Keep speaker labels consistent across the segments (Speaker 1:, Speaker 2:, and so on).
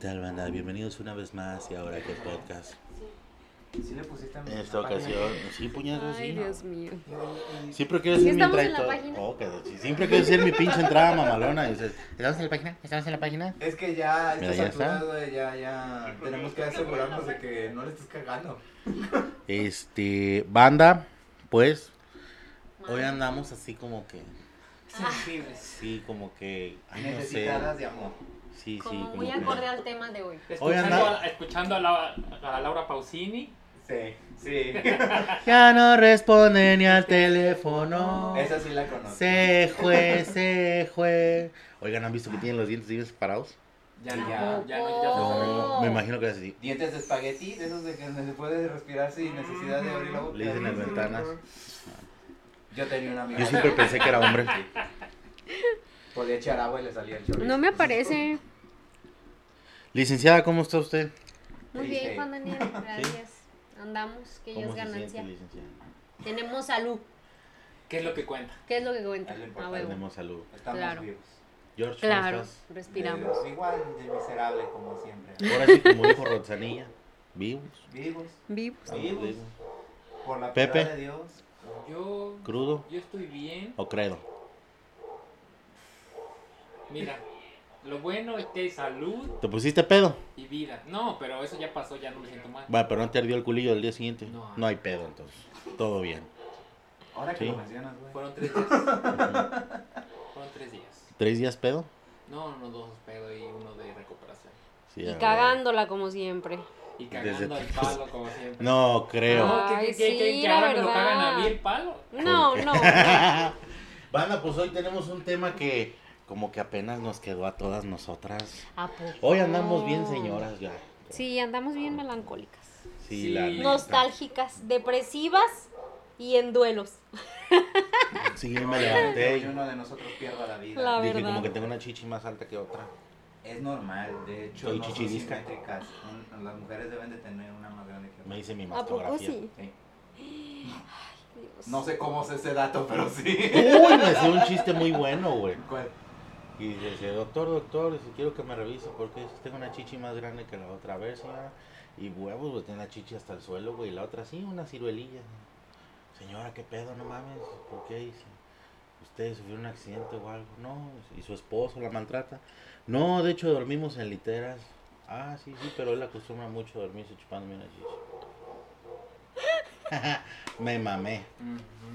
Speaker 1: tal, banda? Bienvenidos una vez más y ahora que podcast.
Speaker 2: Sí le pusiste a mi
Speaker 1: En esta
Speaker 2: página.
Speaker 1: ocasión, sí, puñetas,
Speaker 3: Ay,
Speaker 1: sí.
Speaker 3: Dios mío.
Speaker 2: Y- y-
Speaker 1: Siempre quiero ser mi
Speaker 3: Estamos
Speaker 1: entrada
Speaker 3: en
Speaker 1: y
Speaker 3: la
Speaker 1: todo.
Speaker 3: página.
Speaker 1: Oh, que- sí, siempre quiero ser mi pinche entrada mamalona. Y dices, ¿estamos en la página? ¿Estamos en la página?
Speaker 2: Es que ya
Speaker 1: Mira,
Speaker 2: estás
Speaker 1: ya
Speaker 2: saturado, güey, ya, ya. Tenemos que asegurarnos de que no le estés cagando.
Speaker 1: Este, banda, pues, hoy andamos así como que,
Speaker 4: sensibles.
Speaker 1: sí, como que, ay, Ah, no sé.
Speaker 2: Necesitadas de amor.
Speaker 1: Sí, sí,
Speaker 3: Como
Speaker 1: como
Speaker 3: muy
Speaker 1: que-
Speaker 3: acorde al tema de hoy.
Speaker 1: Hoy
Speaker 4: Escuchando,
Speaker 1: anda-
Speaker 4: a, escuchando a, la- a Laura Pausini.
Speaker 2: Sí, sí.
Speaker 1: Ya no responde ni al teléfono.
Speaker 2: Esa sí la conozco.
Speaker 1: Se jue, se jue. Oigan, ¿han visto que tienen los dientes bien separados?
Speaker 4: Ya
Speaker 2: Sí,
Speaker 4: no,
Speaker 2: ya.
Speaker 4: ya, no, ya no.
Speaker 3: Oh.
Speaker 1: Me imagino que es así.
Speaker 2: Dientes de espagueti, de esos de que se puede respirar sin necesidad de abrir la boca.
Speaker 1: Le dicen las ventanas.
Speaker 2: Yo tenía un amigo.
Speaker 1: Yo siempre pensé que era hombre.
Speaker 2: Podía echar agua y le salía el chorro.
Speaker 3: No me aparece.
Speaker 1: Licenciada, ¿cómo está usted?
Speaker 3: Muy
Speaker 2: Sí,
Speaker 3: bien,
Speaker 2: sí.
Speaker 3: Juan Daniel. Gracias. Andamos, que ya es
Speaker 1: ¿Cómo se
Speaker 3: ganancia.
Speaker 1: siente, licenciada?
Speaker 3: Tenemos salud.
Speaker 4: ¿Qué es lo que cuenta?
Speaker 3: ¿Qué es lo que cuenta?
Speaker 2: Es lo
Speaker 3: A
Speaker 2: importante.
Speaker 3: huevo.
Speaker 1: Tenemos salud.
Speaker 2: Estamos
Speaker 3: Claro.
Speaker 2: vivos.
Speaker 1: George, ¿cómo
Speaker 3: Claro,
Speaker 1: estás?
Speaker 3: respiramos.
Speaker 2: Vivos, Igual de miserable como siempre.
Speaker 1: Ahora sí, como dijo Roxanilla, vivos.
Speaker 2: Vivos.
Speaker 3: Vivos.
Speaker 1: estamos
Speaker 2: Vivos.
Speaker 1: vivos.
Speaker 2: Por la
Speaker 1: Pepe.
Speaker 2: piedad de Dios.
Speaker 4: Yo,
Speaker 1: ¿Crudo
Speaker 4: yo estoy bien.
Speaker 1: o credo?
Speaker 4: Mira, lo bueno es que hay salud
Speaker 1: ¿Te pusiste pedo?
Speaker 4: y vida. No, pero eso ya pasó, ya no me siento mal.
Speaker 1: Bueno, pero no te ardió el culillo del día siguiente.
Speaker 4: No.
Speaker 1: No hay pedo, entonces. Todo bien.
Speaker 2: Ahora que
Speaker 1: Sí.
Speaker 2: lo mencionas, güey.
Speaker 4: Fueron tres días. Fueron tres días.
Speaker 1: ¿Tres días pedo?
Speaker 4: No, no, dos pedo y uno de recuperación.
Speaker 1: Sí,
Speaker 3: Y
Speaker 1: ya,
Speaker 3: cagándola como siempre.
Speaker 4: Y cagando
Speaker 1: Desde-
Speaker 4: al palo como siempre.
Speaker 1: No, creo.
Speaker 3: Ah. Ay, sí,
Speaker 4: que
Speaker 3: la
Speaker 4: ahora me lo
Speaker 3: verdad.
Speaker 4: cagan a mí el palo?
Speaker 3: No,
Speaker 1: qué?
Speaker 3: no. Ah.
Speaker 1: Banda, pues hoy tenemos un tema que como que apenas nos quedó a todas nosotras.
Speaker 3: ¿A poco?
Speaker 1: Hoy andamos bien, señoras, ya.
Speaker 3: Sí, andamos bien melancólicas.
Speaker 1: Sí,
Speaker 4: Sí.
Speaker 1: la neta.
Speaker 3: Nostálgicas, depresivas y en duelos.
Speaker 1: Sí, me
Speaker 2: Obviamente,
Speaker 1: levanté
Speaker 2: Y uno de nosotros pierda la vida.
Speaker 3: La
Speaker 1: y dije
Speaker 3: verdad.
Speaker 1: como que tengo una chichi más alta que otra.
Speaker 2: Es normal, de hecho,
Speaker 1: Soy
Speaker 2: no son
Speaker 1: chichirisca.
Speaker 2: simétricas. Un- Las mujeres deben de tener una más grande que
Speaker 1: Me
Speaker 2: otra.
Speaker 1: hice mi
Speaker 3: ¿A poco
Speaker 1: mastografía.
Speaker 3: sí?
Speaker 2: Sí.
Speaker 3: Dios.
Speaker 2: No sé cómo es ese dato, pero sí.
Speaker 1: Uy, me hacía un chiste muy bueno, güey.
Speaker 2: ¿Cuál?
Speaker 1: Y dice, doctor, doctor, dice, quiero que me revise porque tengo una chichi más grande que la otra. A ver, señora. Y huevos, güey, tiene la chichi hasta el suelo, güey. Y la otra, sí, una ciruelilla. Señora, qué pedo, no mames. ¿Por qué? Dice, ¿usted sufrió un accidente o algo? No. ¿Y su esposo la maltrata? No, de hecho, dormimos en literas. Ah, sí, sí, pero él acostumbra mucho a dormirse chupándome una chichi. me mamé.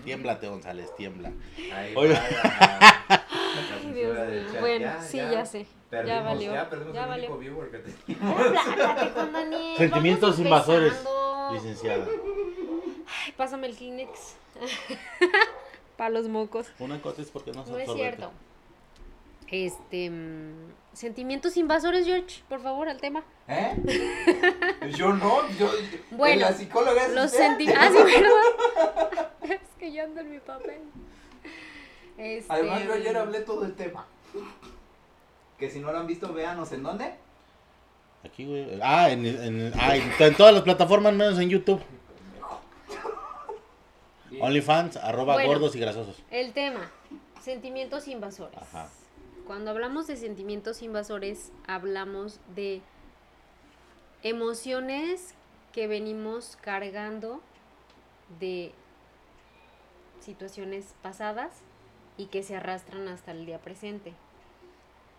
Speaker 1: Tiémblate, González, tiembla.
Speaker 2: Ahí
Speaker 1: Oye.
Speaker 2: va la- la
Speaker 3: Ay,
Speaker 2: censura
Speaker 3: Dios
Speaker 2: del
Speaker 3: mío.
Speaker 2: chat.
Speaker 3: Bueno,
Speaker 2: Ya,
Speaker 3: sí,
Speaker 2: ya.
Speaker 3: ya, sé.
Speaker 2: Perdimos,
Speaker 3: ya valió.
Speaker 2: Ya perdimos
Speaker 3: ya
Speaker 2: el único
Speaker 3: valió.
Speaker 2: viewer que te-
Speaker 3: Aplácate, Juan Daniel,
Speaker 1: Sentimientos
Speaker 3: vamos
Speaker 1: invasores,
Speaker 3: empezando.
Speaker 1: licenciada.
Speaker 3: Ay, Pásame el Kleenex. Para los mocos.
Speaker 1: Una cosa es porque no se
Speaker 3: No es
Speaker 1: absorbe.
Speaker 3: cierto. Este. mm, Sentimientos invasores, George, por favor, al tema.
Speaker 2: ¿Eh? Yo no, yo.
Speaker 3: Bueno,
Speaker 2: la psicóloga es
Speaker 3: Los
Speaker 2: usted.
Speaker 3: sentimientos. Ah, sí, ¿verdad? es que yo ando en mi papel. Este,
Speaker 2: Además, yo ayer
Speaker 3: mm,
Speaker 2: hablé todo el tema. Que si no lo han visto, véanos en dónde.
Speaker 1: Aquí, güey. Ah, en, en- ah, en- en todas las plataformas menos en YouTube.
Speaker 4: Bien.
Speaker 1: OnlyFans, arroba
Speaker 3: Bueno.
Speaker 1: gordos y grasosos.
Speaker 3: El tema, sentimientos invasores.
Speaker 1: Ajá.
Speaker 3: Cuando hablamos de sentimientos invasores, hablamos de emociones que venimos cargando de situaciones pasadas y que se arrastran hasta el día presente.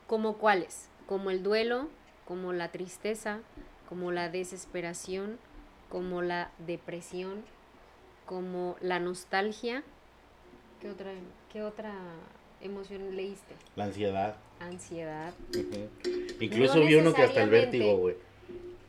Speaker 3: ¿Como cuáles? Como el duelo, como la tristeza, como la desesperación, como la depresión, como la nostalgia. ¿Qué otra, qué otra emoción leíste?
Speaker 1: La ansiedad.
Speaker 3: Ansiedad.
Speaker 1: Incluso
Speaker 3: No
Speaker 1: vi uno que hasta el
Speaker 3: necesariamente.
Speaker 1: vértigo, güey.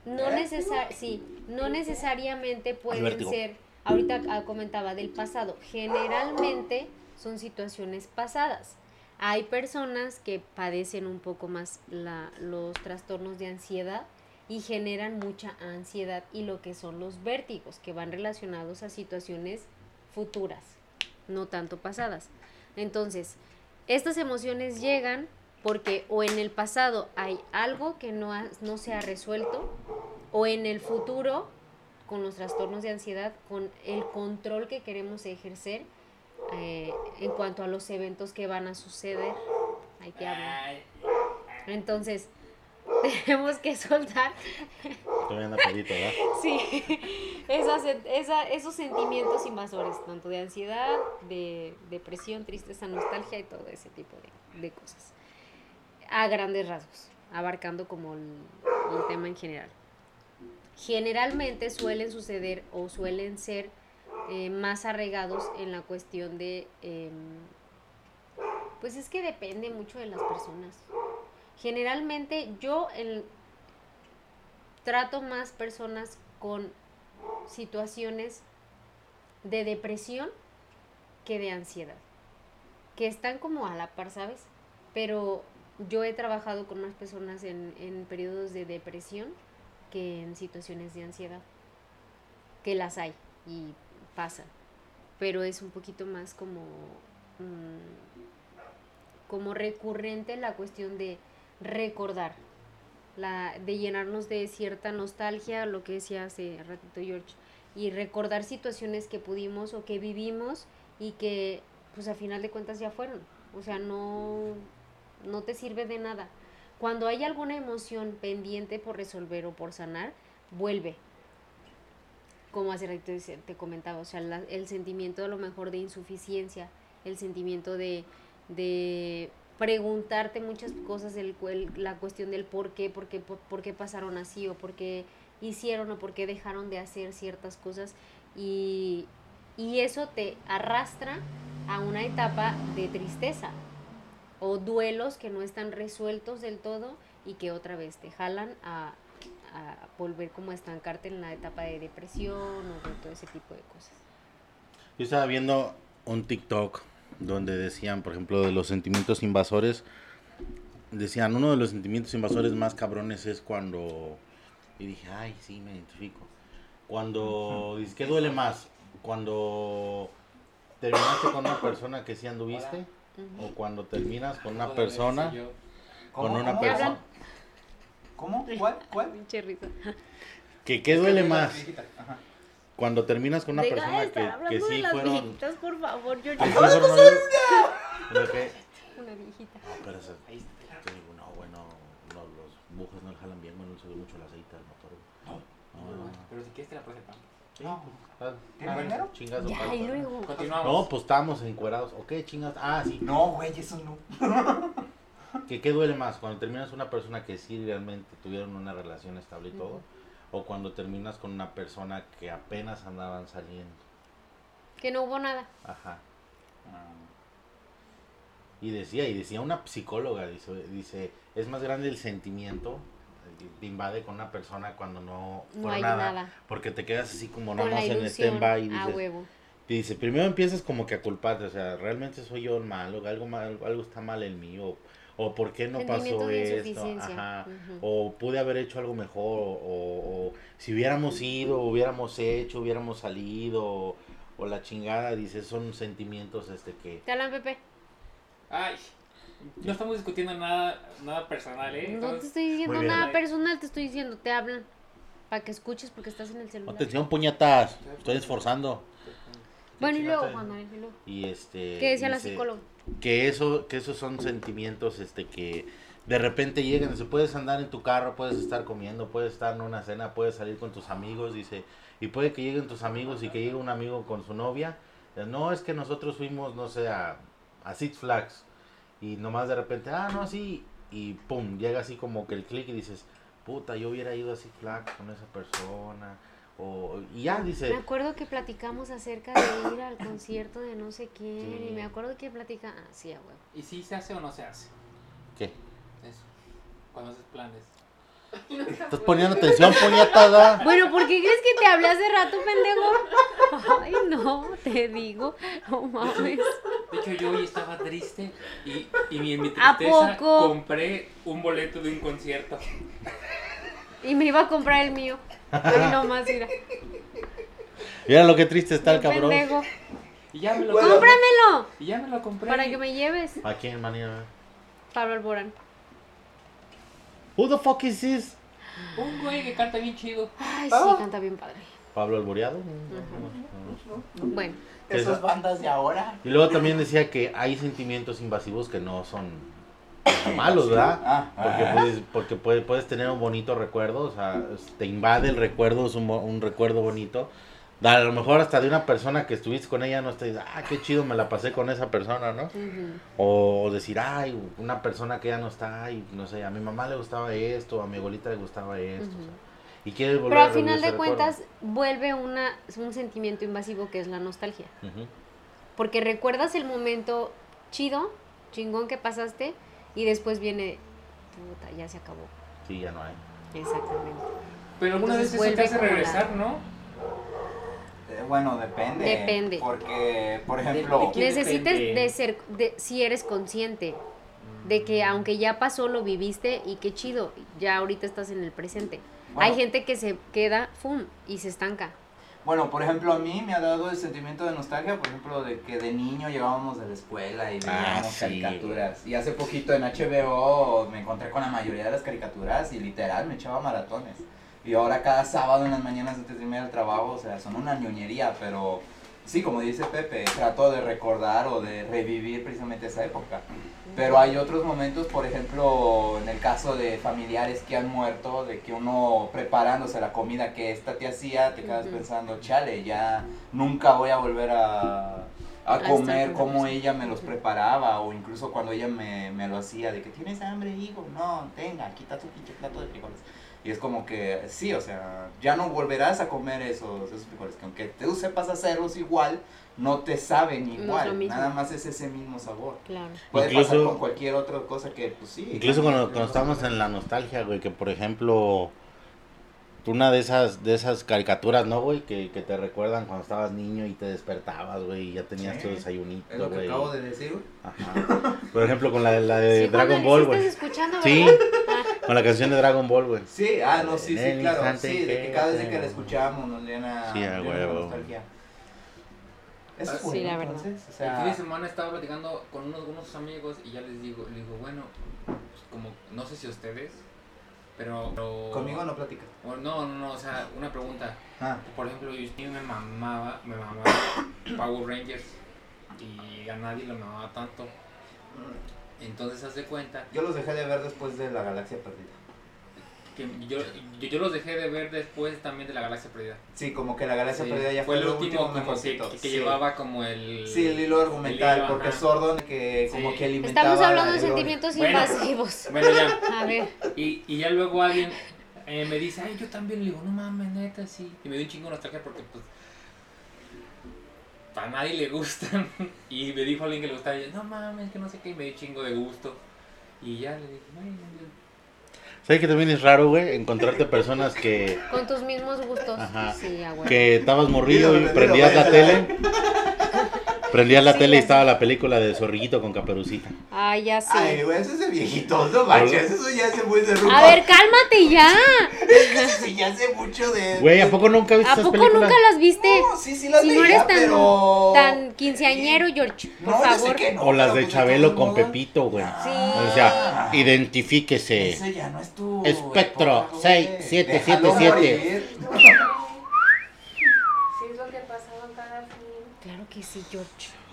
Speaker 3: No, necesar sí, no necesariamente pueden
Speaker 1: vértigo.
Speaker 3: ser, ahorita ah, comentaba del pasado, generalmente son situaciones pasadas. Hay personas que padecen un poco más la- los trastornos de ansiedad y generan mucha ansiedad y lo que son los vértigos, que van relacionados a situaciones futuras, no tanto pasadas. Entonces, estas emociones llegan porque o en el pasado hay algo que no, ha- no se ha resuelto o en el futuro con los trastornos de ansiedad, con el control que queremos ejercer eh, en cuanto a los eventos que van a suceder. Ahí te hablo.
Speaker 4: Ay,
Speaker 3: Entonces, tenemos que soltar
Speaker 1: Todavía anda pedito, ¿verdad?
Speaker 3: sí, esas- esa- esos sentimientos invasores, tanto de ansiedad, de depresión, tristeza, nostalgia y todo ese tipo de, de cosas. A grandes rasgos, abarcando como el, el tema en general. Generalmente suelen suceder o suelen ser eh, más arraigados en la cuestión de... em, pues es que depende mucho de las personas. Generalmente yo en, trato más personas con situaciones de depresión que de ansiedad, que están como a la par, ¿sabes? Pero yo he trabajado con más personas en, en periodos de depresión que en situaciones de ansiedad, que las hay y pasan, pero es un poquito más como, mm, como recurrente la cuestión de recordar, la, de llenarnos de cierta nostalgia, lo que decía hace ratito George, y recordar situaciones que pudimos o que vivimos y que pues a final de cuentas ya fueron. O sea, no, no te sirve de nada. Cuando hay alguna emoción pendiente por resolver o por sanar, vuelve. Como hace ratito dice- te comentaba, o sea, la- el sentimiento a lo mejor de insuficiencia, el sentimiento de, de preguntarte muchas cosas, el, cuel- la cuestión del por qué, por qué, por, por qué pasaron así o por qué hicieron o por qué dejaron de hacer ciertas cosas y, y eso te arrastra a una etapa de tristeza o duelos que no están resueltos del todo y que otra vez te jalan a, a volver como a estancarte en la etapa de depresión o de todo ese tipo de cosas.
Speaker 1: Yo estaba viendo un TikTok donde decían, por ejemplo, de los sentimientos invasores. Decían, uno de los sentimientos invasores más cabrones es cuando... Y dije, ay, sí, me identifico. Cuando... dices, ¿Qué duele más? Cuando terminaste con una persona que sí anduviste
Speaker 3: Ujú.
Speaker 1: o cuando terminas con una
Speaker 4: Joder,
Speaker 1: persona...
Speaker 4: sí, yo-
Speaker 1: Con una
Speaker 2: ¿Cómo?
Speaker 1: persona.
Speaker 2: ¿Cómo? ¿Cuál? ¿Cuál?
Speaker 3: Pinche risa.
Speaker 1: ¿Que qué duele más?
Speaker 2: Ajá.
Speaker 1: Cuando terminas con una
Speaker 3: Deja de
Speaker 1: persona
Speaker 3: estar
Speaker 1: que, que
Speaker 3: hablando de
Speaker 1: sí
Speaker 3: las
Speaker 1: fueron...
Speaker 3: viejitas, por favor, yo
Speaker 1: que sí
Speaker 3: ya-
Speaker 1: fueron novios. Lo que-
Speaker 3: una viejita.
Speaker 1: No, pero eso- te digo, no, bueno, no, los bujes no le jalan bien, bueno, se ve mucho el aceite al motor. güey. No, no,
Speaker 4: Pero si quieres te la presentamos.
Speaker 2: No.
Speaker 1: no.
Speaker 2: ¿Tiene
Speaker 1: Ah,
Speaker 2: dinero?
Speaker 1: Chingazo.
Speaker 3: Ya,
Speaker 1: palo,
Speaker 3: y
Speaker 1: ¿no?
Speaker 3: luego.
Speaker 1: No,
Speaker 4: Continuamos.
Speaker 1: pues estamos encuerados. ¿O qué chingas? Ah, sí.
Speaker 2: No, güey, eso no.
Speaker 1: ¿Qué, ¿Qué duele más? ¿Cuando terminas una persona que sí realmente tuvieron una relación estable y todo?
Speaker 3: Ujú.
Speaker 1: ¿O cuando terminas con una persona que apenas andaban saliendo?
Speaker 3: Que no hubo nada.
Speaker 1: Ajá. Ah. Y decía, y decía una psicóloga, dice, dice es más grande el sentimiento, eh, te invade con una persona cuando no,
Speaker 3: No
Speaker 1: fueron
Speaker 3: hay nada.
Speaker 1: Porque te quedas así como
Speaker 3: Con
Speaker 1: nada
Speaker 3: la
Speaker 1: más en
Speaker 3: ilusión
Speaker 1: stand-by y
Speaker 3: a
Speaker 1: dices,
Speaker 3: huevo.
Speaker 1: y dice, primero empiezas como que a culparte, o sea, realmente soy yo el malo, algo mal, algo está mal en mí, o, o por qué no
Speaker 3: Sentimiento
Speaker 1: pasó
Speaker 3: de
Speaker 1: esto,
Speaker 3: insuficiencia.
Speaker 1: ajá,
Speaker 3: Ujú.
Speaker 1: o pude haber hecho algo mejor, o, o- o si hubiéramos ido, hubiéramos hecho, hubiéramos salido, o, o la chingada, dice, son sentimientos este que...
Speaker 3: Te hablan, Pepe.
Speaker 4: Ay, no estamos discutiendo nada, nada personal, ¿eh?
Speaker 3: No te
Speaker 4: Entonces,
Speaker 3: estoy diciendo
Speaker 1: Muy bien.
Speaker 3: nada personal, te estoy diciendo, te hablan. Para que escuches porque estás en el celular.
Speaker 1: Atención, puñetas, estoy esforzando.
Speaker 3: Bueno, y luego,
Speaker 1: Chingate.
Speaker 3: Juan Manuel, y luego.
Speaker 1: Y este...
Speaker 3: ¿Qué decía la
Speaker 1: dice,
Speaker 3: psicóloga?
Speaker 1: que eso que esos son sentimientos este que de repente llegan dice puedes andar en tu carro puedes estar comiendo puedes estar en una cena puedes salir con tus amigos dice y puede que lleguen tus amigos y que llegue un amigo con su novia eh, no es que nosotros fuimos no sé a, a Six Flags y nomás de repente ah no sí y pum llega así como que el clic y dices puta yo hubiera ido a Six Flags con esa persona o y ya dice
Speaker 3: Me acuerdo que platicamos acerca de ir al concierto de no sé quién.
Speaker 1: Sí.
Speaker 3: Y me acuerdo que platica. Ah, sí, a huevo.
Speaker 4: ¿Y si se hace o no se hace?
Speaker 1: qué
Speaker 4: Eso. Cuando haces planes.
Speaker 1: estás poniendo atención puñetada
Speaker 3: Bueno, ¿por qué crees que te hablé hace rato, pendejo? Ay, no, te digo. No mames.
Speaker 4: De hecho, yo hoy estaba triste y, y mi- en mi
Speaker 3: ¿A
Speaker 4: tristeza
Speaker 3: poco?
Speaker 4: compré un boleto de un concierto.
Speaker 3: Y me iba a comprar el mío. Ay, no más, mira.
Speaker 1: mira lo que triste está el
Speaker 3: Bien
Speaker 1: cabrón
Speaker 3: pendejo.
Speaker 4: Y ya me lo
Speaker 2: Bueno.
Speaker 4: compré.
Speaker 3: ¡Cómpramelo!
Speaker 4: Y ya me lo compré.
Speaker 3: Para que me lleves.
Speaker 1: ¿A quién, manía?
Speaker 3: Pablo Alborán.
Speaker 1: Who the fuck is this?
Speaker 4: Un güey que canta bien chido.
Speaker 3: Ay, sí,
Speaker 2: Ah.
Speaker 3: canta bien padre.
Speaker 1: Pablo Alboreado.
Speaker 3: Bueno,
Speaker 1: Esa-
Speaker 2: Esas bandas de ahora.
Speaker 1: Y luego también decía que hay sentimientos invasivos que no son malos, ¿verdad?
Speaker 2: Ah,
Speaker 1: Porque, pues, puedes, porque puede- puedes tener un bonito recuerdo, o sea, es- te invade el recuerdo, es un, bo- un recuerdo bonito. A lo mejor hasta de una persona que estuviste con ella, no estás, ah, qué chido me la pasé con esa persona, ¿no?
Speaker 3: Ujú.
Speaker 1: O decir, ay, una persona que ya no está, ay, no sé, a mi mamá le gustaba esto, a mi abuelita le gustaba esto, o sea,
Speaker 3: Ujú.
Speaker 1: y quieres volver
Speaker 3: Pero
Speaker 1: a
Speaker 3: al final
Speaker 1: revivir ese
Speaker 3: de
Speaker 1: recuerdo.
Speaker 3: cuentas vuelve una, un sentimiento invasivo que es la nostalgia.
Speaker 1: Ujú.
Speaker 3: Porque recuerdas el momento chido, chingón que pasaste y después viene, puta, ya se acabó.
Speaker 1: Sí, ya no hay.
Speaker 3: Exactamente.
Speaker 4: Pero algunas
Speaker 3: Entonces
Speaker 4: veces eso te
Speaker 3: vuelve
Speaker 4: hace
Speaker 3: como la-
Speaker 4: regresar, ¿no?
Speaker 2: Eh, bueno, depende.
Speaker 3: Depende.
Speaker 2: Porque, por ejemplo,
Speaker 4: Aquí
Speaker 3: Necesitas
Speaker 4: depende.
Speaker 3: de ser, de, si eres consciente de que
Speaker 1: Mm.
Speaker 3: aunque ya pasó, lo viviste y qué chido, ya ahorita estás en el presente. Hay
Speaker 2: bueno,
Speaker 3: gente que se queda, fum, y se estanca.
Speaker 2: bueno, por ejemplo, a mí me ha dado el sentimiento de nostalgia, por ejemplo, de que de niño llegábamos de la escuela y
Speaker 1: Ah,
Speaker 2: veíamos
Speaker 1: sí,
Speaker 2: caricaturas. Y hace poquito en HBO me encontré con la mayoría de las caricaturas y literal me echaba maratones. Y ahora cada sábado en las mañanas antes de irme al trabajo, o sea, son una ñoñería, pero sí, como dice Pepe, trato de recordar o de revivir precisamente esa época. Pero hay otros momentos, por ejemplo, en el caso de familiares que han muerto, de que uno preparándose la comida que esta te hacía, te quedas
Speaker 3: Ujú.
Speaker 2: pensando, chale, ya nunca voy a volver a, a
Speaker 3: estar
Speaker 2: comer
Speaker 3: con
Speaker 2: como
Speaker 3: ellos".
Speaker 2: ella me los
Speaker 3: Ujú.
Speaker 2: preparaba, o incluso cuando ella me, me lo hacía, de que tienes hambre, hijo, no, tenga, quita tu pinche plato de frijoles. Y es como que, sí, o sea, ya no volverás a comer esos, esos frijoles, que aunque tú sepas hacerlos igual, no te saben
Speaker 3: es lo
Speaker 2: igual,
Speaker 3: mismo.
Speaker 2: nada más es ese mismo sabor.
Speaker 3: Claro.
Speaker 2: Puede pasar
Speaker 1: Incluso-
Speaker 2: con cualquier otra cosa que, pues sí.
Speaker 1: Incluso cuando, cuando
Speaker 2: Incluso-
Speaker 1: estamos en la nostalgia, güey, que por ejemplo, una de esas de esas caricaturas, ¿no, güey? Que, que te recuerdan cuando estabas niño y te despertabas, güey, y ya tenías
Speaker 2: Sí,
Speaker 1: tu desayunito,
Speaker 2: Es lo que
Speaker 1: güey.
Speaker 2: acabo de decir, güey.
Speaker 1: Ajá. Por ejemplo, con la, de- la de
Speaker 3: Sí,
Speaker 1: Dragon
Speaker 3: Juana,
Speaker 1: Ball,
Speaker 3: ¿sí
Speaker 1: güey.
Speaker 3: estás escuchando,
Speaker 1: Sí,
Speaker 3: verdad?
Speaker 1: con la canción de Dragon Ball, güey.
Speaker 2: Sí, ah, no, sí,
Speaker 1: En
Speaker 2: sí,
Speaker 1: el
Speaker 2: claro.
Speaker 1: instante
Speaker 2: Sí, de que
Speaker 1: que
Speaker 2: cada vez
Speaker 1: te-
Speaker 2: que la escuchamos nos llena,
Speaker 1: Sí, a
Speaker 2: nos llena de
Speaker 1: huevo.
Speaker 2: nostalgia. Eso
Speaker 4: Ah,
Speaker 2: es
Speaker 4: sí,
Speaker 2: bueno,
Speaker 3: la verdad.
Speaker 2: entonces, o
Speaker 5: El fin de
Speaker 2: sea,
Speaker 5: semana estaba platicando con unos, unos amigos y ya les digo, les digo, bueno, pues, como, no sé si ustedes, pero... pero-
Speaker 2: conmigo no platica.
Speaker 5: Bueno, no, no, no, o sea, una pregunta.
Speaker 2: Ah,
Speaker 5: Por ejemplo, yo yo me mamaba, me mamaba Power Rangers y a nadie lo mamaba tanto. Entonces, haz de cuenta
Speaker 2: yo los dejé de ver después de la galaxia perdida.
Speaker 5: que yo, yo, yo los dejé de ver después también de la Galaxia Perdida.
Speaker 2: Sí, como que la galaxia
Speaker 5: Sí,
Speaker 2: perdida ya fue,
Speaker 5: el
Speaker 2: lo
Speaker 5: último,
Speaker 2: último
Speaker 5: como que,
Speaker 2: mejorcito.
Speaker 5: que- que
Speaker 2: sí.
Speaker 5: llevaba como el...
Speaker 2: Sí, el hilo argumental,
Speaker 5: el hilo,
Speaker 2: porque
Speaker 5: ajá.
Speaker 2: Sordon que como
Speaker 5: Sí.
Speaker 2: que alimentaba
Speaker 3: Estamos hablando
Speaker 2: la
Speaker 3: de
Speaker 2: gloria.
Speaker 3: sentimientos
Speaker 5: Bueno.
Speaker 3: invasivos.
Speaker 5: Bueno, ya.
Speaker 3: A ver,
Speaker 5: Y, y ya luego alguien eh, me dice, ay, yo también. Le digo, no mames, neta, sí. Y me dio un chingo de nostalgia porque, pues, a nadie le gustan. Y me dijo alguien que le gustaba. Y yo, no mames, que no sé qué. Y me dio un chingo de gusto. Y ya le dije, bueno, yo-
Speaker 1: ¿Sabes que también es raro, güey? Encontrarte personas que,
Speaker 3: con tus mismos gustos.
Speaker 1: Ajá.
Speaker 3: Sí, a huevo.
Speaker 1: que estabas morrido y
Speaker 2: Dilo,
Speaker 1: prendías
Speaker 2: dilo,
Speaker 1: la
Speaker 2: váyasela.
Speaker 1: tele. Prendías la
Speaker 3: Sí,
Speaker 1: tele y
Speaker 3: ya sé.
Speaker 1: estaba la película de Zorrillito con Caperucita.
Speaker 3: Ay, Ah, ya sé.
Speaker 2: Ay, güey, eso es de viejitos, no manches, eso ya hace muy de ruco.
Speaker 3: a ver, cálmate ya.
Speaker 2: eso sí ya hace mucho de...
Speaker 1: Güey, ¿a poco nunca viste
Speaker 3: ¿A
Speaker 1: esas
Speaker 3: poco
Speaker 1: películas?
Speaker 3: nunca las viste?
Speaker 2: No, sí, sí las
Speaker 3: si no
Speaker 2: veía,
Speaker 3: eres tan-
Speaker 2: pero...
Speaker 3: Tan quinceañero, George. Por
Speaker 2: No, yo sé
Speaker 3: favor.
Speaker 2: que no,
Speaker 1: O las
Speaker 2: pero
Speaker 1: de
Speaker 2: pues
Speaker 1: Chabelo Ah.
Speaker 2: todos
Speaker 1: con
Speaker 2: modos, ah,
Speaker 1: Pepito, güey.
Speaker 3: Sí.
Speaker 1: O sea, identifíquese.
Speaker 2: Ese ya no es tu...
Speaker 1: Espectro,
Speaker 2: época, güey.
Speaker 1: seis, siete,
Speaker 2: Déjalo
Speaker 1: siete,
Speaker 2: morir.
Speaker 3: Claro que sí, George.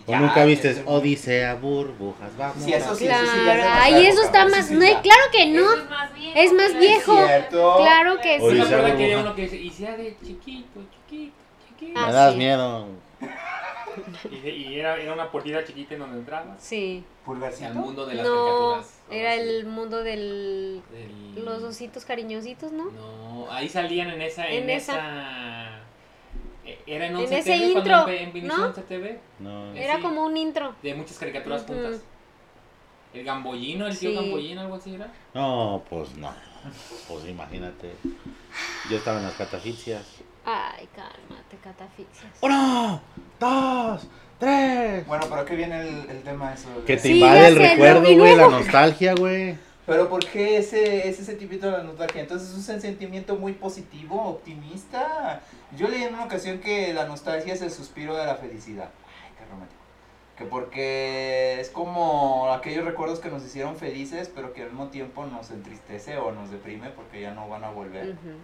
Speaker 1: ¿O
Speaker 2: Ya,
Speaker 1: nunca viste
Speaker 2: este-
Speaker 1: Odisea, burbujas, vamos?
Speaker 2: Sí, eso sí.
Speaker 3: Claro,
Speaker 2: ya es de otra
Speaker 3: ay, eso
Speaker 2: época,
Speaker 3: está
Speaker 2: sí,
Speaker 3: más.
Speaker 2: sí,
Speaker 3: no,
Speaker 2: ya.
Speaker 3: claro que no.
Speaker 6: Eso es más viejo.
Speaker 3: Es más viejo.
Speaker 2: Cierto.
Speaker 3: Claro que
Speaker 1: Oye,
Speaker 5: ¿Sí me
Speaker 1: Odisea
Speaker 3: sí.
Speaker 5: acuerdo que
Speaker 1: burbuja.
Speaker 5: había uno que dice, y sea de chiquito, chiquito, chiquito.
Speaker 3: Ah,
Speaker 1: Me das
Speaker 3: sí.
Speaker 1: miedo.
Speaker 4: Y, y era, era una puertita chiquita en donde entrabas.
Speaker 3: Sí.
Speaker 5: Al
Speaker 2: Pulgarcito.
Speaker 5: mundo de las
Speaker 3: No,
Speaker 5: caricaturas. algo
Speaker 3: era
Speaker 5: así.
Speaker 3: el mundo del.
Speaker 5: Del-
Speaker 3: Los ositos cariñositos, ¿no?
Speaker 5: No, ahí salían en esa. En,
Speaker 3: En
Speaker 5: esa... e- Era en
Speaker 3: En
Speaker 5: 11
Speaker 3: ese
Speaker 5: TV,
Speaker 3: intro,
Speaker 5: cuando en, en inició
Speaker 3: ¿no?
Speaker 5: 11 TV,
Speaker 1: No.
Speaker 3: Era
Speaker 5: Sí.
Speaker 3: como un intro.
Speaker 5: de muchas caricaturas
Speaker 3: Ujú.
Speaker 5: juntas. El gambollino, el tío
Speaker 3: Sí.
Speaker 5: gambollino, algo así era.
Speaker 1: No, pues no. Pues imagínate. Yo estaba en las catafixias.
Speaker 3: Ay, cálmate, catafixias.
Speaker 1: ¡Uno! ¡Dos! ¡Tres!
Speaker 2: Bueno, pero qué viene el, el tema de eso. güey?
Speaker 1: Que te
Speaker 3: Sí,
Speaker 1: invade
Speaker 3: ya
Speaker 1: el
Speaker 3: sé, lo-
Speaker 1: recuerdo,
Speaker 3: y
Speaker 1: güey, la
Speaker 3: luego.
Speaker 1: nostalgia, güey.
Speaker 2: Pero ¿por qué ese, ese sentimiento de la nostalgia? Entonces es un sentimiento muy positivo, optimista. Yo leí en una ocasión que la nostalgia es el suspiro de la felicidad. Ay, qué romántico. Que porque es como aquellos recuerdos que nos hicieron felices, pero que al mismo tiempo nos entristece o nos deprime porque ya no van a volver.
Speaker 3: Ujú.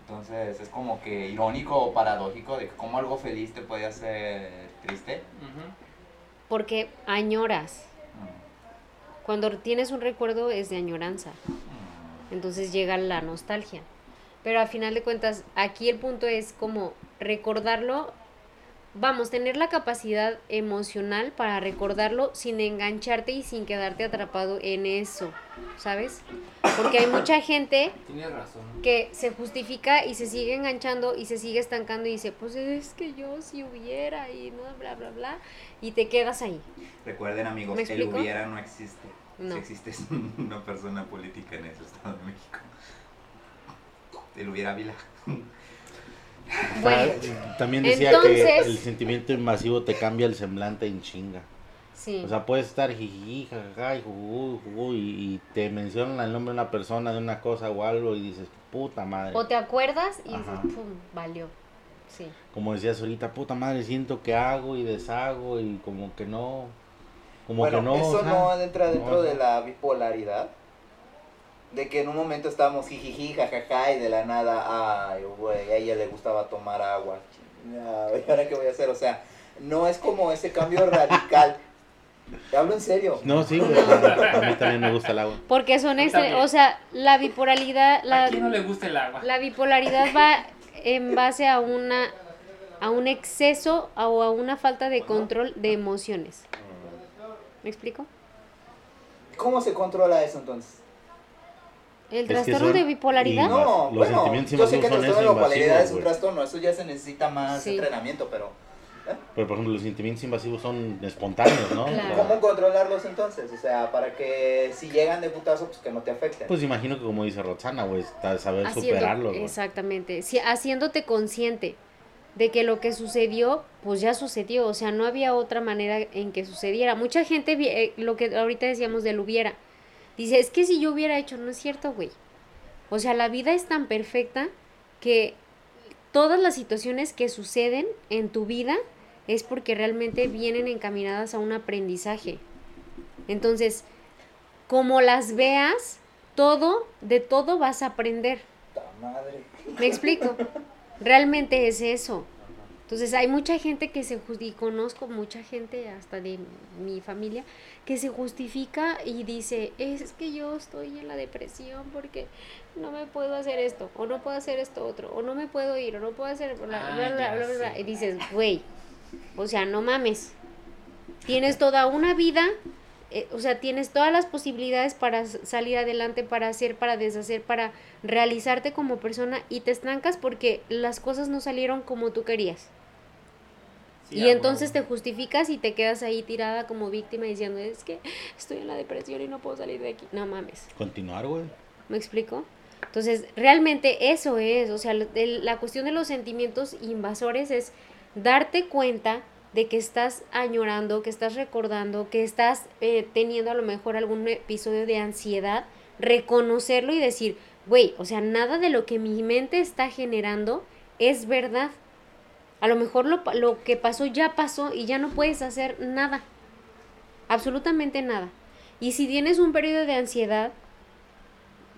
Speaker 2: Entonces es como que irónico o paradójico de que como algo feliz te puede hacer triste.
Speaker 5: Ujú.
Speaker 3: Porque añoras.
Speaker 2: Mm.
Speaker 3: Cuando tienes un recuerdo es de añoranza. Entonces llega la nostalgia. Pero a final de cuentas, aquí el punto es como recordarlo, vamos, tener la capacidad emocional para recordarlo sin engancharte y sin quedarte atrapado en eso, ¿sabes? Porque hay mucha gente
Speaker 5: Tienes razón.
Speaker 3: que se justifica y se sigue enganchando y se sigue estancando y dice, pues es que yo si hubiera y no, bla, bla, bla, y te quedas ahí.
Speaker 2: Recuerden amigos,
Speaker 3: ¿Me
Speaker 2: el
Speaker 3: explico?
Speaker 2: hubiera no existe.
Speaker 3: No.
Speaker 2: Si existe es una persona política en el Estado de México. El hubiera Vila.
Speaker 3: Bueno,
Speaker 1: Ah, También decía que
Speaker 3: entonces-
Speaker 1: el sentimiento invasivo te cambia el semblante en chinga.
Speaker 3: sí.
Speaker 1: O sea, puedes estar jiji, jajaja, y jujú, jujú, y, y te mencionan el nombre de una persona, de una cosa o algo, y dices, puta madre.
Speaker 3: o te acuerdas y
Speaker 1: Ajá.
Speaker 3: dices, pum, valió. Sí.
Speaker 1: Como decías ahorita, puta madre, siento que hago y deshago, y como que no. Como
Speaker 6: bueno,
Speaker 1: que no.
Speaker 6: eso
Speaker 1: o sea,
Speaker 6: no entra dentro
Speaker 1: no,
Speaker 6: de
Speaker 1: no.
Speaker 6: la bipolaridad. De que en un momento estábamos jijiji, jajaja, y de la nada, ay, güey, a ella le gustaba tomar agua. chingado, ¿Y ahora qué voy a hacer? O sea, no es como ese cambio radical. Te hablo en serio.
Speaker 1: No, sí, güey, a mí también me gusta el agua.
Speaker 3: Porque son extre-
Speaker 4: También.
Speaker 3: o sea, la bipolaridad,
Speaker 4: ¿A
Speaker 3: la,
Speaker 4: quién no le gusta el agua?
Speaker 3: la bipolaridad va en base a una a un exceso o a una falta de control de emociones.
Speaker 1: Ah.
Speaker 3: ¿Me explico?
Speaker 6: ¿Cómo se controla eso entonces?
Speaker 3: El
Speaker 1: Es que
Speaker 3: trastorno
Speaker 1: son
Speaker 3: de bipolaridad.
Speaker 1: invas-
Speaker 6: No,
Speaker 1: los
Speaker 6: bueno,
Speaker 1: sentimientos
Speaker 6: yo sé que
Speaker 1: invasivos
Speaker 6: el
Speaker 1: son
Speaker 6: trastorno de
Speaker 1: eso,
Speaker 6: bipolaridad es
Speaker 1: invasivos,
Speaker 6: un
Speaker 1: güey.
Speaker 6: trastorno, eso ya se necesita más
Speaker 3: Sí.
Speaker 6: entrenamiento, pero
Speaker 1: Pero por ejemplo, los sentimientos invasivos son espontáneos, ¿no?
Speaker 3: Claro.
Speaker 1: O sea,
Speaker 6: ¿cómo controlarlos entonces? O sea, para que si llegan de putazo, pues que no te afecten.
Speaker 1: Pues imagino que como dice Roxana, güey, está- saber
Speaker 3: haciendo-
Speaker 1: superarlo, güey.
Speaker 3: exactamente. Si, haciéndote consciente de que lo que sucedió, pues ya sucedió. O sea, no había otra manera en que sucediera. Mucha gente, vi- eh, lo que ahorita decíamos del hubiera, dice, es que si yo hubiera hecho, no es cierto, güey. O sea, la vida es tan perfecta que todas las situaciones que suceden en tu vida es porque realmente vienen encaminadas a un aprendizaje. Entonces, como las veas, todo, de todo vas a aprender.
Speaker 6: Puta madre.
Speaker 3: ¿Me explico? Realmente es eso. Entonces hay mucha gente que se justifica, y conozco mucha gente, hasta de mi familia, que se justifica y dice, es que yo estoy en la depresión porque no me puedo hacer esto, o no puedo hacer esto otro, o no me puedo ir, o no puedo hacer bla, bla,
Speaker 5: Ah,
Speaker 3: bla, bla,
Speaker 5: ya
Speaker 3: bla, bla".
Speaker 5: sé.
Speaker 3: Y dices, güey, o sea, no mames. Tienes toda una vida, eh, o sea, tienes todas las posibilidades para s- salir adelante, para hacer, para deshacer, para realizarte como persona y te estancas porque las cosas no salieron como tú querías.
Speaker 5: Sí, ah,
Speaker 3: y
Speaker 5: a
Speaker 3: entonces
Speaker 5: huevo.
Speaker 3: te justificas y te quedas ahí tirada como víctima diciendo, es que estoy en la depresión y no puedo salir de aquí. No mames,
Speaker 1: Continuar, güey.
Speaker 3: ¿me explico? Entonces, realmente eso es, o sea, lo- el- la cuestión de los sentimientos invasores es darte cuenta de que estás añorando, que estás recordando, que estás eh, teniendo a lo mejor algún episodio de ansiedad, reconocerlo y decir, güey, o sea, nada de lo que mi mente está generando es verdad. A lo mejor lo, pa- lo que pasó ya pasó y ya no puedes hacer nada, absolutamente nada. Y si tienes un periodo de ansiedad,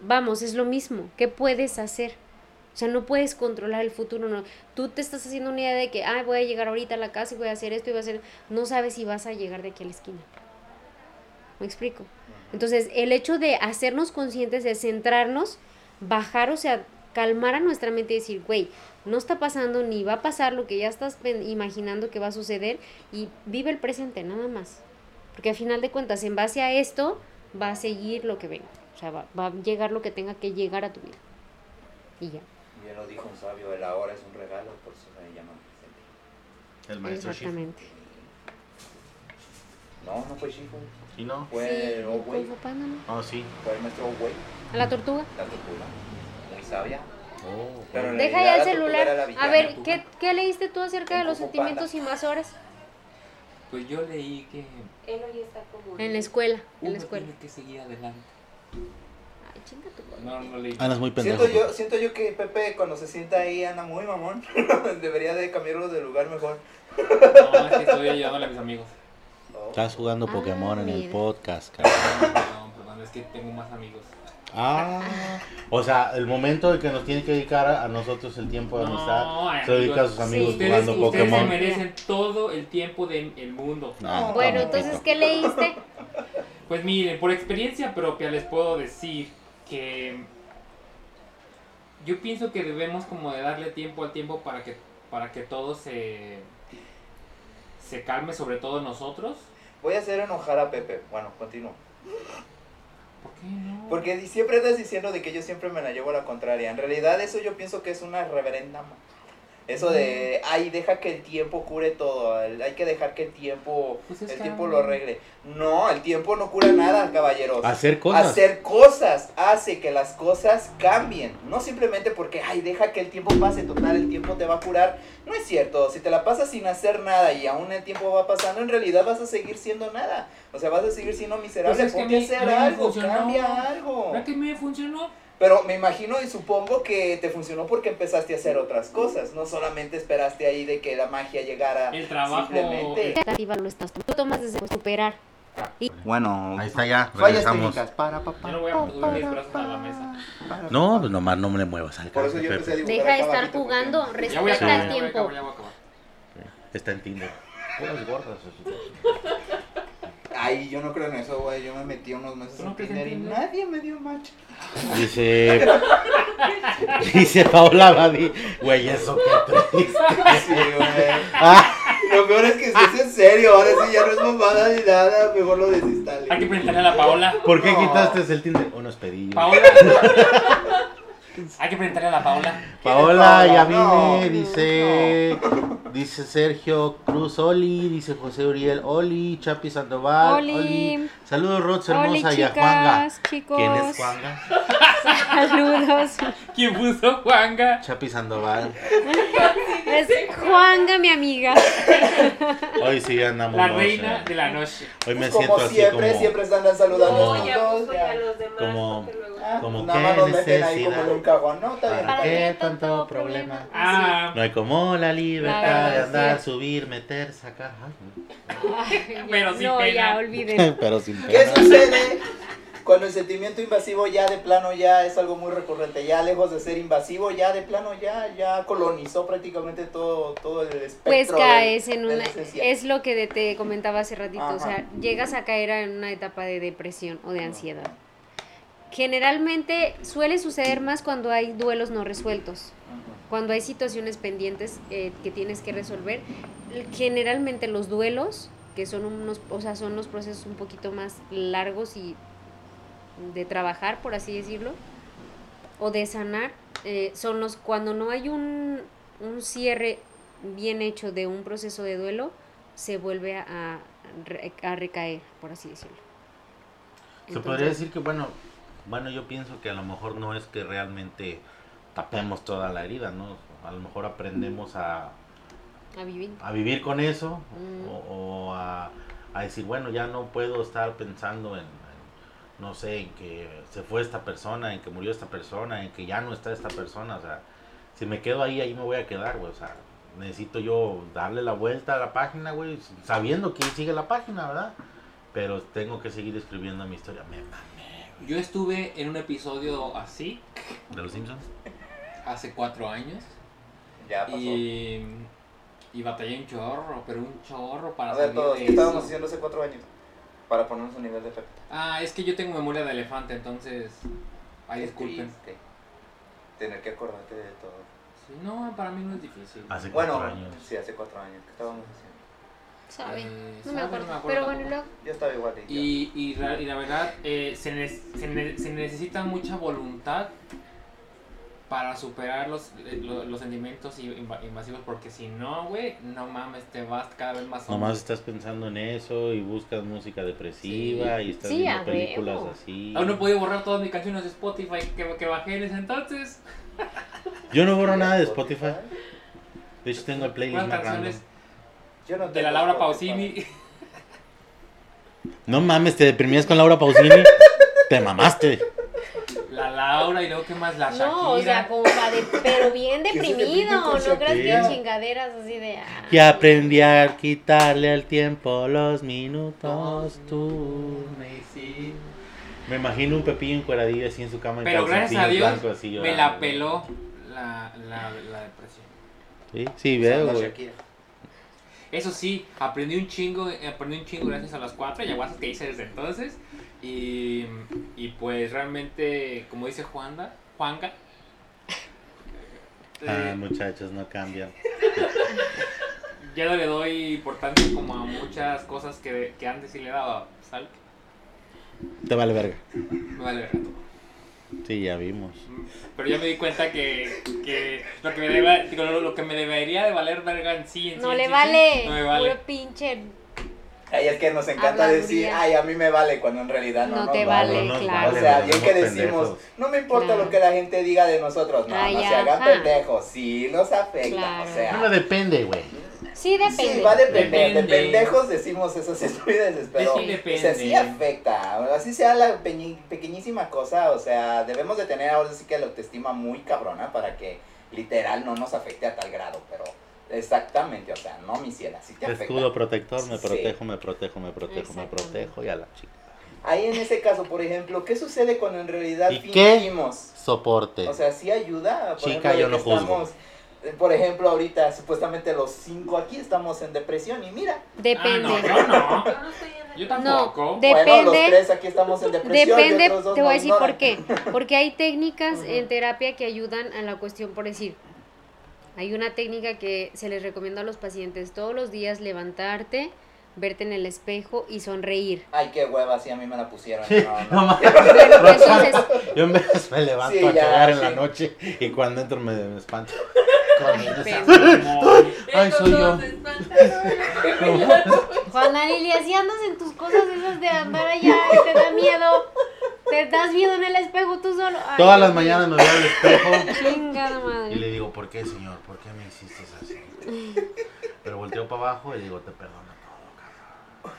Speaker 3: vamos, es lo mismo, ¿qué puedes hacer? O sea, no puedes controlar el futuro, no. Tú te estás haciendo una idea de que, ay, voy a llegar ahorita a la casa y voy a hacer esto y voy a hacer... No sabes si vas a llegar de aquí a la esquina. ¿Me explico? Entonces, el hecho de hacernos conscientes, de centrarnos, bajar, o sea, calmar a nuestra mente y decir, güey, no está pasando ni va a pasar lo que ya estás pen- imaginando que va a suceder y vive el presente, nada más. Porque al final de cuentas, en base a esto, va a seguir lo que venga. O sea, va, va a llegar lo que tenga que llegar a tu vida. Y ya.
Speaker 6: Bien lo dijo un sabio, el ahora es un regalo, por eso se le llama presente.
Speaker 1: El maestro Shifu.
Speaker 3: Exactamente.
Speaker 6: No, no fue Shifu,
Speaker 1: ¿Y no?
Speaker 6: fue
Speaker 3: Sí,
Speaker 6: el Owey,
Speaker 3: Kung Fu Panda, ¿no?
Speaker 1: Ah, sí.
Speaker 6: fue el maestro Owey,
Speaker 3: A la tortuga.
Speaker 6: la tortuga, muy sabia.
Speaker 1: Oh.
Speaker 6: Pero en
Speaker 3: Deja
Speaker 6: realidad
Speaker 3: ya el
Speaker 6: la tortuga era la
Speaker 3: celular. A
Speaker 6: villana.
Speaker 3: ver, ¿qué, qué leíste tú acerca de
Speaker 6: Kung
Speaker 3: los
Speaker 6: Fu
Speaker 3: sentimientos invasores?
Speaker 5: Pues yo leí que
Speaker 7: Él hoy está como.
Speaker 3: En la escuela. En
Speaker 5: uno
Speaker 3: la escuela.
Speaker 5: tiene que seguir adelante.
Speaker 3: Ay, chinga tu madre.
Speaker 5: No, no leí.
Speaker 1: Andas muy pendejo.
Speaker 6: Siento yo, siento yo que Pepe cuando se sienta ahí anda muy mamón, debería de cambiarlo de lugar mejor.
Speaker 5: No, es que estoy ayudándole a mis amigos.
Speaker 6: Oh.
Speaker 1: Estás jugando
Speaker 3: Ah,
Speaker 1: Pokémon en el
Speaker 3: mira.
Speaker 1: podcast, cabrón.
Speaker 5: No, perdón, es que tengo más amigos.
Speaker 1: Ah. O sea, el momento de que nos tiene que dedicar a a nosotros el tiempo de
Speaker 5: No,
Speaker 1: amistad, se
Speaker 5: amigos.
Speaker 1: dedica a sus
Speaker 3: Sí.
Speaker 1: amigos
Speaker 5: Ustedes,
Speaker 1: jugando
Speaker 5: ustedes se
Speaker 1: Pokémon.
Speaker 5: merecen todo el tiempo del mundo.
Speaker 1: No,
Speaker 3: Bueno,
Speaker 1: tampoco.
Speaker 3: entonces, ¿qué leíste?
Speaker 4: Pues miren, por experiencia propia les puedo decir que yo pienso que debemos como de darle tiempo al tiempo para que para que todo se se calme, sobre todo nosotros.
Speaker 6: Voy a hacer enojar a Pepe. Bueno, continúo.
Speaker 4: ¿Por qué no?
Speaker 6: Porque di- siempre estás diciendo de que yo siempre me la llevo a la contraria. En realidad eso yo pienso que es una reverenda ma- Eso de, ay, deja que el tiempo cure todo. el- Hay que dejar que el tiempo,
Speaker 4: Pues es
Speaker 6: el
Speaker 4: que-
Speaker 6: tiempo lo arregle. No, el tiempo no cura nada, caballeros.
Speaker 1: Hacer cosas.
Speaker 6: Hacer cosas hace que las cosas cambien. No simplemente porque, ay, deja que el tiempo pase, total, el tiempo te va a curar. No es cierto. Si te la pasas sin hacer nada y aún el tiempo va pasando, en realidad vas a seguir siendo nada. O sea, vas a seguir siendo miserable.
Speaker 4: Pues es que a
Speaker 6: Ponte a
Speaker 4: mí- a
Speaker 6: hacer
Speaker 4: mí me
Speaker 6: algo,
Speaker 4: funcionó.
Speaker 6: cambia algo.
Speaker 4: ¿Verdad que me funcionó?
Speaker 6: Pero me imagino y supongo que te funcionó porque empezaste a hacer otras cosas. No solamente esperaste ahí de que la magia llegara.
Speaker 1: Eh,
Speaker 4: El trabajo-
Speaker 6: Simplemente.
Speaker 3: expectativa lo estás tú tomas desde pues, recuperar.
Speaker 6: Bueno,
Speaker 1: Ahí está ya,
Speaker 6: fallas
Speaker 1: regresamos.
Speaker 6: técnicas. Para, pa,
Speaker 4: Yo
Speaker 6: pa,
Speaker 4: no voy a
Speaker 6: pa,
Speaker 4: subir mis
Speaker 6: para,
Speaker 4: brazos a la
Speaker 6: pa,
Speaker 4: mesa.
Speaker 6: para,
Speaker 1: No, pues nomás no me le muevas al
Speaker 6: Por eso
Speaker 1: cable,
Speaker 6: yo empecé a
Speaker 1: Pepe.
Speaker 3: Deja
Speaker 6: dibujar
Speaker 3: de
Speaker 6: acá
Speaker 3: estar
Speaker 6: abajito, porque-
Speaker 3: jugando,
Speaker 4: Ya voy a
Speaker 3: respeta
Speaker 4: acabar,
Speaker 3: el
Speaker 4: ya voy a
Speaker 3: tiempo.
Speaker 4: acabar, ya voy a acabar.
Speaker 1: Está en Tinder. Puras gordas.
Speaker 6: Ay, yo no creo en eso, güey. Yo me metí unos meses
Speaker 4: ¿Tú no
Speaker 6: en
Speaker 4: crees en
Speaker 6: Tinder y
Speaker 4: Tinder?
Speaker 6: nadie me dio match.
Speaker 1: Dice. Dice Paola Badi. Güey, eso que triste.
Speaker 6: Sí, güey.
Speaker 1: Ah,
Speaker 6: Lo peor es que si es en serio. Ahora sí ya no es mamada ni nada. Mejor lo desinstale.
Speaker 4: Hay que presentarle a la Paola.
Speaker 1: ¿Por qué
Speaker 6: No.
Speaker 1: quitaste el Tinder? Unos pedillos.
Speaker 4: Paola. Hay que presentarle a la Paola.
Speaker 1: Paola, ya
Speaker 6: No,
Speaker 1: vine, dice. Dice Sergio Cruz Oli, dice José Uriel Oli, Chapi Sandoval.
Speaker 3: Oli.
Speaker 1: Saludos, Rods
Speaker 3: Oli,
Speaker 1: hermosa y a Juanga.
Speaker 3: chicas, chicos.
Speaker 1: ¿Quién es Juanga?
Speaker 3: Saludos.
Speaker 4: ¿Quién puso Juanga?
Speaker 1: Chapi Sandoval.
Speaker 3: Es Juanga, mi amiga.
Speaker 1: Hoy sí andamos.
Speaker 4: La
Speaker 1: moche.
Speaker 4: reina de la noche.
Speaker 1: Hoy me
Speaker 6: Pues
Speaker 1: siento
Speaker 6: como
Speaker 1: así
Speaker 6: siempre,
Speaker 1: como.
Speaker 6: siempre se andan saludando
Speaker 1: No,
Speaker 7: No,
Speaker 1: ya
Speaker 7: ya
Speaker 3: pues,
Speaker 6: juntos.
Speaker 7: puso
Speaker 6: ya.
Speaker 7: a los demás.
Speaker 1: Como-
Speaker 7: porque luego-
Speaker 6: Ah,
Speaker 1: Como
Speaker 6: Nada
Speaker 1: qué
Speaker 6: más nos meten ahí
Speaker 1: necesidad.
Speaker 6: como en un cajón, ¿no? Está bien.
Speaker 1: ¿Para
Speaker 6: está bien.
Speaker 1: qué tanto problema?
Speaker 4: Ah,
Speaker 1: No hay como la
Speaker 3: La
Speaker 1: libertad
Speaker 3: verdad,
Speaker 1: de andar,
Speaker 3: sí.
Speaker 1: subir, meter, sacar. Ay,
Speaker 4: Pero sin
Speaker 3: no,
Speaker 4: pena.
Speaker 3: ya olviden.
Speaker 1: Pero sin
Speaker 6: ¿Qué
Speaker 1: pena.
Speaker 6: sucede cuando el sentimiento invasivo ya de plano ya es algo muy recurrente? Ya lejos de ser invasivo, ya de plano ya, ya colonizó prácticamente todo, todo el espectro.
Speaker 3: Pues
Speaker 6: de-
Speaker 3: caes en
Speaker 6: de
Speaker 3: una...
Speaker 6: la esencia.
Speaker 3: Es lo que de- te comentaba hace ratito, o sea,
Speaker 6: Ajá.
Speaker 3: llegas a caer en una etapa de depresión o de ansiedad. Generalmente suele suceder más cuando hay duelos no resueltos. cuando hay situaciones pendientes eh, que tienes que resolver, generalmente los duelos, que son unos, o sea, son los procesos un poquito más largos y de trabajar, por así decirlo, o de sanar, eh, son los cuando no hay un, un cierre bien hecho de un proceso de duelo, se vuelve a, a re- a recaer, por así decirlo.
Speaker 1: Se podría
Speaker 3: Entonces,
Speaker 1: decir que, bueno, bueno, yo pienso que a lo mejor no es que realmente tapemos toda la herida, ¿no? A lo mejor aprendemos a,
Speaker 3: a vivir.
Speaker 5: Oh,
Speaker 1: a vivir con eso
Speaker 3: Mm.
Speaker 1: o, o a, a decir, bueno, ya no puedo estar pensando en, en, no sé, en que se fue esta persona, en que murió esta persona, en que ya no está esta persona, o sea, si me quedo ahí, ahí me voy a quedar, güey, o sea, necesito yo darle la vuelta a la página, güey, sabiendo que sigue la página, ¿verdad? Pero tengo que seguir escribiendo mi historia, me mamé,
Speaker 5: Yo estuve en un episodio así
Speaker 1: güey. ¿De los Simpsons?
Speaker 5: hace cuatro años
Speaker 6: Ya pasó.
Speaker 5: y, y batallé un chorro, pero un chorro para
Speaker 6: A ver,
Speaker 5: salir
Speaker 6: todos,
Speaker 5: de
Speaker 6: ¿qué estábamos
Speaker 5: eso.
Speaker 6: haciendo hace cuatro años? Para ponernos a nivel de Pepe.
Speaker 5: Ah, es que yo tengo memoria de elefante, entonces. Ay,
Speaker 6: Qué
Speaker 5: disculpen.
Speaker 6: triste Tener que acordarte de todo.
Speaker 5: Sí, no, para mí no es difícil.
Speaker 1: Hace cuatro
Speaker 6: Bueno,
Speaker 1: años.
Speaker 6: Ah, sí, hace cuatro años. ¿Qué estábamos haciendo?
Speaker 3: Sabe,
Speaker 5: Eh,
Speaker 3: no me
Speaker 5: sabe,
Speaker 3: acuerdo.
Speaker 5: no me acuerdo
Speaker 3: Pero bueno,
Speaker 5: tampoco.
Speaker 3: luego...
Speaker 6: Yo estaba igual de idiota.
Speaker 5: Y, y, la, y la verdad, eh, se, ne- se ne- se necesita mucha voluntad para superar los, eh, lo- los sentimientos i- inva- invasivos, porque si no, güey, no mames, te vas cada vez más hondo.
Speaker 1: Nomás estás pensando en eso y buscas música depresiva y estás
Speaker 3: Sí, a
Speaker 1: viendo
Speaker 3: huevo.
Speaker 1: películas así.
Speaker 5: Aún no he podido borrar todas mis canciones de Spotify que, que bajé en ese entonces.
Speaker 1: Yo no borro nada Ah, de Spotify. De hecho, tengo el playlist
Speaker 5: Unas
Speaker 1: más random.
Speaker 5: canciones
Speaker 6: Yo
Speaker 5: de
Speaker 6: no
Speaker 5: la
Speaker 6: tengo
Speaker 5: Laura
Speaker 6: Spotify.
Speaker 5: Pausini.
Speaker 1: No mames, te deprimías con Laura Pausini. Te mamaste.
Speaker 5: La Laura y luego, ¿qué más? La Shakira.
Speaker 3: No, o sea, como para de, pero bien
Speaker 6: se
Speaker 3: deprimido,
Speaker 6: deprime con
Speaker 3: no creas
Speaker 1: Shakira.
Speaker 3: que chingaderas así de ah,
Speaker 1: Y aprendí a quitarle al tiempo los minutos tú.
Speaker 5: Me sí.
Speaker 1: Me imagino un pepillo encueradillo así en su cama. en
Speaker 5: Pero gracias a
Speaker 1: calzoncillos
Speaker 5: Dios
Speaker 1: blancos, así ah,
Speaker 5: me
Speaker 1: llorando.
Speaker 5: la peló la, la, la depresión.
Speaker 1: Sí, sí,
Speaker 6: Usando
Speaker 1: veo,
Speaker 6: a
Speaker 1: güey.
Speaker 6: Shakira.
Speaker 4: Eso sí, aprendí un chingo, aprendí un chingo gracias a las cuatro ayahuascas que hice desde entonces. Y, y pues realmente, como dice Juanda, Juanga.
Speaker 1: Ah,
Speaker 4: eh,
Speaker 1: muchachos, no cambian.
Speaker 4: ya no le doy importancia como a muchas cosas que, que antes sí le daba, ¿sabes?
Speaker 1: Te vale verga.
Speaker 4: Me vale verga todo.
Speaker 1: Sí, ya vimos.
Speaker 4: Pero ya me di cuenta que, que lo que me deba- digo, lo, lo que me debería de valer verga en sí, en sí,
Speaker 3: No
Speaker 4: en
Speaker 3: le
Speaker 4: sí,
Speaker 3: vale.
Speaker 4: no me vale.
Speaker 3: Puro pinche.
Speaker 6: Ay, es que nos encanta
Speaker 3: Habladuría.
Speaker 6: decir, ay, a mí me vale, cuando en realidad no,
Speaker 3: No
Speaker 6: nos
Speaker 3: te
Speaker 6: vale.
Speaker 3: vale,
Speaker 1: No nos
Speaker 3: claro.
Speaker 6: O sea,
Speaker 1: nos
Speaker 6: bien
Speaker 1: vemos
Speaker 6: que decimos,
Speaker 1: pendejos.
Speaker 6: no me importa
Speaker 3: Claro.
Speaker 6: lo que la gente diga de nosotros, no,
Speaker 3: Ay,
Speaker 6: no se hagan
Speaker 3: ajá.
Speaker 6: pendejos, sí nos afecta,
Speaker 3: Claro.
Speaker 6: o sea.
Speaker 1: No, no depende, güey.
Speaker 3: Sí, depende.
Speaker 6: Sí, va a depender. De
Speaker 4: Depende.
Speaker 6: pendejos decimos esas estupideces, pero
Speaker 4: Sí, depende.
Speaker 6: o sea, sí afecta. Así sea la peñi- pequeñísima cosa, o sea, debemos de tener ahora sí que la autoestima muy cabrona para que literal no nos afecte a tal grado, pero exactamente, o sea, no me hiciera, sí te afecta.
Speaker 1: Escudo protector, me
Speaker 6: Sí.
Speaker 1: protejo, me protejo, me protejo, me
Speaker 3: Exactamente.
Speaker 1: protejo y a la chica.
Speaker 6: Ahí en ese caso, por ejemplo, ¿qué sucede cuando en realidad
Speaker 1: ¿Y qué?
Speaker 6: fingimos?
Speaker 1: Soporte.
Speaker 6: O sea, sí ayuda. Por
Speaker 1: Chica,
Speaker 6: ejemplo, de
Speaker 1: yo
Speaker 6: que
Speaker 1: no juzgo.
Speaker 6: estamos, eh, por ejemplo, ahorita supuestamente los cinco aquí estamos en depresión y mira,
Speaker 3: Depende.
Speaker 4: Ah, no, yo no. Yo tampoco.
Speaker 3: No, depende.
Speaker 6: Bueno, los tres aquí estamos en depresión. y
Speaker 3: Depende,
Speaker 6: otros dos
Speaker 3: te voy
Speaker 6: nos
Speaker 3: a decir
Speaker 6: ignoran.
Speaker 3: por qué. Porque hay técnicas
Speaker 4: Ujú.
Speaker 3: en terapia que ayudan a la cuestión, por decir, hay una técnica que se les recomienda a los pacientes todos los días levantarte, verte en el espejo y sonreír.
Speaker 6: Ay, qué hueva, sí, a mí me la pusieron. No, no.
Speaker 1: No mames,
Speaker 3: Entonces,
Speaker 1: yo en vez me levanto
Speaker 6: Sí,
Speaker 1: a
Speaker 6: ya,
Speaker 1: cagar en
Speaker 6: sí.
Speaker 1: la noche y cuando entro me, me espanto.
Speaker 3: depende.
Speaker 1: Ay, soy yo.
Speaker 3: Juana Lilia, si andas en tus cosas esas de andar allá y te da miedo, te das miedo en el espejo tú solo. Ay,
Speaker 1: Todas las
Speaker 3: Dios mío.
Speaker 1: mañanas me veo al espejo
Speaker 3: Chingada
Speaker 1: y le
Speaker 3: madre.
Speaker 1: digo, ¿por qué, señor? ¿Por qué me hiciste así? Pero volteo para abajo y digo, te perdono todo, cabrón.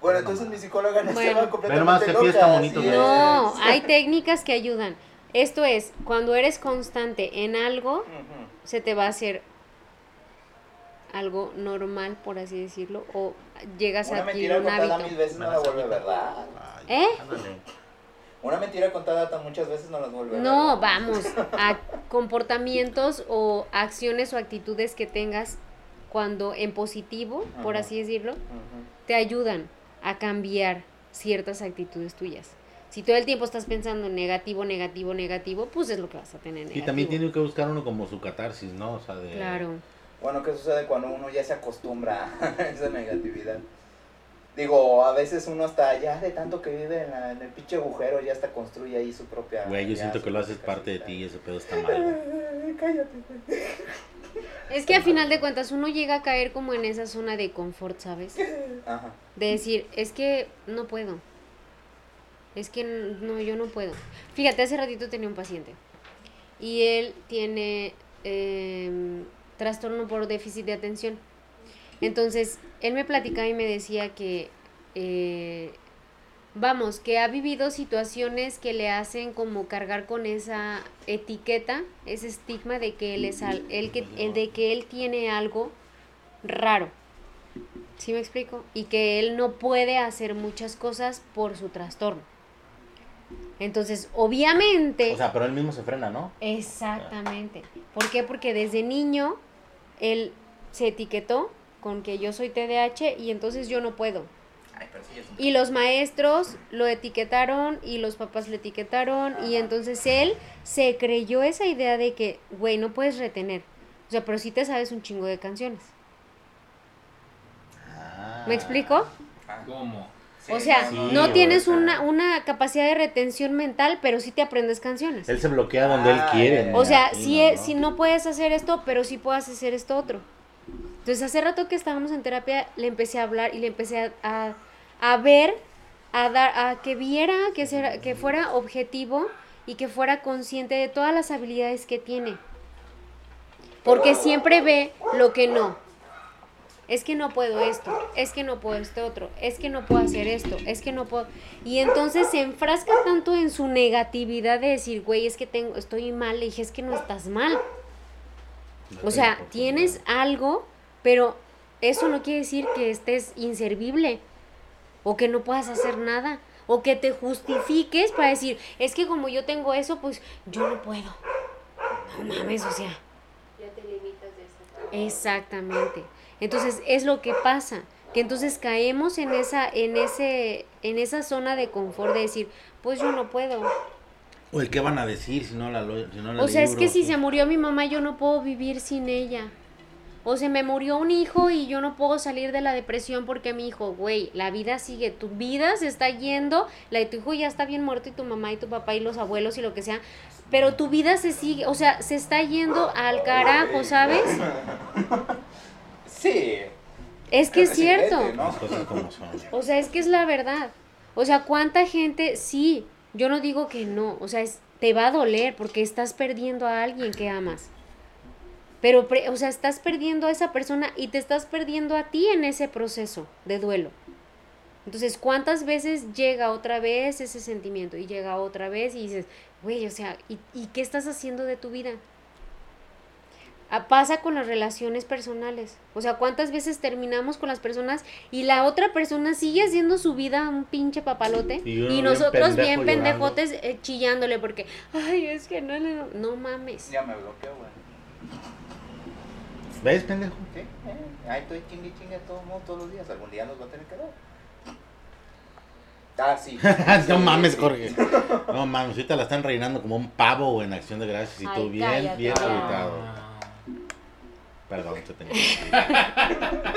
Speaker 6: Bueno, entonces mi psicóloga no
Speaker 3: Bueno.
Speaker 6: estaba
Speaker 1: Ve nomás,
Speaker 6: completamente
Speaker 1: qué
Speaker 6: loca.
Speaker 1: fiesta bonito
Speaker 6: así
Speaker 1: que
Speaker 3: No,
Speaker 6: es.
Speaker 3: hay técnicas que ayudan. Esto es, cuando eres constante en algo,
Speaker 6: Ujú.
Speaker 3: se te va a hacer algo normal, por así decirlo, o llegas
Speaker 6: Una
Speaker 3: a adquirir
Speaker 6: mentira
Speaker 3: un
Speaker 6: contada mil
Speaker 3: hábito.
Speaker 6: veces no la vuelve verdad.
Speaker 1: Ay,
Speaker 3: ¿Eh?
Speaker 1: ándale.
Speaker 6: Una mentira contada tan muchas veces no las vuelve
Speaker 3: No,
Speaker 6: verdad.
Speaker 3: vamos, a comportamientos o acciones o actitudes que tengas cuando en positivo, por
Speaker 6: Ajá.
Speaker 3: así decirlo,
Speaker 6: Ujú.
Speaker 3: te ayudan a cambiar ciertas actitudes tuyas. Si todo el tiempo estás pensando en negativo, negativo, negativo, pues es lo que vas a tener.
Speaker 1: Y también
Speaker 3: negativo.
Speaker 1: tiene eh, que buscar uno como su catarsis, ¿no? O sea, de...
Speaker 3: Claro.
Speaker 6: Bueno, ¿qué sucede cuando uno ya se acostumbra a esa negatividad? Digo, a veces uno hasta ya de tanto que vive en, la- en el pinche agujero, ya hasta construye ahí su propia...
Speaker 1: Güey, yo
Speaker 6: ya
Speaker 1: siento
Speaker 6: su
Speaker 1: que lo
Speaker 6: propia
Speaker 1: haces parte de
Speaker 6: casita.
Speaker 1: ti y ese pedo está mal. güey.
Speaker 6: Ay, Cállate.
Speaker 3: Es que a final de cuentas uno llega a caer como en esa zona de confort, ¿sabes?
Speaker 6: Ajá.
Speaker 3: De decir, es que no puedo. Es que n- no, yo no puedo. Fíjate, hace ratito tenía un paciente. Y él tiene em, trastorno por déficit de atención. Entonces, él me platicaba y me decía que, eh, vamos, que ha vivido situaciones que le hacen como cargar con esa etiqueta, ese estigma de que él es al, él que, el de que él tiene algo raro. ¿Sí me explico? Y que él no puede hacer muchas cosas por su trastorno. Entonces, obviamente...
Speaker 1: O sea, pero él mismo se frena, ¿no?
Speaker 3: Exactamente. ¿Por qué? Porque desde niño él se etiquetó con que yo soy TDAH y entonces yo no puedo.
Speaker 6: Ay, pero sí es un-
Speaker 3: Y los maestros lo etiquetaron y los papás lo etiquetaron y entonces él se creyó esa idea de que, güey, no puedes retener. O sea, pero sí te sabes un chingo de canciones. ¿Me
Speaker 1: Ah.
Speaker 3: explico?
Speaker 4: ¿Cómo?
Speaker 3: o sea,
Speaker 1: no,
Speaker 3: no,
Speaker 1: no,
Speaker 3: tienes
Speaker 1: o sea.
Speaker 3: una, una capacidad de retención mental, pero sí te aprendes canciones.
Speaker 1: Él se bloquea donde él
Speaker 6: Ah,
Speaker 1: quiere.
Speaker 6: ya,
Speaker 1: ¿no?
Speaker 3: O sea,
Speaker 1: Aquí,
Speaker 3: si,
Speaker 1: ¿no?
Speaker 3: e- si no puedes hacer esto, pero sí puedes hacer esto otro. Entonces, hace rato que estábamos en terapia, le empecé a hablar y le empecé a, a, a ver, a dar, a que viera, que, será- que fuera objetivo y que fuera consciente de todas las habilidades que tiene. Porque siempre ve lo que no. Es que no puedo esto, es que no puedo este otro, es que no puedo hacer esto, es que no puedo. Y entonces se enfrasca tanto en su negatividad de decir, güey, es que tengo, estoy mal, le dije, es que no estás mal. O sea, tienes algo, pero eso no quiere decir que estés inservible o que no puedas hacer nada o que te justifiques para decir, es que como yo tengo eso, pues yo no puedo. Eh, No mames, o sea. Ya te limitas de Exactamente. Entonces es lo que pasa, que entonces caemos en esa, en ese, en esa zona de confort de decir, pues yo no puedo.
Speaker 1: O el qué van a decir si no la, lo- si no la
Speaker 3: O sea, es
Speaker 1: libro,
Speaker 3: que si
Speaker 1: sí.
Speaker 3: se murió mi mamá, yo no puedo vivir sin ella. O se me murió un hijo y yo no puedo salir de la depresión porque mi hijo, güey, la vida sigue, tu vida se está yendo, la de tu hijo ya está bien muerto y tu mamá y tu papá y los abuelos y lo que sea, pero tu vida se sigue, o sea, se está yendo al carajo, ¿sabes?
Speaker 6: Sí.
Speaker 3: Es que es
Speaker 6: Residente,
Speaker 3: cierto.
Speaker 6: ¿no?
Speaker 1: Las cosas como son.
Speaker 3: O sea, es que es la verdad. O sea, ¿cuánta gente? Sí, yo no digo que no. O sea, es- te va a doler porque estás perdiendo a alguien que amas. Pero, pre- o sea, estás perdiendo a esa persona y te estás perdiendo a ti en ese proceso de duelo. Entonces, ¿cuántas veces llega otra vez ese sentimiento? Y llega otra vez y dices, güey, o sea, ¿y, y qué estás haciendo de tu vida? Ah, pasa con las relaciones personales. O sea, ¿cuántas veces terminamos con las personas y la otra persona sigue haciendo su vida un pinche papalote?
Speaker 1: Y
Speaker 3: Y,
Speaker 1: uno bien
Speaker 3: nosotros
Speaker 1: pendejo
Speaker 3: bien
Speaker 1: llorando.
Speaker 3: pendejotes eh, chillándole porque, ay, es que no, no, no, no mames.
Speaker 6: Ya me bloqueó, güey.
Speaker 1: ¿Ves, pendejo?
Speaker 6: Sí, eh, ahí estoy chingue chingue a todo mundo todos los días. Algún día los va a tener que dar. Ah, sí.
Speaker 1: no
Speaker 6: Sí,
Speaker 1: mames,
Speaker 6: sí.
Speaker 1: Jorge. No mames, ahorita la están reinando como un pavo en Acción de Gracias y
Speaker 3: Ay,
Speaker 1: tú bien,
Speaker 3: cállate.
Speaker 1: bien
Speaker 3: Ah.
Speaker 1: agotado. Perdón, te tengo. que decir.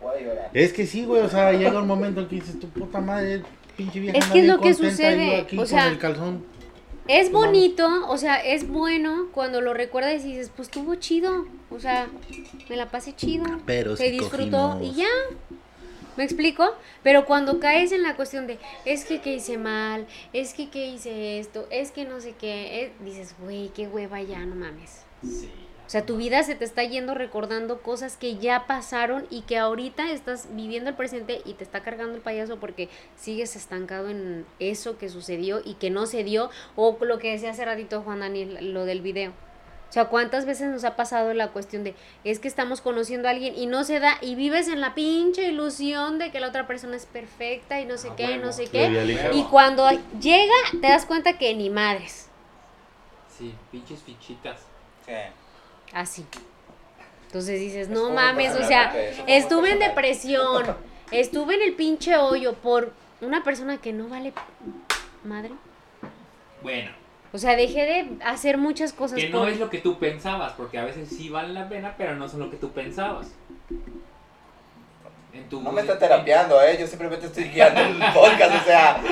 Speaker 6: Voy a llorar.
Speaker 1: Es que sí, güey, o sea, llega un momento en que dices, tu puta madre, pinche vieja.
Speaker 3: Es
Speaker 1: anda
Speaker 3: que es
Speaker 1: bien
Speaker 3: lo que
Speaker 1: contenta,
Speaker 3: sucede,
Speaker 1: yo aquí
Speaker 3: o
Speaker 1: con
Speaker 3: sea,
Speaker 1: el calzón.
Speaker 3: Es bonito, o sea, es bueno cuando lo recuerdas y dices, pues estuvo chido, o sea, me la pasé chido,
Speaker 1: Pero
Speaker 3: se
Speaker 1: sí
Speaker 3: disfrutó
Speaker 1: cogimos.
Speaker 3: y ya. ¿Me explico? Pero cuando caes en la cuestión de, es que qué hice mal, es que qué hice esto, es que no sé qué, eh, dices, güey, qué hueva ya, no mames.
Speaker 5: Sí.
Speaker 3: O sea, tu vida se te está yendo recordando cosas que ya pasaron y que ahorita estás viviendo el presente y te está cargando el payaso porque sigues estancado en eso que sucedió y que no se dio o lo que decía hace ratito Juan Daniel, lo del video. O sea, ¿cuántas veces nos ha pasado la cuestión de es que estamos conociendo a alguien y no se da y vives en la pinche ilusión de que la otra persona es perfecta y no sé
Speaker 5: A
Speaker 6: Ah,
Speaker 3: qué,
Speaker 5: huevo.
Speaker 3: no sé
Speaker 1: Le
Speaker 3: qué?
Speaker 1: di al hijo.
Speaker 3: Y cuando llega te das cuenta que ni madres.
Speaker 5: Sí, pinches fichitas.
Speaker 6: Sí.
Speaker 3: así. Entonces dices,
Speaker 6: Es
Speaker 3: no
Speaker 6: como
Speaker 3: mames, o
Speaker 6: personal,
Speaker 3: sea,
Speaker 6: porque eso fue
Speaker 3: estuve en
Speaker 6: personal.
Speaker 3: depresión, estuve en el pinche hoyo por una persona que no vale madre.
Speaker 5: Bueno,
Speaker 3: O sea, dejé de hacer muchas cosas
Speaker 5: que no
Speaker 3: por...
Speaker 5: es lo que tú pensabas, porque a veces sí valen la pena, pero no son lo que tú pensabas. En tu,
Speaker 6: No me está terapeando, eh. Yo simplemente estoy guiando el podcast, o sea.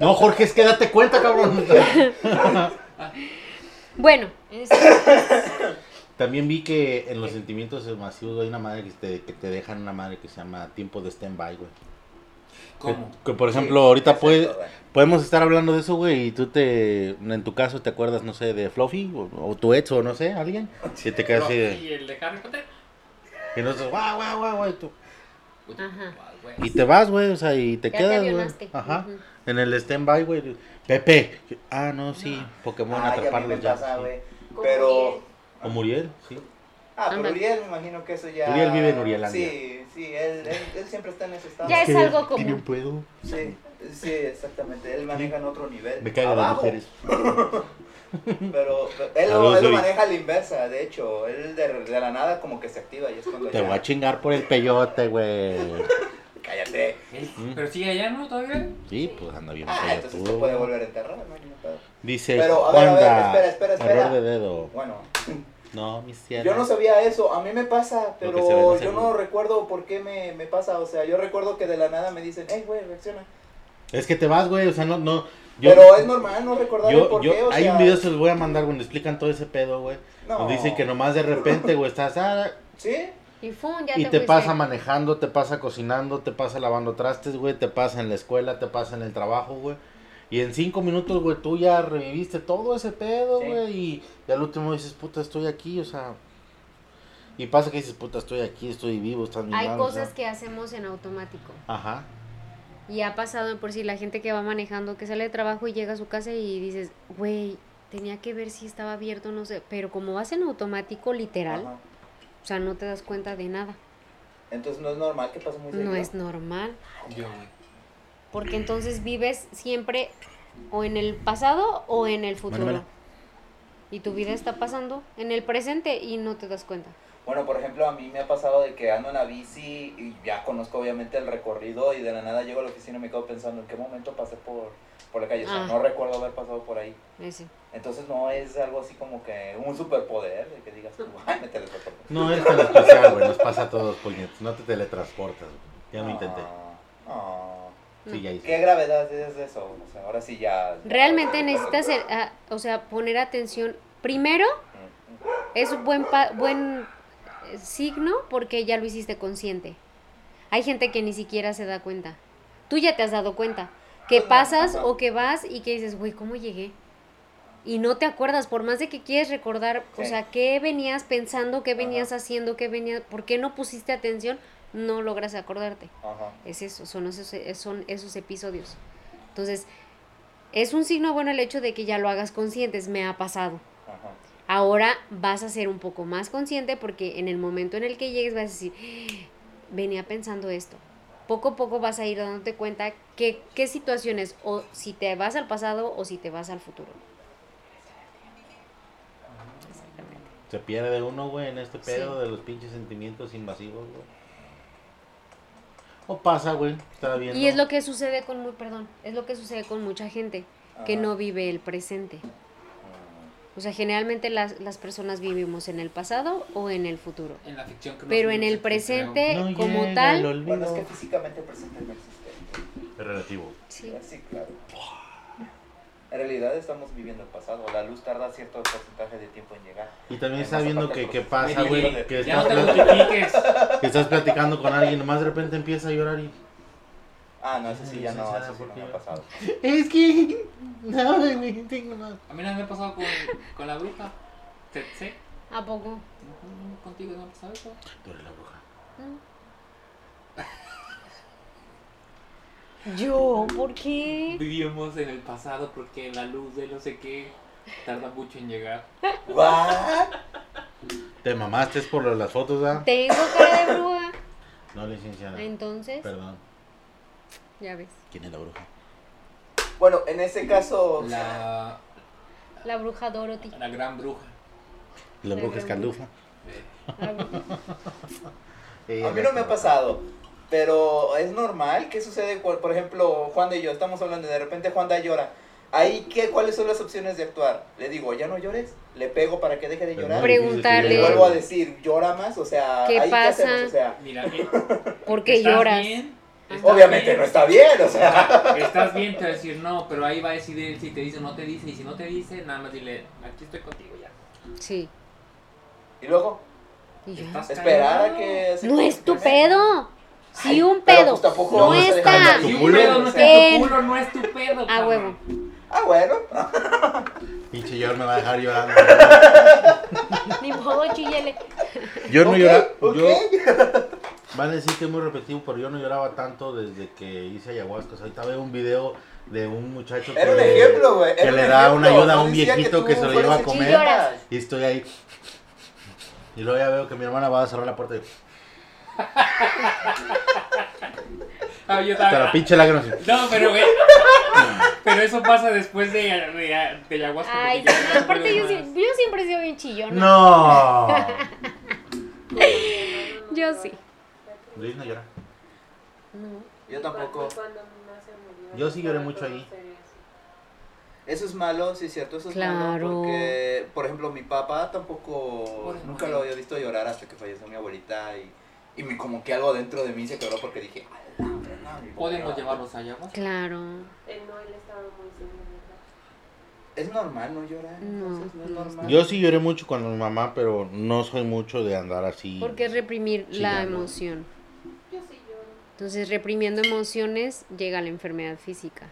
Speaker 1: No, Jorge, es que date cuenta, cabrón.
Speaker 3: Bueno, es-
Speaker 1: También vi que en los sentimientos masivos hay una madre que te, que te dejan una madre que se llama tiempo de stand-by, güey.
Speaker 5: ¿Cómo?
Speaker 1: Que, que, por ejemplo,
Speaker 6: Sí,
Speaker 1: ahorita
Speaker 6: exacto,
Speaker 1: puede-
Speaker 6: güey.
Speaker 1: podemos estar hablando de eso, güey, y tú te, en tu caso, te acuerdas, no sé, de Fluffy, o, o tu ex, o no sé, alguien, que te quedas así de,
Speaker 5: Y el de Harry Potter.
Speaker 1: y nosotros, guau, guau, guau, guau, y tú-
Speaker 3: Ajá.
Speaker 5: Güey.
Speaker 1: y te vas, güey, o sea, y te
Speaker 3: ya te
Speaker 1: quedas, güey,
Speaker 3: avionaste.
Speaker 1: ajá,
Speaker 3: Ujú.
Speaker 1: en el stand-by, güey, Pepe, ah, no, sí, Pokémon,
Speaker 6: Ay, a mí me
Speaker 1: atraparlos ya,
Speaker 6: pasa,
Speaker 1: sí.
Speaker 6: güey.
Speaker 3: Como
Speaker 6: Pero.
Speaker 3: Uriel.
Speaker 1: o Muriel, sí,
Speaker 6: Ah,
Speaker 3: Anda.
Speaker 6: pero Uriel, me imagino que eso ya.
Speaker 1: Uriel vive en Urielandia.
Speaker 6: Sí, sí, él, él, él siempre está en ese estado.
Speaker 3: Ya es
Speaker 1: Que
Speaker 3: algo
Speaker 1: tiene
Speaker 3: común.
Speaker 1: un pedo,
Speaker 6: Sí, sí, exactamente. Él maneja en otro nivel.
Speaker 1: me cagan las
Speaker 6: Abajo,
Speaker 1: mujeres,
Speaker 6: Pero pero él, lo,
Speaker 1: Saludos,
Speaker 6: él lo
Speaker 1: Uri.
Speaker 6: maneja a la inversa, de hecho. Él de, de la nada como que se activa y es cuando
Speaker 1: te
Speaker 6: ya-
Speaker 1: voy a chingar por el peyote, güey,
Speaker 6: Cállate.
Speaker 5: Él-
Speaker 1: Mm.
Speaker 5: Pero sigue allá, ¿no? Todavía.
Speaker 1: sí, pues anda bien
Speaker 6: Ah, entonces te
Speaker 1: peyotudo,
Speaker 6: puede
Speaker 1: güey.
Speaker 6: volver a enterrar, no hay ningún pedo.
Speaker 1: Dice
Speaker 6: Pero, a ver, a ver,
Speaker 1: Juanda,
Speaker 6: espera, espera, espera.
Speaker 1: error de dedo.
Speaker 6: Bueno,
Speaker 1: No, mis tierras.
Speaker 6: yo no sabía eso, a mí me pasa,
Speaker 1: Lo que
Speaker 6: pero
Speaker 1: se ve no se
Speaker 6: yo
Speaker 1: ve.
Speaker 6: no recuerdo por qué me, me pasa, o sea, yo recuerdo que de la nada me dicen, hey, güey, reacciona.
Speaker 1: Es que te vas, güey, o sea, no, no. Yo,
Speaker 6: Pero es normal no recordar
Speaker 1: yo,
Speaker 6: por
Speaker 1: yo-
Speaker 6: qué, o
Speaker 1: hay
Speaker 6: sea,
Speaker 1: un video, se los voy a mandar, donde explican todo ese pedo, güey.
Speaker 6: no.
Speaker 1: Donde dicen que nomás de repente, güey, estás, ah,
Speaker 6: ¿Sí?
Speaker 3: Y fum, ya
Speaker 1: y te
Speaker 3: fuiste.
Speaker 1: pasa manejando, te pasa cocinando, te pasa lavando trastes, güey, te pasa en la escuela, te pasa en el trabajo, güey. Y en cinco minutos, güey, tú ya reviviste todo ese pedo,
Speaker 6: Sí.
Speaker 1: güey. Y, y al último dices, puta, estoy aquí, o sea. Y pasa que dices, puta, estoy aquí, estoy vivo, están mis
Speaker 3: Hay
Speaker 1: manos, o sea.
Speaker 3: cosas que hacemos en automático.
Speaker 1: Ajá.
Speaker 3: Y ha pasado por si la gente que va manejando, que sale de trabajo y llega a su casa y dices, güey, tenía que ver si estaba abierto, no sé. Pero como vas en automático, literal,
Speaker 6: Ajá.
Speaker 3: o sea, no te das cuenta de nada.
Speaker 6: Entonces no es normal que pase muy seguido.
Speaker 3: No es normal.
Speaker 5: Yo, güey.
Speaker 3: Porque entonces vives siempre o en el pasado o en el futuro.
Speaker 1: Mándamela.
Speaker 3: y tu vida está pasando en el presente y no te das cuenta.
Speaker 6: Bueno, por ejemplo, a mí me ha pasado de que ando en la bici y ya conozco obviamente el recorrido y de la nada llego a la oficina y me quedo pensando en qué momento pasé por, por la calle. O sea,
Speaker 3: Ah.
Speaker 6: no recuerdo haber pasado por ahí.
Speaker 3: Eh, sí.
Speaker 6: Entonces no es algo así como que un superpoder de que digas, tú, ay, me teletransporté.
Speaker 1: No es tan especial, güey. Nos pasa a todos, puñetes. No te teletransportas, güey. Ya lo intenté.
Speaker 6: Ah, ah.
Speaker 1: Sí, ya
Speaker 6: ¿Qué
Speaker 1: hice.
Speaker 6: gravedad es eso? O sea, ahora sí ya...
Speaker 3: Realmente necesitas, eh, ah, o sea, poner atención. Primero, es un buen, pa- buen eh, signo porque ya lo hiciste consciente. Hay gente que ni siquiera se da cuenta. Tú ya te has dado cuenta que
Speaker 6: Ajá,
Speaker 3: pasas
Speaker 6: Pues ajá.
Speaker 3: o que vas y que dices, güey, ¿cómo llegué? Y no te acuerdas, por más de que quieres recordar, o
Speaker 6: Sí.
Speaker 3: sea, qué venías pensando, qué venías
Speaker 6: Ajá.
Speaker 3: haciendo, qué venías, por qué no pusiste atención, no logras acordarte.
Speaker 6: Ajá.
Speaker 3: Es eso, son esos, eh, son esos episodios. Entonces, es un signo bueno el hecho de que ya lo hagas conscientes, me ha pasado.
Speaker 6: Ajá.
Speaker 3: Ahora vas a ser un poco más consciente porque en el momento en el que llegues vas a decir, "Ah, venía pensando esto. Poco a poco vas a ir dándote cuenta que, qué situaciones, o si te vas al pasado o si te vas al futuro.
Speaker 1: Se pierde uno, güey, en este pedo de los pinches sentimientos invasivos, güey. O pasa, güey. Está bien.
Speaker 3: Y es lo que sucede con muy, perdón, es lo que sucede con mucha gente que
Speaker 6: Ajá.
Speaker 3: no vive el presente. O sea, generalmente las, las personas vivimos en el pasado o en el futuro.
Speaker 5: En la ficción que
Speaker 3: Pero
Speaker 5: nos
Speaker 3: en el
Speaker 5: mucho, creo.
Speaker 3: presente,
Speaker 1: No
Speaker 3: como
Speaker 1: llega el
Speaker 3: tal,
Speaker 1: olvido.
Speaker 6: Bueno, es que físicamente el presente no existe.
Speaker 1: Relativo.
Speaker 3: sí,
Speaker 6: Sí, claro. En realidad estamos viviendo el pasado. La luz tarda cierto porcentaje de tiempo en llegar.
Speaker 1: Y también
Speaker 6: Eh,
Speaker 1: está
Speaker 6: nos
Speaker 1: viendo
Speaker 6: falta
Speaker 1: que,
Speaker 6: otro
Speaker 1: que
Speaker 6: proceso.
Speaker 1: pasa,
Speaker 5: Mira,
Speaker 1: güey. Que,
Speaker 5: Ya no
Speaker 1: estás
Speaker 5: te
Speaker 1: plat-
Speaker 5: justifiques.
Speaker 1: que estás platicando con alguien y nomás de repente empieza a llorar y...
Speaker 6: Ah, no, eso sí ya no,
Speaker 1: Licenciada,
Speaker 6: eso sí
Speaker 1: ¿por
Speaker 6: no
Speaker 1: qué
Speaker 6: me ha
Speaker 1: yo?
Speaker 6: pasado.
Speaker 1: Es que... No, güey, tengo más.
Speaker 5: A mí no me ha pasado con, con la bruja. Tetse.
Speaker 3: ¿a poco?
Speaker 5: Ujú, Contigo no ha pasado eso.
Speaker 1: Tú eres la bruja.
Speaker 3: Yo, ¿por qué?
Speaker 5: Vivimos en el pasado porque la luz de no sé qué tarda mucho en llegar.
Speaker 6: ¿What?
Speaker 1: Te mamaste es por lo de las fotos, ¿ah?
Speaker 3: Tengo cara de bruja.
Speaker 1: No, licenciada.
Speaker 3: Entonces,
Speaker 1: Ah, Perdón.
Speaker 3: ya ves.
Speaker 1: ¿Quién es la bruja?
Speaker 6: Bueno, en ese caso,
Speaker 5: La,
Speaker 3: La bruja Dorothy.
Speaker 5: la gran bruja.
Speaker 1: La
Speaker 3: La
Speaker 1: bruja es
Speaker 3: gran bruja.
Speaker 1: Caldufa.
Speaker 3: La bruja.
Speaker 6: a mí no me ha pasado. Pero es normal. ¿Qué sucede? cu- Por ejemplo, Juan y yo estamos hablando y de repente Juan llora. Ahí, qué, ¿cuáles son las opciones de actuar? Le digo, ya no llores. Le pego para que deje de
Speaker 1: Pero
Speaker 6: llorar.
Speaker 1: no es difícil que
Speaker 3: Preguntarle.
Speaker 6: Le
Speaker 1: llore,
Speaker 6: vuelvo a
Speaker 1: güey.
Speaker 6: decir, llora más. O sea,
Speaker 3: ¿Qué
Speaker 6: ahí,
Speaker 3: pasa?
Speaker 6: hacemos? O sea,
Speaker 5: Mira, eh,
Speaker 3: ¿Por qué
Speaker 5: ¿estás
Speaker 3: lloras?
Speaker 5: bien? ¿Estás
Speaker 6: obviamente
Speaker 5: bien?
Speaker 6: no está bien. O sea,
Speaker 5: Estás bien, te va a decir no, pero ahí va a decidir él si te dice o no te dice. Y si no te dice, nada más dile, aquí estoy contigo ya.
Speaker 3: Sí.
Speaker 6: y luego,
Speaker 3: Y ya.
Speaker 5: Estás
Speaker 6: esperar a
Speaker 5: callado.
Speaker 6: que. se-
Speaker 3: No es tu pedo. Sí, un
Speaker 6: Pero,
Speaker 3: pedo.
Speaker 6: pues, tampoco
Speaker 3: No
Speaker 6: vamos a
Speaker 3: está.
Speaker 6: dejar de-
Speaker 5: Si
Speaker 1: Tu
Speaker 5: un
Speaker 1: culo.
Speaker 5: pedo no está en
Speaker 3: En-
Speaker 5: tu culo, no es tu pedo.
Speaker 3: A
Speaker 5: cabrón.
Speaker 3: huevo.
Speaker 6: Ah, bueno.
Speaker 1: Pinche llor me va a dejar llorando.
Speaker 3: Ni modo, chillele.
Speaker 1: Yo no
Speaker 6: Ok,
Speaker 1: lloraba.
Speaker 6: ok.
Speaker 1: Yo, van a decir que es muy repetitivo, pero yo no lloraba tanto desde que hice ayahuasca. O sea, ahorita veo un video de un muchacho que,
Speaker 6: Era un
Speaker 1: le-
Speaker 6: ejemplo, güey.
Speaker 1: eh, que
Speaker 6: era
Speaker 1: le
Speaker 6: un
Speaker 1: da una
Speaker 6: ejemplo.
Speaker 1: ayuda a
Speaker 6: No
Speaker 1: un
Speaker 6: decía
Speaker 1: viejito
Speaker 6: tú
Speaker 1: que se lo
Speaker 6: fueras
Speaker 1: lleva a
Speaker 6: el
Speaker 1: comer.
Speaker 6: chillo.
Speaker 1: y estoy ahí. Y luego ya veo que mi hermana va a cerrar la puerta y
Speaker 5: Ah, yo
Speaker 1: hasta la pinche lágrima. así.
Speaker 5: No, pero eh, pero eso pasa después de, de, de ayahuasca. porque
Speaker 3: Ay,
Speaker 5: ya no puedes
Speaker 3: aparte yo,
Speaker 5: más.
Speaker 3: sie- yo siempre he sido bien chillona.
Speaker 1: No.
Speaker 3: Yo sí.
Speaker 1: Luis no llora.
Speaker 3: No.
Speaker 6: Yo tampoco.
Speaker 1: Yo sí lloré mucho ahí.
Speaker 6: Eso es malo, sí es cierto, eso es
Speaker 3: Claro.
Speaker 6: malo porque, por ejemplo, mi papá tampoco,
Speaker 5: Pobre
Speaker 6: nunca
Speaker 5: mujer.
Speaker 6: lo había visto llorar hasta que falleció mi abuelita y, y me como que algo dentro de mí se quebró porque dije, "A la verga, mi
Speaker 5: Podemos
Speaker 6: papá".
Speaker 5: llevarlos a ayahuasca.
Speaker 3: Claro.
Speaker 7: Eh,
Speaker 6: Es normal no llorar,
Speaker 3: No,
Speaker 6: entonces no es
Speaker 3: no,
Speaker 6: normal.
Speaker 1: Yo sí lloré mucho con mi mamá, pero no soy mucho de andar así.
Speaker 3: Porque es reprimir la
Speaker 1: Chillando.
Speaker 3: emoción. Entonces, reprimiendo emociones llega la enfermedad física.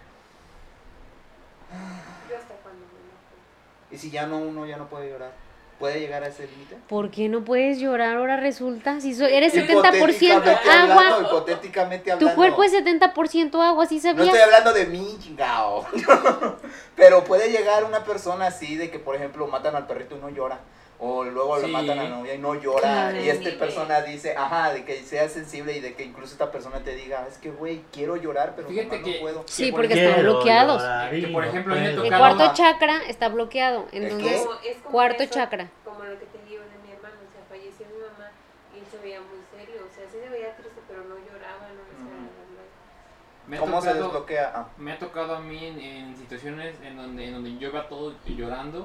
Speaker 6: Y si ya no, uno ya no puede llorar, ¿puede llegar a ese límite?
Speaker 3: ¿Por qué no puedes llorar ahora resulta? Si so- eres
Speaker 6: Hipotéticamente
Speaker 3: 70%
Speaker 6: hablando,
Speaker 3: agua,
Speaker 6: hipotéticamente hablando.
Speaker 3: tu cuerpo es 70% agua, ¿sí
Speaker 6: No
Speaker 3: sabías?
Speaker 6: estoy hablando de mí, chingao. Pero puede llegar una persona así de que, por ejemplo, matan al perrito y no llora. O luego le
Speaker 5: Sí.
Speaker 6: matan a la novia y no llora.
Speaker 3: Claro.
Speaker 6: Y esta persona dice, ajá, de que sea sensible y de que incluso esta persona te diga, es que, güey, quiero llorar, pero
Speaker 5: Fíjate
Speaker 6: nomás
Speaker 5: que-
Speaker 6: no puedo.
Speaker 3: Sí,
Speaker 5: por
Speaker 3: porque están
Speaker 1: Quiero
Speaker 3: bloqueados.
Speaker 1: llorar y
Speaker 5: Que, por ejemplo, a mí me
Speaker 1: puedo.
Speaker 3: Mi
Speaker 5: Cada
Speaker 3: cuarto
Speaker 6: mamá.
Speaker 3: chakra está bloqueado.
Speaker 6: ¿Qué?
Speaker 3: Entonces,
Speaker 7: Como- es como
Speaker 3: cuarto
Speaker 7: eso-
Speaker 3: chakra.
Speaker 7: Como lo que te digo de mi hermano, o sea, falleció mi mamá y él se veía muy serio, o sea, sí se veía triste, pero no lloraba, no
Speaker 6: Ujú.
Speaker 7: decía nada.
Speaker 5: Me ha
Speaker 6: ¿Cómo se
Speaker 5: tocado-
Speaker 6: desbloquea? Ah,
Speaker 5: me ha tocado a mí en, en situaciones en donde, en donde yo veo todo llorando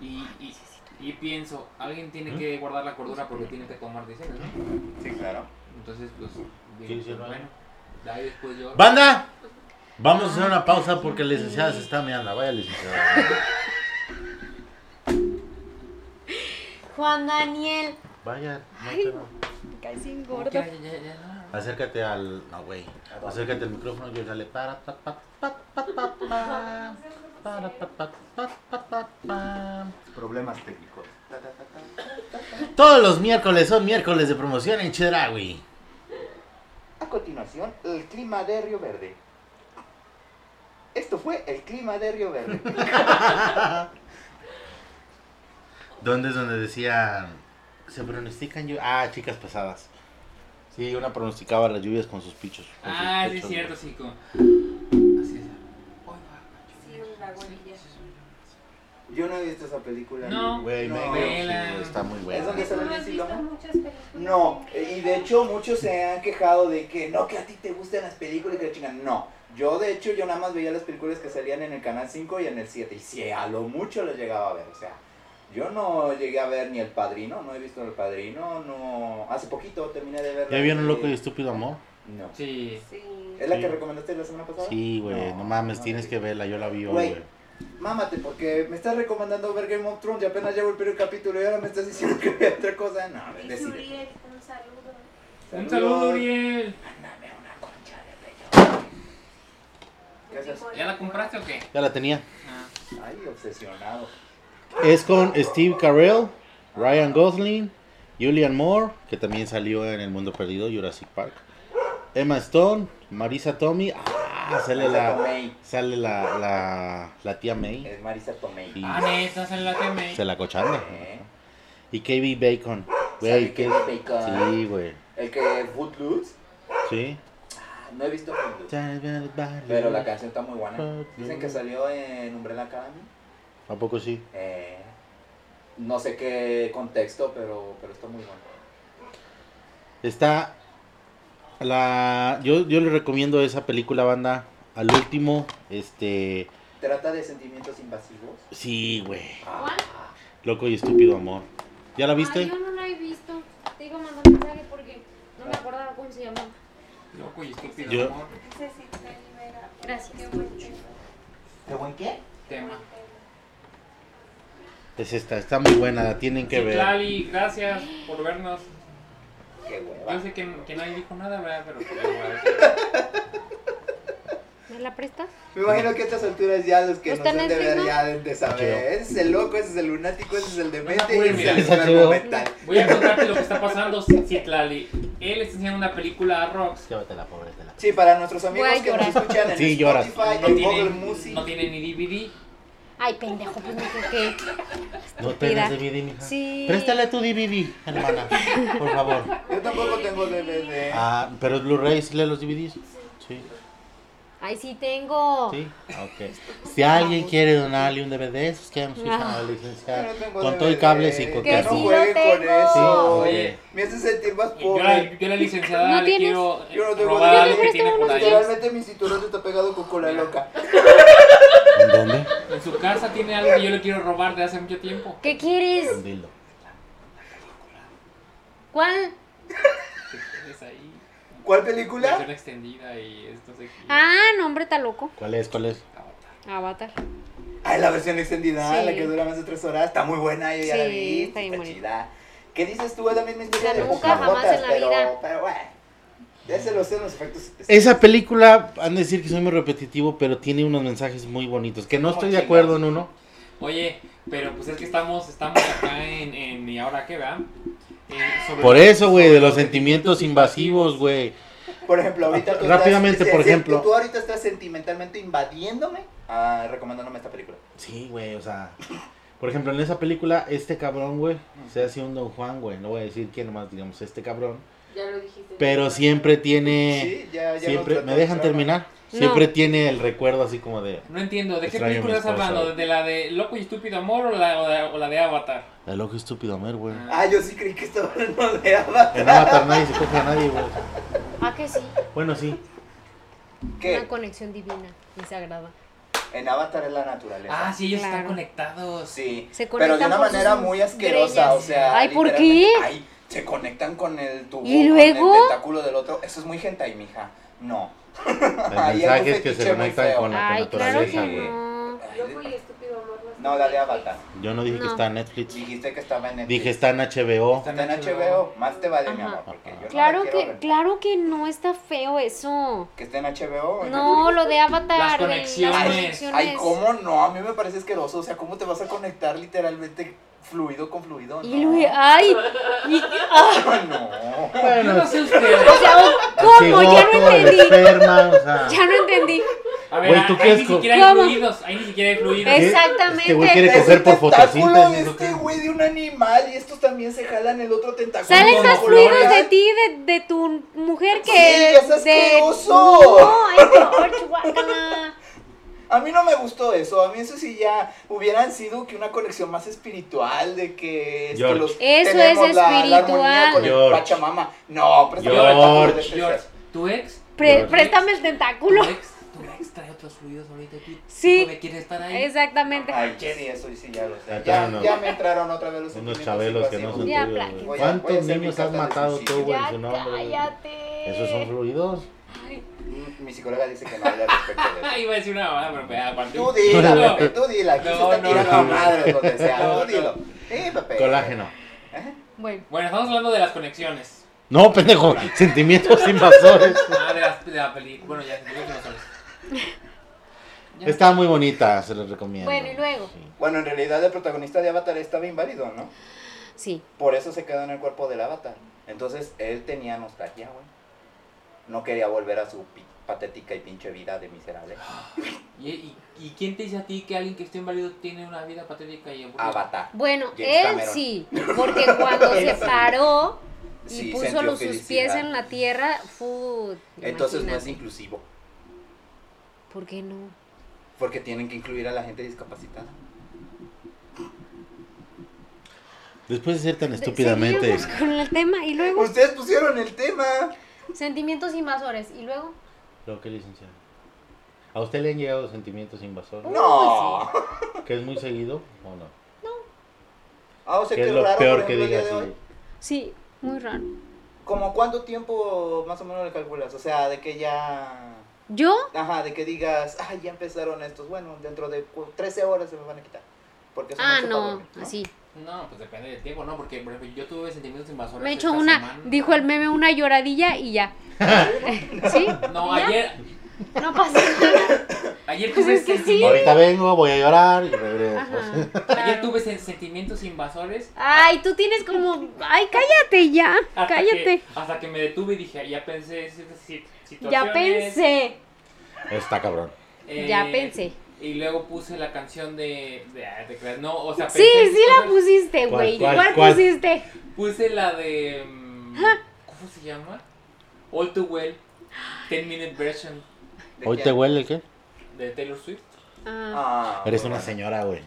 Speaker 5: y, y, y pienso, alguien tiene
Speaker 1: ¿Mm?
Speaker 5: que guardar la cordura porque tiene que tomar decisiones, ¿no?
Speaker 6: sí, claro.
Speaker 5: Entonces, pues, digo,
Speaker 1: Sí, sí,
Speaker 5: pues,
Speaker 1: no.
Speaker 5: bueno, de ahí después yo...
Speaker 1: ¡Banda! Vamos a hacer una pausa porque la licenciada se está mirando. Vaya licenciada.
Speaker 3: Juan Daniel.
Speaker 1: Vaya, no
Speaker 3: Ay.
Speaker 1: te va.
Speaker 3: Casi
Speaker 5: Ya,
Speaker 3: engordo.
Speaker 5: ya, ya, ya.
Speaker 1: Acércate al. No, güey. Acércate al micrófono y dale. Para, pa, pa, pa, pa, pa, pa. Para, pa, pa, pa, pa, pa, pa.
Speaker 6: Problemas técnicos.
Speaker 1: Todos los miércoles son miércoles de promoción en Chedraui.
Speaker 6: A continuación, el clima de Río Verde. Esto fue el clima de Río Verde.
Speaker 1: ¿Dónde es donde decían se pronostican lluvias? Ah, chicas pesadas. Sí, una pronosticaba las lluvias con sus pichos. con sus
Speaker 5: Ah, sí es
Speaker 1: pechos,
Speaker 5: cierto,
Speaker 1: güey.
Speaker 5: sí, como... Así es.
Speaker 7: Sí, un lagunilla.
Speaker 6: Yo no he visto esa película.
Speaker 5: No.
Speaker 1: Güey,
Speaker 6: No.
Speaker 1: me
Speaker 5: Vela.
Speaker 1: sí, está muy
Speaker 6: ¿Es
Speaker 1: bueno.
Speaker 6: donde se
Speaker 7: ¿No
Speaker 6: ve
Speaker 7: has
Speaker 6: Lindsay
Speaker 7: visto
Speaker 6: Lohan?
Speaker 7: muchas películas?
Speaker 6: No, y de hecho muchos se han quejado de que no, que a ti te gustan las películas y que la chingan. No, yo de hecho yo nada más veía las películas que salían en el canal 5 y en el 7 y si a lo mucho las llegaba a ver, o sea, yo no llegué a ver ni El Padrino, no he visto El Padrino, no, hace poquito terminé de ver.
Speaker 1: ¿Ya
Speaker 6: la
Speaker 1: vieron
Speaker 6: de-
Speaker 1: loco y estúpido amor?
Speaker 6: No.
Speaker 5: Sí.
Speaker 7: Sí.
Speaker 6: ¿Es la
Speaker 1: Sí.
Speaker 6: que recomendaste la semana pasada?
Speaker 1: Sí, güey, no, mames, tienes
Speaker 6: vi.
Speaker 1: que verla, yo la vi hoy,
Speaker 6: Güey.
Speaker 1: güey.
Speaker 6: Mámate, porque me estás recomendando ver Game of Thrones y apenas llevo el primer capítulo y ahora me estás diciendo que vea otra cosa. No,
Speaker 7: Dice
Speaker 6: decide.
Speaker 7: Uriel, un saludo.
Speaker 5: Un saludo, Uriel.
Speaker 6: Mándame una concha de pecho. Gracias.
Speaker 7: Dijo,
Speaker 5: ¿Ya la compraste o qué?
Speaker 1: Ya la tenía.
Speaker 5: Ah.
Speaker 6: Ay, obsesionado.
Speaker 1: Es con Steve Carell, Ryan Gosling, Julian Moore, que también salió en El Mundo Perdido, Jurassic Park. Emma Stone, Marisa Tomei. Ah, sale
Speaker 6: Marisa
Speaker 1: la,
Speaker 6: Tomei.
Speaker 1: sale la, la, la tía May.
Speaker 6: Es Marisa Tomei.
Speaker 1: Y-
Speaker 5: Ah, neta, es en la que me...
Speaker 1: Se la cochanda.
Speaker 6: ¿Eh?
Speaker 1: Y KB Bacon. Güey,
Speaker 6: Sale
Speaker 1: que
Speaker 6: Kevin Bacon.
Speaker 1: Sí, güey.
Speaker 6: El que Footloose.
Speaker 1: Sí.
Speaker 6: Ah, No he visto Footloose. Pero la canción está muy buena. Dicen que salió en Umbrella Academy.
Speaker 1: ¿A poco sí?
Speaker 6: Eh, no sé qué contexto, pero, pero está muy bueno.
Speaker 1: Está la yo yo le recomiendo esa película banda al último este
Speaker 6: Trata de sentimientos invasivos.
Speaker 1: sí, güey.
Speaker 6: Ah,
Speaker 1: Loco y estúpido amor. ¿Ya la
Speaker 3: Ay,
Speaker 1: viste?
Speaker 3: yo no la he visto. Te digo, manda un mensaje porque no me acordaba cómo se llamaba.
Speaker 5: Loco y estúpido
Speaker 1: Yo-
Speaker 5: amor.
Speaker 7: Dice Cintia Rivera,
Speaker 3: Gracias.
Speaker 7: qué buen tema,
Speaker 6: ¿Qué buen qué?
Speaker 7: qué
Speaker 5: Tema.
Speaker 7: buen tema.
Speaker 1: Es esta, está muy buena, la tienen que ver.
Speaker 5: Citlali, gracias por vernos.
Speaker 6: Qué
Speaker 5: Yo
Speaker 6: hueva.
Speaker 5: sé que, que nadie dijo nada, ¿verdad? Pero... pues, lo voy a decir.
Speaker 3: ¿Me la prestas?
Speaker 6: Me imagino que a estas alturas ya los que
Speaker 3: ¿No
Speaker 6: nos
Speaker 3: está en
Speaker 6: han de ver
Speaker 3: Netflix, no?
Speaker 6: ya deben de saber. Ese es el loco, ese es el lunático, ese es el demente
Speaker 5: No,
Speaker 6: y
Speaker 5: güey,
Speaker 6: ese
Speaker 5: mira.
Speaker 6: es el enfermo mental.
Speaker 5: Voy a contarte lo que está pasando, Citlali. Él está enseñando una película a Rox
Speaker 1: Llévatela, pobre, te la-
Speaker 6: Sí, para nuestros amigos
Speaker 3: Voy a
Speaker 6: que nos
Speaker 3: llorar.
Speaker 6: escuchan en
Speaker 1: Sí, lloras.
Speaker 6: Spotify,
Speaker 5: no
Speaker 6: en
Speaker 5: tiene,
Speaker 6: Google Music.
Speaker 5: no tiene ni DVD.
Speaker 3: Ay, pendejo, pues no sé qué.
Speaker 1: No te
Speaker 3: Mira.
Speaker 1: des DVD, mija.
Speaker 3: Sí.
Speaker 1: Préstale tu DVD, hermana, por favor.
Speaker 6: Yo tampoco tengo DVD.
Speaker 1: Ah, pero Blu-ray sí lee los DVDs. Sí.
Speaker 3: Ay, sí tengo.
Speaker 1: Sí, Ah, ok. Si alguien quiere donarle un DVD, suscríbanse a la licenciada.
Speaker 6: Yo no tengo
Speaker 1: Ah, Con todo y
Speaker 6: DVD.
Speaker 1: cables y con
Speaker 3: Que
Speaker 6: no
Speaker 3: sí
Speaker 1: cable.
Speaker 3: lo
Speaker 6: jueguen con
Speaker 3: tengo.
Speaker 6: eso.
Speaker 5: Oye.
Speaker 6: Me hace sentir más
Speaker 5: Yo la,
Speaker 6: pobre.
Speaker 5: yo la licenciada
Speaker 3: ¿No
Speaker 5: le
Speaker 3: tienes?
Speaker 5: quiero
Speaker 6: Yo no
Speaker 5: eh,
Speaker 6: tengo
Speaker 5: robar
Speaker 6: DVD.
Speaker 5: algo que tiene por ahí.
Speaker 6: Literalmente mi cinturón está pegado con cola loca.
Speaker 1: ¿En dónde?
Speaker 5: En su casa tiene algo que yo le quiero robar de hace mucho tiempo.
Speaker 3: ¿Qué quieres?
Speaker 1: Un dildo.
Speaker 3: ¿Cuál?
Speaker 5: Es ahí.
Speaker 6: ¿Cuál
Speaker 5: Versión
Speaker 6: película?
Speaker 5: extendida y esto sé qué.
Speaker 3: Ah, no, hombre, está loco.
Speaker 1: ¿Cuál es? ¿Cuál es?
Speaker 5: Avatar.
Speaker 3: Avatar.
Speaker 6: Ah, la versión extendida,
Speaker 3: Sí.
Speaker 6: la que dura más de tres horas. Está muy buena, yo ya la
Speaker 3: Sí,
Speaker 6: vi.
Speaker 3: está
Speaker 6: Está,
Speaker 3: bien bonita.
Speaker 6: chida. ¿Qué dices tú? Es la misma historia
Speaker 3: sea,
Speaker 6: de
Speaker 3: nunca, jamás
Speaker 6: Pocahontas,
Speaker 3: en la
Speaker 6: pero,
Speaker 3: vida.
Speaker 6: Pero bueno. Ya se lo sé los efectos.
Speaker 1: Esa película, han de decir que soy muy repetitivo, pero tiene unos mensajes muy bonitos. Que no estoy de acuerdo en uno.
Speaker 5: Oye, pero pues es que estamos, estamos acá en, en ¿Y ahora qué, verdad? Eh, sobre-
Speaker 1: Por eso, güey, de los
Speaker 5: sobre-
Speaker 1: sentimientos invasivos, güey.
Speaker 6: Por ejemplo, ahorita tú
Speaker 1: Rápidamente,
Speaker 6: estás,
Speaker 1: por
Speaker 6: si- si
Speaker 1: ejemplo.
Speaker 6: Tú ahorita estás sentimentalmente invadiéndome ah, recomendándome esta película.
Speaker 1: Sí, güey, o sea. Por Por ejemplo, en esa película, este cabrón, güey, se hace un Don Juan, güey. No voy a decir quién más, digamos, este cabrón.
Speaker 7: Ya lo dijiste.
Speaker 1: Pero siempre tiene.
Speaker 6: Sí, ya, ya lo
Speaker 1: siempre,
Speaker 6: trató
Speaker 1: ¿Me
Speaker 6: el
Speaker 1: dejan
Speaker 6: drama.
Speaker 1: terminar?
Speaker 3: No.
Speaker 1: Siempre tiene el recuerdo así como de.
Speaker 5: No entiendo, ¿de qué
Speaker 1: Extraño a mi
Speaker 5: película estás
Speaker 1: esposa.
Speaker 5: hablando? ¿De la de Loco y Estúpido Amor o la, o la, o la de Avatar?
Speaker 1: El ojo estúpido, Amer, güey.
Speaker 5: Ah.
Speaker 6: Ah, yo sí creí que estaba hablando de Avatar.
Speaker 1: En Avatar nadie se coge a nadie, güey.
Speaker 3: Ah, que sí.
Speaker 1: Bueno, sí.
Speaker 6: ¿Qué?
Speaker 3: Una conexión divina y sagrada.
Speaker 6: En Avatar es la naturaleza.
Speaker 5: Ah, sí, ellos
Speaker 3: Claro.
Speaker 5: están conectados.
Speaker 6: Sí,
Speaker 3: Se
Speaker 6: pero de
Speaker 3: conectan
Speaker 6: una
Speaker 3: por
Speaker 6: manera
Speaker 3: sus
Speaker 6: muy asquerosa,
Speaker 3: greñas.
Speaker 6: o sea...
Speaker 3: Ay, ¿por
Speaker 6: literalmente,
Speaker 3: qué?
Speaker 6: ay, se conectan con el tubo,
Speaker 3: ¿Y
Speaker 6: con
Speaker 3: luego?
Speaker 6: el tentáculo del otro. Eso es muy hentai, mija. No.
Speaker 1: El
Speaker 6: Ay,
Speaker 1: mensaje
Speaker 6: hay un
Speaker 1: es que se
Speaker 6: fetiche muy
Speaker 1: conectan
Speaker 6: feo.
Speaker 1: con la
Speaker 3: Ay, claro
Speaker 1: naturaleza,
Speaker 3: que
Speaker 1: güey.
Speaker 3: no.
Speaker 7: Loco y estúpido amor. está
Speaker 6: No,
Speaker 7: en
Speaker 6: la de
Speaker 7: Netflix.
Speaker 6: Avatar.
Speaker 1: Yo no dije que
Speaker 3: No.
Speaker 1: está en Netflix.
Speaker 6: Dijiste que estaba en Netflix.
Speaker 1: Dije está en HBO.
Speaker 6: Está en HBO. Más te vale, mi
Speaker 3: Ajá.
Speaker 6: amor, porque yo no la
Speaker 3: Claro
Speaker 6: quiero
Speaker 3: que,
Speaker 6: ver.
Speaker 3: claro que no está feo eso.
Speaker 6: Que esté en HBO. en
Speaker 3: No,
Speaker 6: Netflix.
Speaker 3: lo de Avatar.
Speaker 5: Las
Speaker 3: de-
Speaker 5: conexiones.
Speaker 3: las
Speaker 5: Ay,
Speaker 3: conexiones.
Speaker 6: Ay, ¿cómo no? A mí me parece asqueroso. O sea, ¿cómo te vas a conectar literalmente fluido con fluido?
Speaker 3: Y
Speaker 6: No.
Speaker 3: luego, ay, y- ah,
Speaker 6: No.
Speaker 5: Yo no
Speaker 1: Bueno,
Speaker 5: sé ustedes.
Speaker 3: o sea, o- ¿cómo? Ya no
Speaker 1: cigoto, el
Speaker 3: entendí.
Speaker 1: enferma, o sea.
Speaker 3: Ya no entendí.
Speaker 5: A ver,
Speaker 1: Güey, ¿tú qué
Speaker 5: ahí ni
Speaker 1: es co-
Speaker 5: siquiera hay
Speaker 3: ¿Cómo?
Speaker 5: fluidos, ahí ni siquiera hay fluidos.
Speaker 1: ¿Qué?
Speaker 3: Exactamente.
Speaker 1: Este güey quiere
Speaker 6: Es
Speaker 1: coger
Speaker 6: un
Speaker 1: por
Speaker 6: tentáculo de
Speaker 1: fotosíntesis. ¿o qué?
Speaker 6: este güey de un animal y estos también se jalan el otro tentáculo.
Speaker 3: Salen
Speaker 6: con
Speaker 3: más
Speaker 6: colores.
Speaker 3: fluidos de ti, de, de tu mujer que
Speaker 6: Sí, es
Speaker 3: de.
Speaker 6: asqueroso.
Speaker 3: No, es peor, chuácala.
Speaker 6: A mí no me gustó eso. A mí eso sí ya hubieran sido que una conexión más espiritual de que este,
Speaker 1: George.
Speaker 3: Eso
Speaker 6: tenemos
Speaker 3: es
Speaker 6: La, la armonía con el
Speaker 1: espiritual.
Speaker 6: Pachamama. No, pero
Speaker 1: George.
Speaker 5: George, tu ex,
Speaker 3: Pre-
Speaker 1: Pero-
Speaker 3: préstame el
Speaker 5: tu
Speaker 3: tentáculo.
Speaker 5: ex, tu ex trae otros fluidos ahorita aquí.
Speaker 3: Sí.
Speaker 5: ¿Dónde quieres estar ahí?
Speaker 3: Exactamente.
Speaker 6: Ay, Jenny, eso sí ya lo sé.
Speaker 1: Ah,
Speaker 6: Ya,
Speaker 1: claro, no.
Speaker 6: ya me entraron otra vez los
Speaker 1: Unos
Speaker 6: sentimientos
Speaker 1: chabelos que no son
Speaker 6: invasivos.
Speaker 3: Ya,
Speaker 1: tuyos.
Speaker 3: pláquense.
Speaker 1: güey.
Speaker 6: Voy a- voy a
Speaker 1: ¿Cuántos
Speaker 6: hacer mi
Speaker 1: niños has
Speaker 6: carta de
Speaker 1: matado tú,
Speaker 6: suicidio.
Speaker 1: güey, en
Speaker 3: Ya
Speaker 1: su nombre? güey?
Speaker 3: cállate.
Speaker 1: ¿Esos son fluidos?
Speaker 6: Mi psicóloga dice que no hable al respecto de eso.
Speaker 5: Ah, Iba a decir una mamada, pero me da aparte.
Speaker 6: Tú dila,
Speaker 5: No.
Speaker 6: Pepe, tú dila. Aquí
Speaker 5: No,
Speaker 6: se está
Speaker 5: no,
Speaker 6: tirando
Speaker 5: no.
Speaker 6: a madre donde sea.
Speaker 5: No,
Speaker 6: Tú dilo. Sí, Pepe.
Speaker 1: Colágeno.
Speaker 3: Bueno,
Speaker 5: Bueno, estamos hablando de las conexiones.
Speaker 1: No, pendejo, sentimientos invasores.
Speaker 5: Ah, de, las, de la peli. Bueno, ya, yo creo que no sabes. Ya.
Speaker 1: Está muy bonita, se los recomiendo.
Speaker 3: Bueno, ¿y luego?
Speaker 1: Sí.
Speaker 6: Bueno, en realidad el protagonista de Avatar estaba inválido, ¿no?
Speaker 3: sí.
Speaker 6: Por eso se quedó en el cuerpo del Avatar. Entonces él tenía nostalgia, güey. No quería volver a su pi- patética y pinche vida de miserable.
Speaker 5: ¿Y, y, y quién te dice a ti que alguien que está inválido tiene una vida patética y
Speaker 2: Ah,
Speaker 5: aburrida?
Speaker 6: Avatar.
Speaker 3: Bueno,
Speaker 6: James
Speaker 3: él
Speaker 6: Cameron.
Speaker 3: sí, porque cuando se paró y
Speaker 6: Sí,
Speaker 3: puso
Speaker 6: sintió
Speaker 3: los, sus pies
Speaker 6: felicidad.
Speaker 3: en la tierra, fu.
Speaker 6: Entonces no es
Speaker 3: imagínate.
Speaker 6: inclusivo.
Speaker 3: ¿Por qué no?
Speaker 6: Porque tienen que incluir a la gente discapacitada.
Speaker 1: Después de ser tan
Speaker 3: De-
Speaker 1: estúpidamente.
Speaker 3: seguimos con el tema y luego
Speaker 6: Ustedes pusieron el tema.
Speaker 3: sentimientos invasores y luego
Speaker 1: Lo que licenciado. ¿A usted le han llegado sentimientos invasores?
Speaker 6: No.
Speaker 1: pues ¿Que es muy seguido o no?
Speaker 6: Ah, o sea,
Speaker 1: ¿Qué
Speaker 6: qué
Speaker 1: es lo
Speaker 6: raro,
Speaker 1: peor
Speaker 6: por
Speaker 1: que
Speaker 6: ejemplo, el día
Speaker 1: digas?
Speaker 6: de hoy.
Speaker 3: sí, muy raro.
Speaker 6: ¿Como cuánto tiempo más o menos le calculas? O sea, de que ya...
Speaker 3: Yo
Speaker 6: Ajá, de que digas, ay, ya empezaron estos. Bueno, dentro de cu- 13 horas se me van a quitar. Porque son
Speaker 3: ah
Speaker 6: ocho para
Speaker 3: no,
Speaker 6: dormir,
Speaker 3: así.
Speaker 5: No, pues depende del tiempo, ¿no? Porque, por ejemplo, yo tuve sentimientos invasores.
Speaker 3: Me he hecho
Speaker 5: esta
Speaker 3: una,
Speaker 5: semana.
Speaker 3: dijo el meme una lloradilla y ya. ¿Sí?
Speaker 5: No,
Speaker 3: ¿Ya?
Speaker 5: ayer,
Speaker 3: No pasa nada.
Speaker 5: ayer
Speaker 3: Pues
Speaker 5: tuve
Speaker 3: es que sí.
Speaker 1: Ahorita vengo, voy a llorar y regreso.
Speaker 3: Ajá,
Speaker 5: Ayer
Speaker 3: claro.
Speaker 5: tuve sen- sentimientos invasores.
Speaker 3: Ay, tú tienes como, ay, cállate ya,
Speaker 5: Hasta
Speaker 3: cállate.
Speaker 5: Que, hasta que me detuve y dije, ya pensé ciertas si- situaciones.
Speaker 3: Ya pensé,
Speaker 1: Está cabrón.
Speaker 5: eh,
Speaker 3: ya pensé.
Speaker 5: Y luego puse la canción de. de, ah, te creas, no, o sea,
Speaker 3: Sí,
Speaker 5: pensé-
Speaker 3: sí la pusiste,
Speaker 1: ¿Cuál,
Speaker 3: güey.
Speaker 1: cuál,
Speaker 3: ¿Cuál
Speaker 1: cuál?
Speaker 3: pusiste?
Speaker 5: Puse la de. mm, ¿Cómo se llama? All Too Well. 10 Minute Version
Speaker 6: ¿no? ¿De
Speaker 1: ¿Hoy
Speaker 6: quién?
Speaker 1: te huele el qué?
Speaker 5: de Taylor Swift.
Speaker 3: Ah,
Speaker 6: Ah,
Speaker 1: Eres una
Speaker 6: bueno.
Speaker 1: señora, güey.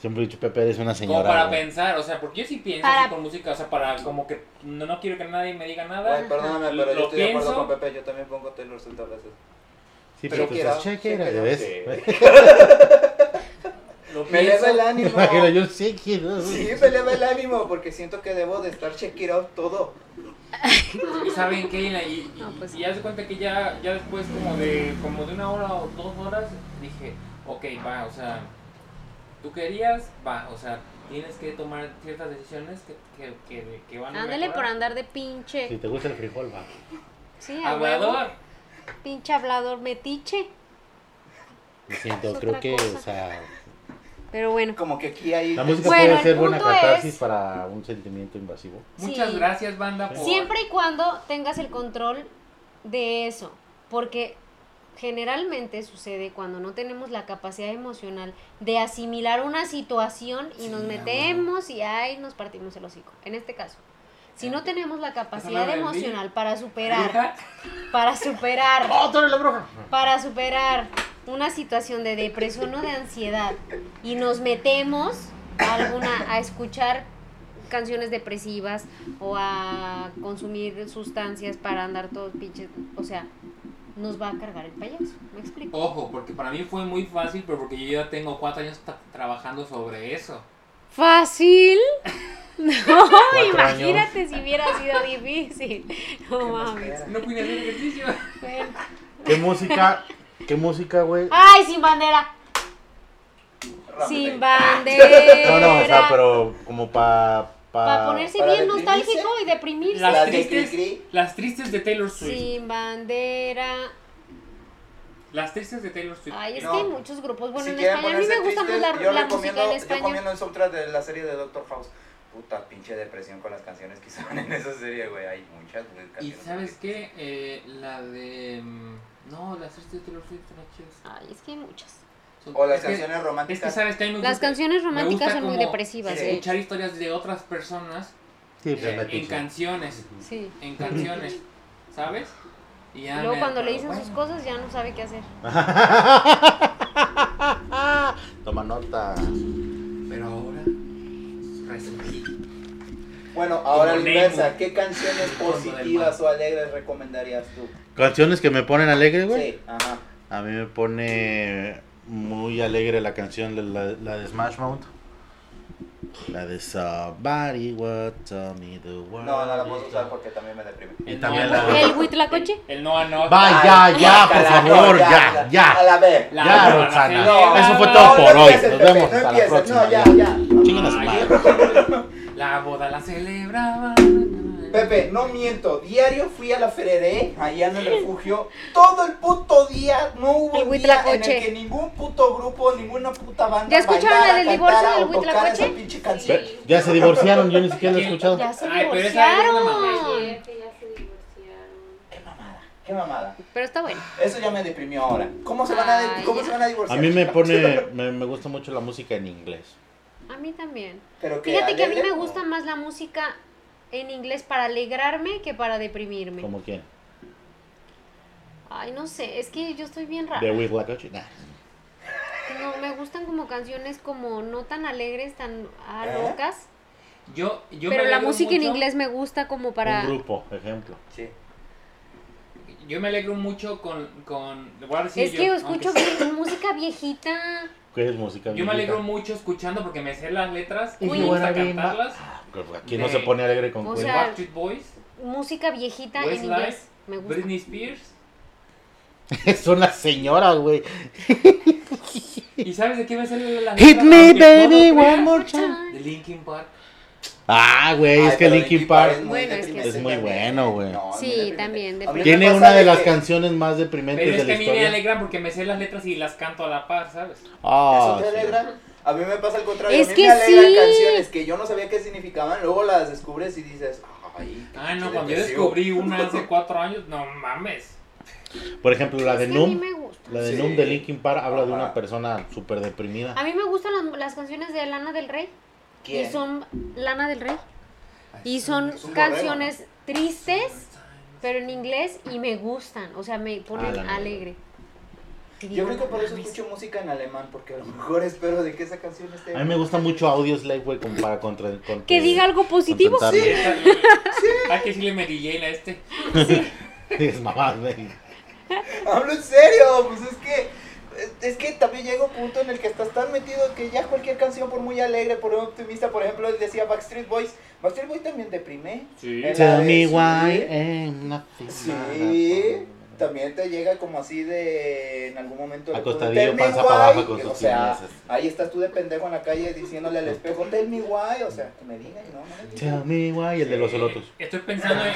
Speaker 1: Siempre he dicho, Pepe, eres una
Speaker 5: Como para
Speaker 1: señora. güey.
Speaker 5: pensar, o sea, porque yo sí pienso
Speaker 3: Para-
Speaker 5: así con música, o sea, para como que no, no quiero que nadie me diga nada.
Speaker 6: Ay, perdóname,
Speaker 5: Lo-
Speaker 6: pero yo
Speaker 5: lo
Speaker 6: estoy de
Speaker 5: pienso.
Speaker 6: acuerdo con Pepe, yo también pongo Taylor Swift a veces.
Speaker 1: Sí,
Speaker 6: Pero
Speaker 1: pero tú
Speaker 6: quiero-
Speaker 1: estás chequera,
Speaker 6: sí,
Speaker 1: ¿ya
Speaker 6: pero
Speaker 1: ves?
Speaker 6: sí.
Speaker 5: Lo
Speaker 6: Me eleva
Speaker 5: pienso.
Speaker 6: el ánimo.
Speaker 1: Imagino yo sí quiero.
Speaker 6: Sí, me eleva el ánimo porque siento que debo de estar check it out todo.
Speaker 5: ¿Y saben qué? Y, la- y,
Speaker 3: No,
Speaker 5: y-
Speaker 3: pues
Speaker 5: y ya se cuenta que ya, ya después como de, como de una hora o dos horas dije, ok, va, o sea, tú querías, va, o sea, tienes que tomar ciertas decisiones que, que, que, que van a
Speaker 3: ándale por
Speaker 5: mejorar.
Speaker 3: andar de pinche.
Speaker 1: Si te gusta el frijol, va.
Speaker 3: Sí, a huevo.
Speaker 5: Hablador.
Speaker 3: Pinche hablador metiche.
Speaker 1: Lo siento,
Speaker 3: Es
Speaker 1: creo
Speaker 3: otra
Speaker 1: que,
Speaker 3: cosa.
Speaker 1: o sea,
Speaker 3: Pero bueno.
Speaker 6: Como que aquí hay.
Speaker 1: la música
Speaker 3: Bueno,
Speaker 1: puede
Speaker 3: el
Speaker 1: ser buena
Speaker 3: punto es-
Speaker 1: catarsis para un sentimiento invasivo.
Speaker 5: Muchas
Speaker 3: Sí.
Speaker 5: gracias, banda, por...
Speaker 3: Siempre y cuando tengas el control de eso. Porque generalmente sucede cuando no tenemos la capacidad emocional de asimilar una situación y
Speaker 5: Sí,
Speaker 3: nos
Speaker 5: ah,
Speaker 3: metemos y ahí nos partimos el hocico. En este caso, si no tenemos la capacidad
Speaker 5: la vendí.
Speaker 3: emocional para superar, para superar,
Speaker 1: Oh,
Speaker 3: para superar una situación de depresión o de ansiedad y nos metemos a alguna a escuchar canciones depresivas o a consumir sustancias para andar todos pinches, o sea, nos va a cargar el payaso, ¿me explico?
Speaker 5: Ojo, porque para mí fue muy fácil, pero porque yo ya tengo cuatro años tra- trabajando sobre eso.
Speaker 3: ¿Fácil? No,
Speaker 1: años.
Speaker 3: imagínate si hubiera sido difícil. No mames.
Speaker 5: No pude hacer ejercicio.
Speaker 3: Bueno.
Speaker 1: ¿Qué música? ¿Qué música, güey?
Speaker 3: Ay, sin bandera. Sin bandera.
Speaker 1: No, no, o sea, pero como para...
Speaker 3: Para ponerse
Speaker 2: Ah, para
Speaker 3: bien
Speaker 2: deprimirse.
Speaker 3: nostálgico y deprimirse.
Speaker 5: Las
Speaker 2: Las de
Speaker 5: tristes,
Speaker 2: Cricri.
Speaker 5: las tristes de Taylor Swift.
Speaker 3: Sin bandera.
Speaker 5: Las tristes de Taylor Swift.
Speaker 3: Ay, es
Speaker 2: No.
Speaker 3: que hay muchos grupos. Bueno,
Speaker 2: si
Speaker 3: en
Speaker 2: quieren
Speaker 3: español. A mí me
Speaker 2: ponerse
Speaker 3: gusta más
Speaker 2: tristes,
Speaker 3: la,
Speaker 2: yo
Speaker 3: la
Speaker 2: recomiendo,
Speaker 3: música en
Speaker 2: Yo
Speaker 3: español.
Speaker 2: recomiendo el soundtrack de la serie de Doctor House. Puta pinche depresión con las canciones que usaban en esa serie, güey. Hay muchas, güey.
Speaker 5: Y
Speaker 2: canciones.
Speaker 5: sabes qué? Eh, la de... mm, No, las tristes de Taylor Swift son chidas.
Speaker 3: Ay, es que hay muchas.
Speaker 5: Son-
Speaker 2: O las
Speaker 5: es que-
Speaker 2: canciones
Speaker 5: Es que
Speaker 2: románticas.
Speaker 5: sabes que a mí me
Speaker 3: Las
Speaker 5: gusta-
Speaker 3: canciones
Speaker 5: me
Speaker 3: románticas
Speaker 5: gusta
Speaker 3: son muy
Speaker 5: como
Speaker 3: depresivas.
Speaker 2: sí.
Speaker 3: ¿eh?
Speaker 5: Escuchar historias de otras personas
Speaker 1: Sí,
Speaker 5: eh,
Speaker 1: pues la
Speaker 5: en
Speaker 1: tuya.
Speaker 5: canciones.
Speaker 3: Sí.
Speaker 5: En canciones. ¿Sabes? Y ya
Speaker 3: Luego
Speaker 5: me
Speaker 3: cuando le
Speaker 5: acuerdo,
Speaker 3: dicen sus
Speaker 5: bueno.
Speaker 3: cosas ya no sabe qué hacer.
Speaker 1: Toma nota.
Speaker 5: Pero ahora resurgí.
Speaker 2: Bueno, ahora
Speaker 5: Como
Speaker 2: la inversa.
Speaker 5: Nemo.
Speaker 2: ¿Qué canciones
Speaker 5: Fondo del
Speaker 2: positivas o alegres recomendarías tú?
Speaker 1: ¿Canciones que me ponen alegre, güey?
Speaker 2: Sí, ajá.
Speaker 1: A mí me pone muy alegre la canción, de la, la de Smash Mouth. La de Somebody what tell me the word.
Speaker 2: No, no la puedo usar porque también me deprime.
Speaker 1: Y
Speaker 5: El
Speaker 1: también
Speaker 5: no,
Speaker 1: la
Speaker 5: no.
Speaker 1: de...
Speaker 3: El huitlacoche.
Speaker 5: El no a no.
Speaker 1: Bye. Ah, ya, ya, por
Speaker 2: guácala,
Speaker 1: favor,
Speaker 2: no,
Speaker 1: ya, ya.
Speaker 2: A la vez.
Speaker 5: La-
Speaker 1: Ya,
Speaker 5: no,
Speaker 1: Roxana.
Speaker 2: no,
Speaker 1: Eso fue
Speaker 5: no,
Speaker 1: todo
Speaker 5: no,
Speaker 1: por
Speaker 2: no
Speaker 1: hoy.
Speaker 2: empieces,
Speaker 1: Nos
Speaker 2: Pepe,
Speaker 1: vemos.
Speaker 2: no
Speaker 1: Hasta la
Speaker 2: empieces,
Speaker 1: próxima.
Speaker 2: no, ya, ya.
Speaker 1: Chinguen a su
Speaker 5: Ay,
Speaker 1: madre.
Speaker 5: La boda la celebraba.
Speaker 2: Pepe, no miento, diario fui a la Fereré, allá en el refugio, todo el puto día, no hubo
Speaker 3: El
Speaker 2: día en
Speaker 3: Huitlacoche.
Speaker 2: el que ningún puto grupo, ninguna puta banda
Speaker 3: ¿Ya escucharon la
Speaker 2: bailara,
Speaker 3: del divorcio
Speaker 2: cantara
Speaker 3: del
Speaker 2: o tocara esa
Speaker 3: Huitlacoche?
Speaker 2: pinche canción.
Speaker 1: Ve, Ya se divorciaron, yo ni siquiera lo he escuchado.
Speaker 3: Ya se
Speaker 5: Ay, pero esa es una mamá.
Speaker 3: divorciaron.
Speaker 7: Ayer que ya se divorciaron.
Speaker 2: Qué mamada, qué mamada.
Speaker 3: Pero está bueno.
Speaker 2: Eso ya me deprimió ahora. ¿Cómo se van a, de-
Speaker 3: Ay,
Speaker 2: cómo
Speaker 3: ya.
Speaker 2: se van a divorciar?
Speaker 1: A mí me
Speaker 2: chicas?
Speaker 1: pone, me, me gusta mucho la música en inglés.
Speaker 3: A mí también.
Speaker 2: Pero
Speaker 3: Fíjate que a mí
Speaker 2: alegre,
Speaker 3: me
Speaker 2: ¿no?
Speaker 3: gusta más la música en inglés para alegrarme que para deprimirme.
Speaker 1: ¿Cómo quién?
Speaker 3: Ay, no sé, es que yo estoy bien
Speaker 1: De
Speaker 3: rara.
Speaker 1: With Black Ocean. Nah.
Speaker 3: No, me gustan como canciones como no tan alegres, tan ah,
Speaker 2: ¿Eh?
Speaker 3: locas.
Speaker 5: Yo, yo
Speaker 3: Pero
Speaker 5: me
Speaker 3: la
Speaker 5: alegro
Speaker 3: música en
Speaker 5: mucho-
Speaker 3: inglés me gusta como para...
Speaker 1: Un grupo, ejemplo.
Speaker 2: Sí.
Speaker 5: Yo me alegro mucho con. con voy a decir
Speaker 3: es
Speaker 5: yo,
Speaker 3: que yo
Speaker 5: aunque
Speaker 3: escucho
Speaker 5: sea-
Speaker 3: vie- música viejita.
Speaker 1: ¿Qué es música?
Speaker 5: Yo me alegro
Speaker 1: viejita?
Speaker 5: mucho escuchando porque me sé las letras y
Speaker 1: If
Speaker 5: me
Speaker 1: you
Speaker 5: gusta
Speaker 1: wanna be my-
Speaker 5: cantarlas.
Speaker 1: Pues, ¿Quién no
Speaker 5: de-
Speaker 1: se pone alegre con
Speaker 3: O
Speaker 1: Queen?
Speaker 3: sea,
Speaker 5: Backstreet Boys,
Speaker 3: Música viejita en
Speaker 5: Westlife,
Speaker 3: inglés. Me gusta.
Speaker 5: Britney Spears.
Speaker 1: Es una señora, güey.
Speaker 5: ¿Y sabes de qué me sale la
Speaker 1: Hit
Speaker 5: letra?
Speaker 1: me,
Speaker 5: Aunque no lo
Speaker 1: baby,
Speaker 5: creas,
Speaker 1: one more time.
Speaker 5: De Linkin Park.
Speaker 1: Ah, güey,
Speaker 2: Ay,
Speaker 1: es que
Speaker 2: pero
Speaker 1: Linkin Park.
Speaker 2: muy
Speaker 3: Bueno, es que
Speaker 2: deprimente
Speaker 3: es
Speaker 1: muy
Speaker 2: también.
Speaker 1: bueno, güey.
Speaker 2: No, es muy
Speaker 3: Sí,
Speaker 2: deprimente.
Speaker 3: también,
Speaker 2: A mí me
Speaker 1: Tiene
Speaker 2: pasa
Speaker 1: una de
Speaker 2: de
Speaker 1: las
Speaker 2: que-
Speaker 1: canciones más
Speaker 5: Pero
Speaker 1: deprimentes de
Speaker 5: es que
Speaker 1: la
Speaker 5: a mí me
Speaker 1: historia.
Speaker 5: alegran porque me sé las letras y las canto a la par, ¿sabes?
Speaker 1: Ah,
Speaker 2: ¿Eso te
Speaker 1: sí.
Speaker 2: alegra? A mí me pasa el contrario.
Speaker 3: Es
Speaker 2: a mí
Speaker 3: que
Speaker 2: me alegran
Speaker 3: sí.
Speaker 2: canciones que yo no sabía qué significaban, luego las descubres y dices, ay.
Speaker 5: Ah,
Speaker 2: qué
Speaker 5: no, cuando yo
Speaker 2: depresivo".
Speaker 5: descubrí una hace cuatro años, no mames.
Speaker 1: Por ejemplo, la
Speaker 3: Es
Speaker 1: de
Speaker 3: que a mí
Speaker 1: Noom.
Speaker 3: me gusta.
Speaker 1: La de
Speaker 2: Sí.
Speaker 1: Noom de Linkin Park habla de una
Speaker 2: Ajá.
Speaker 1: persona súper deprimida.
Speaker 3: A mí me gustan las, las canciones de Lana del Rey.
Speaker 2: ¿Quién?
Speaker 3: Y son Lana del Rey. Y son
Speaker 2: es un borrego,
Speaker 3: canciones tristes, pero en inglés y me gustan. O sea, me
Speaker 1: Ah,
Speaker 3: ponen
Speaker 1: la madre.
Speaker 3: alegre. Y
Speaker 2: Yo
Speaker 3: digo,
Speaker 2: creo que por eso
Speaker 3: "Mames".
Speaker 2: escucho música en alemán, porque a lo mejor espero de que esa canción esté.
Speaker 1: A mí me gusta mucho Audioslave, güey, como para contra... contra-
Speaker 3: Que diga algo positivo.
Speaker 1: contentarme.
Speaker 5: Hay Ah, que decirle Mary Jane a este.
Speaker 1: Es mamá, güey.
Speaker 2: Hablo en serio, pues es que. Es que también llega un punto en el que estás tan metido que ya cualquier canción, por muy alegre, por muy optimista, por ejemplo, él decía Backstreet Boys. Backstreet Boys también deprime. En
Speaker 5: Sí.
Speaker 2: la
Speaker 1: Tell
Speaker 2: de
Speaker 1: me
Speaker 2: Sweet.
Speaker 1: why I'm nothing.
Speaker 2: Sí, también te llega como así de en algún momento. le pones,
Speaker 1: Acostadillo,
Speaker 2: "Tell me
Speaker 1: panza para abajo
Speaker 2: why",
Speaker 1: con
Speaker 2: que,
Speaker 1: sus
Speaker 2: O sea,
Speaker 1: chingadas.
Speaker 2: ahí estás tú de pendejo en la calle diciéndole al espejo, tell me why, o sea, que me digan, no, no me digan.
Speaker 1: Tell me why, el de los solotos.
Speaker 5: Estoy pensando, en,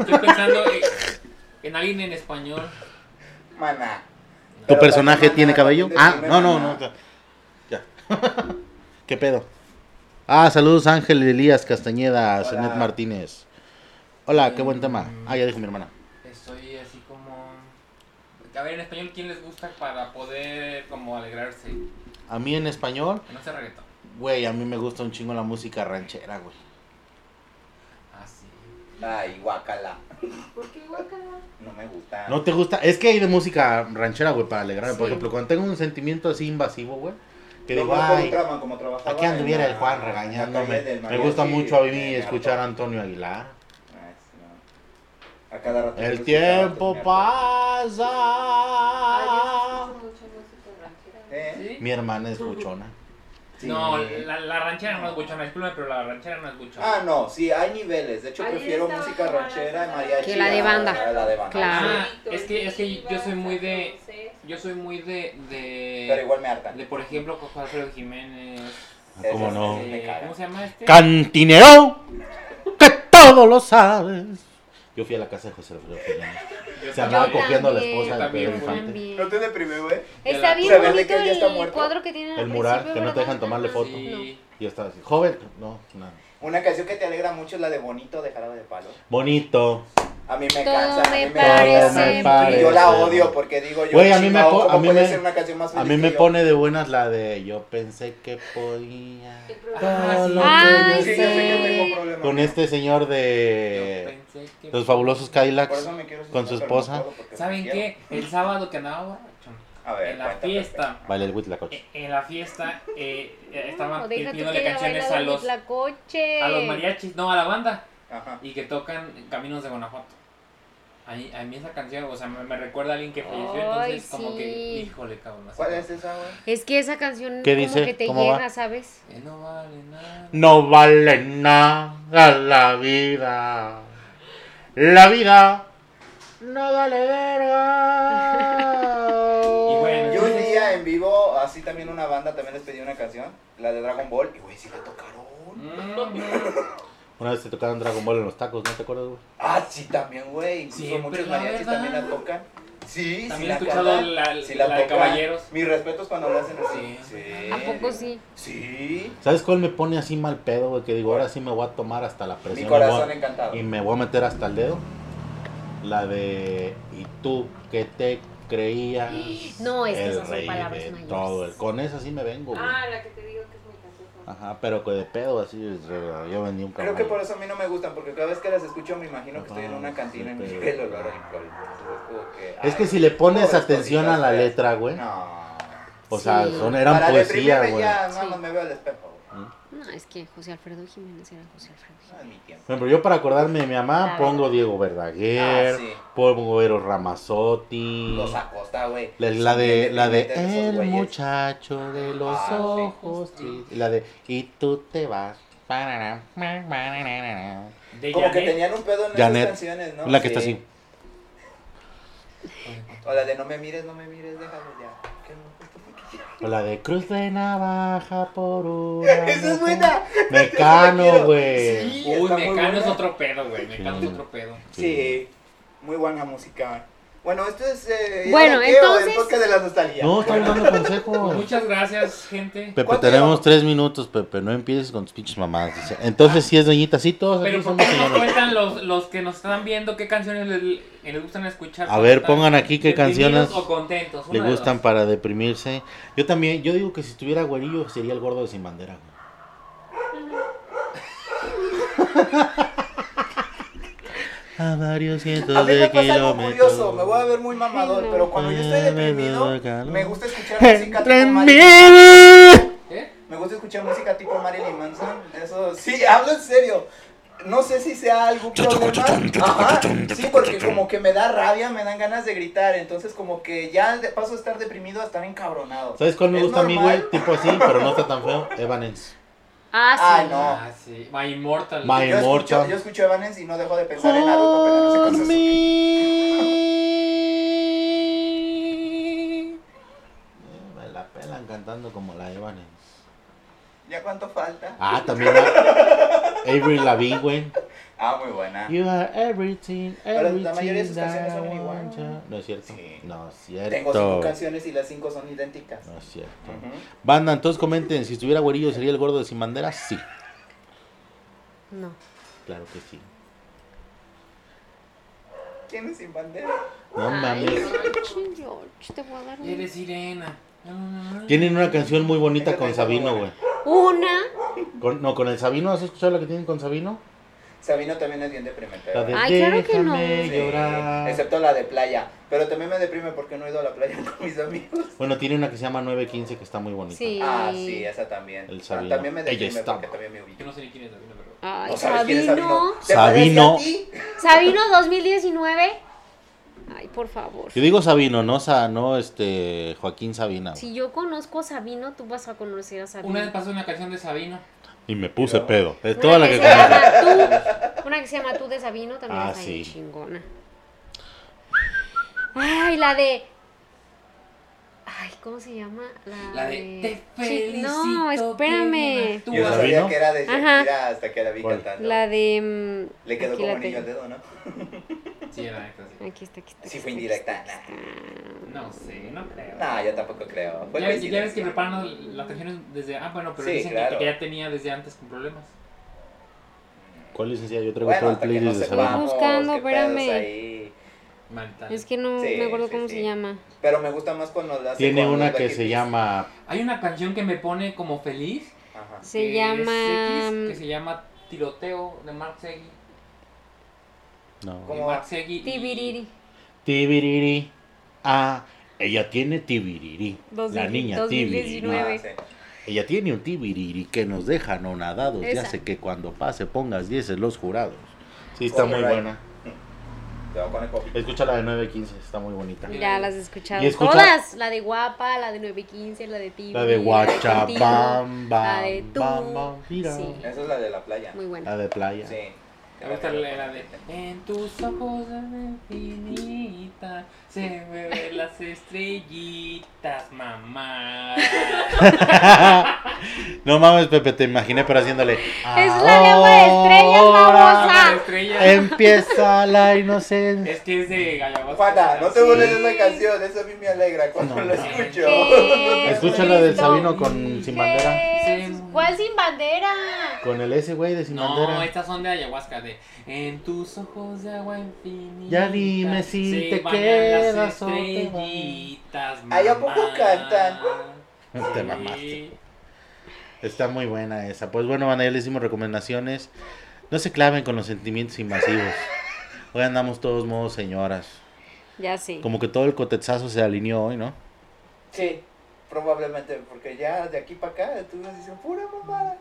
Speaker 5: estoy pensando en, en alguien en español.
Speaker 2: Maná.
Speaker 1: ¿Tu
Speaker 2: Pero
Speaker 1: personaje
Speaker 2: también
Speaker 1: tiene
Speaker 2: maná,
Speaker 1: cabello?
Speaker 2: también
Speaker 1: Ah,
Speaker 2: deprime
Speaker 1: no, no,
Speaker 2: maná.
Speaker 1: no. Ya. ¿Qué pedo? Ah, saludos Ángel Elías Castañeda,
Speaker 2: Hola.
Speaker 1: Zenet Martínez. Hola, qué buen
Speaker 5: Mm.
Speaker 1: tema. Ah, ya dijo mi hermana.
Speaker 5: Estoy así como. A ver en español quién les gusta para poder como alegrarse. Que
Speaker 1: A mí en español,
Speaker 5: no sea reggaetón.
Speaker 1: güey, a mí me gusta un chingo la música ranchera, güey.
Speaker 5: Ah, sí.
Speaker 2: Ay, guacala.
Speaker 7: ¿Por qué guacala?
Speaker 2: No me gusta.
Speaker 1: ¿No te gusta? Es que hay de música ranchera, güey, para alegrarme. Por
Speaker 3: Sí.
Speaker 1: ejemplo, cuando tengo un sentimiento así invasivo, güey, que
Speaker 2: Lo
Speaker 1: digo,
Speaker 2: más como
Speaker 1: ay,
Speaker 2: traba- como trabajaba
Speaker 1: aquí anduviera
Speaker 2: en
Speaker 1: el
Speaker 2: la-
Speaker 1: Juan
Speaker 2: en la calle
Speaker 1: regañándome.
Speaker 2: del
Speaker 1: Me gusta
Speaker 2: mariachi,
Speaker 1: mucho a mí
Speaker 2: me
Speaker 1: escuchar a
Speaker 2: hartó.
Speaker 1: Antonio Aguilar.
Speaker 2: Ay, sí, Ah, no. A cada rato.
Speaker 1: El
Speaker 2: yo escuchaba a
Speaker 1: tiempo
Speaker 2: Antonio Aguilar.
Speaker 1: pasa.
Speaker 7: Ah, yo escucho mucha música ranchera.
Speaker 2: ¿Eh?
Speaker 1: Mi hermana es buchona.
Speaker 2: Sí.
Speaker 5: No, la, la ranchera no es buchona, disculpe, pero la ranchera no es buchona.
Speaker 2: Ah, no, sí, hay niveles. De hecho,
Speaker 7: Ayer
Speaker 2: prefiero
Speaker 7: estaba
Speaker 2: música
Speaker 7: con la
Speaker 2: ranchera y
Speaker 7: señora
Speaker 2: mariachi.
Speaker 3: Que la de
Speaker 2: a-
Speaker 3: banda.
Speaker 2: a la de banda.
Speaker 3: Claro.
Speaker 5: Ah,
Speaker 7: Chito,
Speaker 5: es que- es que yo soy muy de-
Speaker 7: Chivas, San José.
Speaker 5: Yo soy muy de,
Speaker 2: Pero
Speaker 5: de,
Speaker 2: igual me hartan.
Speaker 5: de por ejemplo, con Alfredo Jiménez.
Speaker 1: ¿Cómo
Speaker 2: Esas
Speaker 1: no?
Speaker 2: sí me
Speaker 5: eh,
Speaker 2: cagan.
Speaker 5: ¿Cómo se llama este?
Speaker 1: Cantinero, que todo lo sabes. Yo fui a la casa de José Alfredo Jiménez. Se andaba
Speaker 3: Yo
Speaker 1: cogiendo a la
Speaker 3: también,
Speaker 1: esposa
Speaker 5: yo
Speaker 1: del Pedro
Speaker 5: también,
Speaker 1: Infante.
Speaker 3: También.
Speaker 2: ¿No te deprime, güey?
Speaker 3: Está
Speaker 5: la-
Speaker 3: bien
Speaker 2: Se ve de
Speaker 3: bonito
Speaker 2: que ya está
Speaker 3: el
Speaker 2: muerto.
Speaker 3: cuadro que tienen al
Speaker 1: El mural,
Speaker 3: principio,
Speaker 1: que no te
Speaker 3: ¿verdad?
Speaker 1: dejan tomarle
Speaker 3: Ajá.
Speaker 1: foto.
Speaker 5: Sí.
Speaker 1: Y yo estaba así, joven, no, nada.
Speaker 2: Una canción que te alegra mucho es la de Bonito de Jarabe de Palo.
Speaker 1: Bonito.
Speaker 2: A mí me
Speaker 3: Todo
Speaker 2: cansa. a mí
Speaker 3: me
Speaker 2: me
Speaker 3: parece
Speaker 2: cansa.
Speaker 3: Todo me
Speaker 2: Yo la
Speaker 1: parece.
Speaker 2: odio porque digo yo.
Speaker 1: Güey, a mí me
Speaker 2: chingao,
Speaker 1: po- a
Speaker 2: ¿cómo
Speaker 1: mí
Speaker 2: puede
Speaker 1: me-
Speaker 2: ser una canción más
Speaker 1: A
Speaker 2: feliz
Speaker 1: mí
Speaker 2: que
Speaker 1: me
Speaker 2: yo?
Speaker 1: pone de buenas la de yo pensé que podía.
Speaker 7: El programa.
Speaker 1: todo lo que yo
Speaker 3: Ay,
Speaker 2: Ah, Sí,
Speaker 1: sé".
Speaker 2: ya sé que tengo problemas.
Speaker 1: Con este señor
Speaker 5: Yo
Speaker 1: de
Speaker 5: pensé que-
Speaker 1: Eh, los fabulosos
Speaker 2: Por
Speaker 1: Cadillacs.
Speaker 2: eso me quiero
Speaker 1: Con su
Speaker 2: suicidar, pero no
Speaker 1: esposa.
Speaker 2: puedo porque
Speaker 5: ¿Saben
Speaker 2: me quiero.
Speaker 5: qué? El sábado que andaba borracho,
Speaker 2: A ver,
Speaker 5: en la
Speaker 2: cuéntame,
Speaker 5: fiesta,
Speaker 1: Vale, el Huitlacoche.
Speaker 5: eh, en la fiesta, eh, eh,
Speaker 3: O
Speaker 5: estaban
Speaker 3: deja tú
Speaker 5: pidiéndole
Speaker 3: que haya
Speaker 5: canciones
Speaker 3: bailado
Speaker 5: a
Speaker 3: el
Speaker 5: los,
Speaker 3: Tlacoche.
Speaker 5: a los mariachis, no, a la banda,
Speaker 2: Ajá.
Speaker 5: y que tocan Caminos de Guanajuato. A mí, a mí esa canción, o sea, me, me recuerda a alguien que falleció,
Speaker 3: Ay,
Speaker 5: entonces como que,
Speaker 3: sí.
Speaker 5: híjole, cabrón. así
Speaker 2: ¿Cuál
Speaker 5: como,
Speaker 2: es esa, güey?
Speaker 3: Es que esa canción
Speaker 1: ¿Qué
Speaker 3: como
Speaker 1: dice?
Speaker 3: que te
Speaker 1: ¿Cómo
Speaker 3: llega,
Speaker 1: va?
Speaker 3: ¿sabes?
Speaker 5: Que no vale nada.
Speaker 1: No vale nada la vida. La vida no vale
Speaker 5: Y
Speaker 1: verga.
Speaker 5: bueno,
Speaker 2: Yo un día en vivo, así también una banda, también les pedí una canción, la de Dragon Ball, y güey, sí la tocaron.
Speaker 5: Mm,
Speaker 1: Una vez te tocaron Dragon Ball en los tacos, ¿no te acuerdas, güey?
Speaker 2: Ah, sí, también, güey, incluso
Speaker 5: Siempre
Speaker 2: muchos
Speaker 5: la
Speaker 2: mariachis
Speaker 5: verdad.
Speaker 2: también la tocan. Sí, sí
Speaker 5: También he
Speaker 2: la
Speaker 5: escuchado
Speaker 2: tocan.
Speaker 5: la,
Speaker 2: Sí
Speaker 5: la,
Speaker 2: la,
Speaker 5: de
Speaker 2: tocan.
Speaker 5: Caballeros.
Speaker 2: Mis respetos cuando lo hacen así.
Speaker 5: Sí.
Speaker 2: Sí.
Speaker 3: ¿A poco sí?
Speaker 2: Sí.
Speaker 1: ¿Sabes cuál me pone así mal pedo, güey? Que digo, ahora sí me voy a tomar hasta la
Speaker 2: Mi
Speaker 1: presión. me voy a-
Speaker 2: corazón encantado.
Speaker 1: Y me voy a meter hasta el dedo. La de. ¿Y tú que te creías?
Speaker 3: No, es que esas
Speaker 1: el
Speaker 3: son
Speaker 1: rey
Speaker 3: palabras
Speaker 1: de
Speaker 3: mayores.
Speaker 1: todo. el- Con esa sí me vengo, güey.
Speaker 7: Ah, la que te digo que es muy canción.
Speaker 1: Ajá, pero que de pedo así. es re- Yo vendí un
Speaker 2: Creo
Speaker 1: caballo.
Speaker 2: que por eso a mí no me gustan, porque cada vez que las escucho me imagino que estoy en una
Speaker 1: Ajá,
Speaker 2: cantina y me
Speaker 1: sí,
Speaker 2: llega
Speaker 1: pero-
Speaker 2: el olor a alcohol. Entonces, como que,
Speaker 1: Es que
Speaker 2: ay,
Speaker 1: si le pones
Speaker 2: pobres
Speaker 1: atención a
Speaker 2: cositas
Speaker 1: la
Speaker 2: feas.
Speaker 1: letra, güey.
Speaker 2: No.
Speaker 1: O sea,
Speaker 3: Sí.
Speaker 1: son, eran
Speaker 2: Para
Speaker 1: poesía,
Speaker 2: deprimirme
Speaker 1: güey.
Speaker 2: ya, nada más
Speaker 3: Sí.
Speaker 2: me veo al espejo. güey.
Speaker 3: No, es que José Alfredo Jiménez era José Alfredo
Speaker 2: No
Speaker 3: Jiménez.
Speaker 2: es mi tiempo.
Speaker 1: Por ejemplo, yo para acordarme de mi mamá
Speaker 3: Ah,
Speaker 1: pongo
Speaker 3: ¿verdad?
Speaker 1: Diego Verdaguer,
Speaker 2: Ah, sí.
Speaker 1: pongo Eros Ramazzotti.
Speaker 2: Los acosta, güey.
Speaker 1: Mm. La, la de, la de
Speaker 2: Son bien diferentes
Speaker 1: el
Speaker 2: esos güeyes.
Speaker 1: muchacho de los
Speaker 2: Ah, sí.
Speaker 1: ojos tristes. Y La de y tú te vas. Parará, mar, marará.
Speaker 5: De
Speaker 2: Como que
Speaker 5: Janet.
Speaker 2: tenían un pedo en
Speaker 1: Janet.
Speaker 2: esas canciones, ¿no?
Speaker 1: La que está
Speaker 2: Sí.
Speaker 1: así.
Speaker 2: O la de no me mires, no me mires, déjalo ya. Que no-
Speaker 1: O la de cruz de navaja por una.
Speaker 2: ¡Esa es
Speaker 1: mujer".
Speaker 2: buena! Esa la
Speaker 1: Mecano,
Speaker 2: quiero.
Speaker 1: güey.
Speaker 2: Sí,
Speaker 5: Uy,
Speaker 2: está muy
Speaker 5: Mecano es
Speaker 2: buena.
Speaker 5: otro pedo, güey. Mecano
Speaker 1: Sí.
Speaker 5: es otro pedo.
Speaker 2: Sí, muy buena música. Bueno, esto es. Eh,
Speaker 3: Bueno,
Speaker 2: ¿qué? ¿O
Speaker 3: entonces-
Speaker 2: El toque de la nostalgia.
Speaker 1: No, estamos dando consejos.
Speaker 5: Muchas gracias, gente.
Speaker 1: Pepe,
Speaker 2: ¿Cuánto
Speaker 1: tenemos
Speaker 2: llevamos?
Speaker 1: tres minutos, Pepe. No empieces con tus pinches mamadas. dice. Entonces, si es doñita, sí, todos aquí
Speaker 5: Pero ¿por
Speaker 1: somos
Speaker 5: qué no nos
Speaker 1: señores.
Speaker 5: cuentan los, los que nos están viendo qué canciones les, les gustan escuchar?
Speaker 1: A ver,
Speaker 5: Cuando
Speaker 1: pongan
Speaker 5: están
Speaker 1: aquí qué
Speaker 5: deprimidos
Speaker 1: canciones
Speaker 5: o contentos.
Speaker 1: le
Speaker 5: una de
Speaker 1: gustan
Speaker 5: dos.
Speaker 1: para deprimirse. Yo también, yo digo que si estuviera güerillo sería el gordo de sin bandera, güey. A varios cientos
Speaker 2: A mí me
Speaker 1: de
Speaker 2: pasa algo
Speaker 1: kilómetros.
Speaker 2: curioso, me voy a ver muy mamador,
Speaker 3: Ay, no.
Speaker 2: pero cuando yo estoy
Speaker 1: Ay, me
Speaker 2: deprimido,
Speaker 1: doy calor.
Speaker 2: me gusta escuchar música
Speaker 1: Entra
Speaker 2: tipo
Speaker 1: en
Speaker 2: Marilyn.
Speaker 1: mí.
Speaker 5: ¿Eh?
Speaker 2: Me gusta escuchar música tipo Marilyn Manson. Eso, sí, hablo en serio. No sé si sea algún problema. Ajá, sí, porque como que me da rabia, me dan ganas de gritar. Entonces, como que ya de- paso a estar deprimido a estar encabronado.
Speaker 1: ¿Sabes cuál me
Speaker 2: ¿Es
Speaker 1: gusta a mí,
Speaker 2: normal?
Speaker 1: güey? Tipo así, pero no está tan feo. Evanens.
Speaker 3: Ah,
Speaker 2: Ay,
Speaker 3: sí.
Speaker 2: no.
Speaker 5: Ah, sí. My Immortal.
Speaker 1: My-
Speaker 2: Yo escucho,
Speaker 1: Mortal.
Speaker 2: yo escucho Evanes y no dejo de pensar en Naruto peleándose con Sasuke.
Speaker 1: Eh, Me la pelan cantando como la Evanens.
Speaker 2: ¿Ya cuánto falta?
Speaker 1: Ah, también la- Avery Lavigne, güey.
Speaker 2: Ah, muy buena.
Speaker 1: You are everything,
Speaker 2: Pero
Speaker 1: everything
Speaker 2: la mayoría de sus
Speaker 1: that
Speaker 2: canciones
Speaker 1: I
Speaker 2: son
Speaker 1: want
Speaker 2: igual.
Speaker 1: you. No es cierto.
Speaker 2: Sí.
Speaker 1: No es
Speaker 2: Tengo cinco
Speaker 1: cierto.
Speaker 2: canciones y las cinco son idénticas.
Speaker 1: No es cierto.
Speaker 2: Ujú.
Speaker 1: Banda, entonces comenten, si estuviera güerillo, ¿sería el gordo de sin bandera? Sí,
Speaker 3: No.
Speaker 1: claro que sí.
Speaker 6: tienes sin bandera.
Speaker 1: No
Speaker 3: Ay,
Speaker 1: mames.
Speaker 3: George, George, te voy a dar un-
Speaker 5: Eres sirena.
Speaker 1: Tienen una canción muy bonita con Sabino, güey.
Speaker 3: una.
Speaker 1: Con- no, con el Sabino, ¿has escuchado la que tienen con Sabino?
Speaker 6: Sabino también es bien deprimente.
Speaker 1: La de
Speaker 6: ¿verdad?
Speaker 3: Ay, claro que no.
Speaker 6: Sí,
Speaker 1: "Déjame llorar".
Speaker 6: excepto la de playa. Pero también me deprime porque no he ido a la playa con mis amigos.
Speaker 1: Bueno, tiene una que se llama 915 que está muy bonita.
Speaker 3: Sí.
Speaker 6: Ah, sí, esa también.
Speaker 1: El
Speaker 6: Ah,
Speaker 1: Sabino.
Speaker 6: También me deprime
Speaker 1: Ella está.
Speaker 6: porque también me ubico.
Speaker 5: Yo no sé ni quién es la pero.
Speaker 3: Ay,
Speaker 6: ¿No sabes quién es
Speaker 3: Sabino.
Speaker 6: Sabino? ¿Te parece
Speaker 1: Sabino.
Speaker 6: a ti?
Speaker 3: Sabino 2019. Ay, por favor.
Speaker 1: Yo digo Sabino, no, Sa- no este, Joaquín Sabina. güey.
Speaker 3: Si yo conozco a Sabino, tú vas a conocer a Sabino.
Speaker 5: Una vez pasó una canción de Sabino.
Speaker 1: Y me puse
Speaker 6: Yo.
Speaker 1: pedo. Es
Speaker 3: Una
Speaker 1: toda la que
Speaker 3: se
Speaker 1: conozco.
Speaker 3: llama Tú. Una que se llama Tú de Sabino también
Speaker 1: Ah,
Speaker 3: está bien
Speaker 1: sí.
Speaker 3: chingona. Ay, la de. Ay, ¿cómo se llama? La,
Speaker 5: La de Te felicito.
Speaker 3: No, espérame.
Speaker 5: que bien
Speaker 6: Yo no
Speaker 1: Sabino?
Speaker 5: actúas.
Speaker 6: sabía que era de
Speaker 3: Ajá.
Speaker 6: Shakira hasta que la vi
Speaker 1: ¿Cuál?
Speaker 6: cantando.
Speaker 3: La de. mm,
Speaker 6: Le quedó
Speaker 3: aquí
Speaker 6: como
Speaker 3: la
Speaker 6: anillo al
Speaker 3: tengo.
Speaker 6: dedo, ¿no?
Speaker 5: Sí, era esta, sí.
Speaker 3: Aquí está, aquí está. aquí
Speaker 6: Sí fue
Speaker 3: está,
Speaker 6: indirecta.
Speaker 3: aquí está.
Speaker 5: No sé, no creo.
Speaker 6: No, yo tampoco creo. Fue
Speaker 5: Ya, ves- ya ves que
Speaker 6: coincidencia.
Speaker 5: preparan las canciones desde. Ah, bueno, pero
Speaker 6: Sí,
Speaker 5: dicen que-
Speaker 6: claro.
Speaker 5: que ya tenía desde antes con problemas.
Speaker 1: ¿Cuál licencia? Yo traigo
Speaker 6: Bueno,
Speaker 1: todo el
Speaker 6: hasta que no
Speaker 1: playlist de
Speaker 3: sepamos.
Speaker 1: Sabino.
Speaker 6: sepamos
Speaker 3: buscando,
Speaker 6: qué pedos
Speaker 3: espérame.
Speaker 6: ahí.
Speaker 5: Maldita.
Speaker 3: Es que no
Speaker 6: Sí,
Speaker 3: me acuerdo
Speaker 6: sí,
Speaker 3: cómo
Speaker 6: sí.
Speaker 3: se llama.
Speaker 6: Pero me gusta más cuando la hace
Speaker 1: Tiene
Speaker 6: con los
Speaker 1: una que
Speaker 6: Black Eyed
Speaker 1: se
Speaker 6: Peas.
Speaker 1: llama
Speaker 5: Hay una canción que me pone como feliz.
Speaker 6: Ajá.
Speaker 3: Se
Speaker 5: que es
Speaker 3: llama. mm,
Speaker 5: X,
Speaker 1: mm,
Speaker 5: que se llama Tiroteo de Mark Segui.
Speaker 1: no.
Speaker 6: ¿Cómo?
Speaker 5: De Mark Segui. y-
Speaker 3: Tibiriri.
Speaker 1: Tibiriri. Ah, ella tiene tibiriri. la
Speaker 3: 2000,
Speaker 1: niña
Speaker 3: 2019.
Speaker 1: tibiriri.
Speaker 6: Ah,
Speaker 3: Nueve.
Speaker 6: sí.
Speaker 1: Ella tiene un tibiriri que nos deja anonadados y
Speaker 3: Esa.
Speaker 1: hace que cuando pase pongas 10 en los jurados. Sí, está muy
Speaker 6: Copyright.
Speaker 1: buena.
Speaker 6: Te voy a poner copy.
Speaker 1: Escucha la de 915, está muy bonita.
Speaker 3: Ya las he escuchado.
Speaker 1: Y escucha-
Speaker 3: Todas. La de Guapa, la de 915, la de Tibi.
Speaker 1: La de
Speaker 3: Contigo,
Speaker 1: Guachabam,
Speaker 3: la de
Speaker 1: bam,
Speaker 3: tú.
Speaker 1: bam, bam, mira.
Speaker 3: Sí.
Speaker 6: Esa es la de la playa.
Speaker 3: Muy
Speaker 1: La
Speaker 3: buena.
Speaker 1: de playa.
Speaker 6: Sí.
Speaker 5: Me gusta la la de En tus ojos de infinita se me ven las estrellitas, mamá.
Speaker 1: no mames, Pepe, te imaginé, pero haciéndole.
Speaker 3: Es la de agua de estrellas,
Speaker 1: "Ahora
Speaker 3: babosa".
Speaker 5: La estrella.
Speaker 1: Em, Empieza la inocencia.
Speaker 5: Es que es de Gallabas.
Speaker 6: Juana, no te
Speaker 3: Sí.
Speaker 6: burles de esa canción, eso a mí me alegra cuando
Speaker 1: No.
Speaker 6: lo escucho.
Speaker 3: ¿Qué?
Speaker 1: Escucha la del
Speaker 3: Cristo.
Speaker 1: Sabino con Sin Bandera.
Speaker 3: Jesús, ¿Cuál sin bandera?
Speaker 1: Con el ese güey de Sin
Speaker 5: No,
Speaker 1: Bandera.
Speaker 5: estas son de ayahuasca, de En tus ojos de agua infinita.
Speaker 1: Ya dime si
Speaker 5: se
Speaker 1: te
Speaker 5: bañan
Speaker 1: quedas o
Speaker 5: las
Speaker 1: te vas.
Speaker 5: estrellitas, mamá.
Speaker 6: Ay, ¿a poco cantan?
Speaker 1: Te mamaste. Está muy buena esa. Pues bueno, Ana, ya les hicimos recomendaciones. No se claven con los sentimientos invasivos. Hoy andamos todos modos señoras.
Speaker 3: Ya sé.
Speaker 1: Como que todo el cotetzazo se alineó hoy, ¿no?
Speaker 6: Sí. Probablemente, porque ya de aquí para acá tú nos dices pura mamada.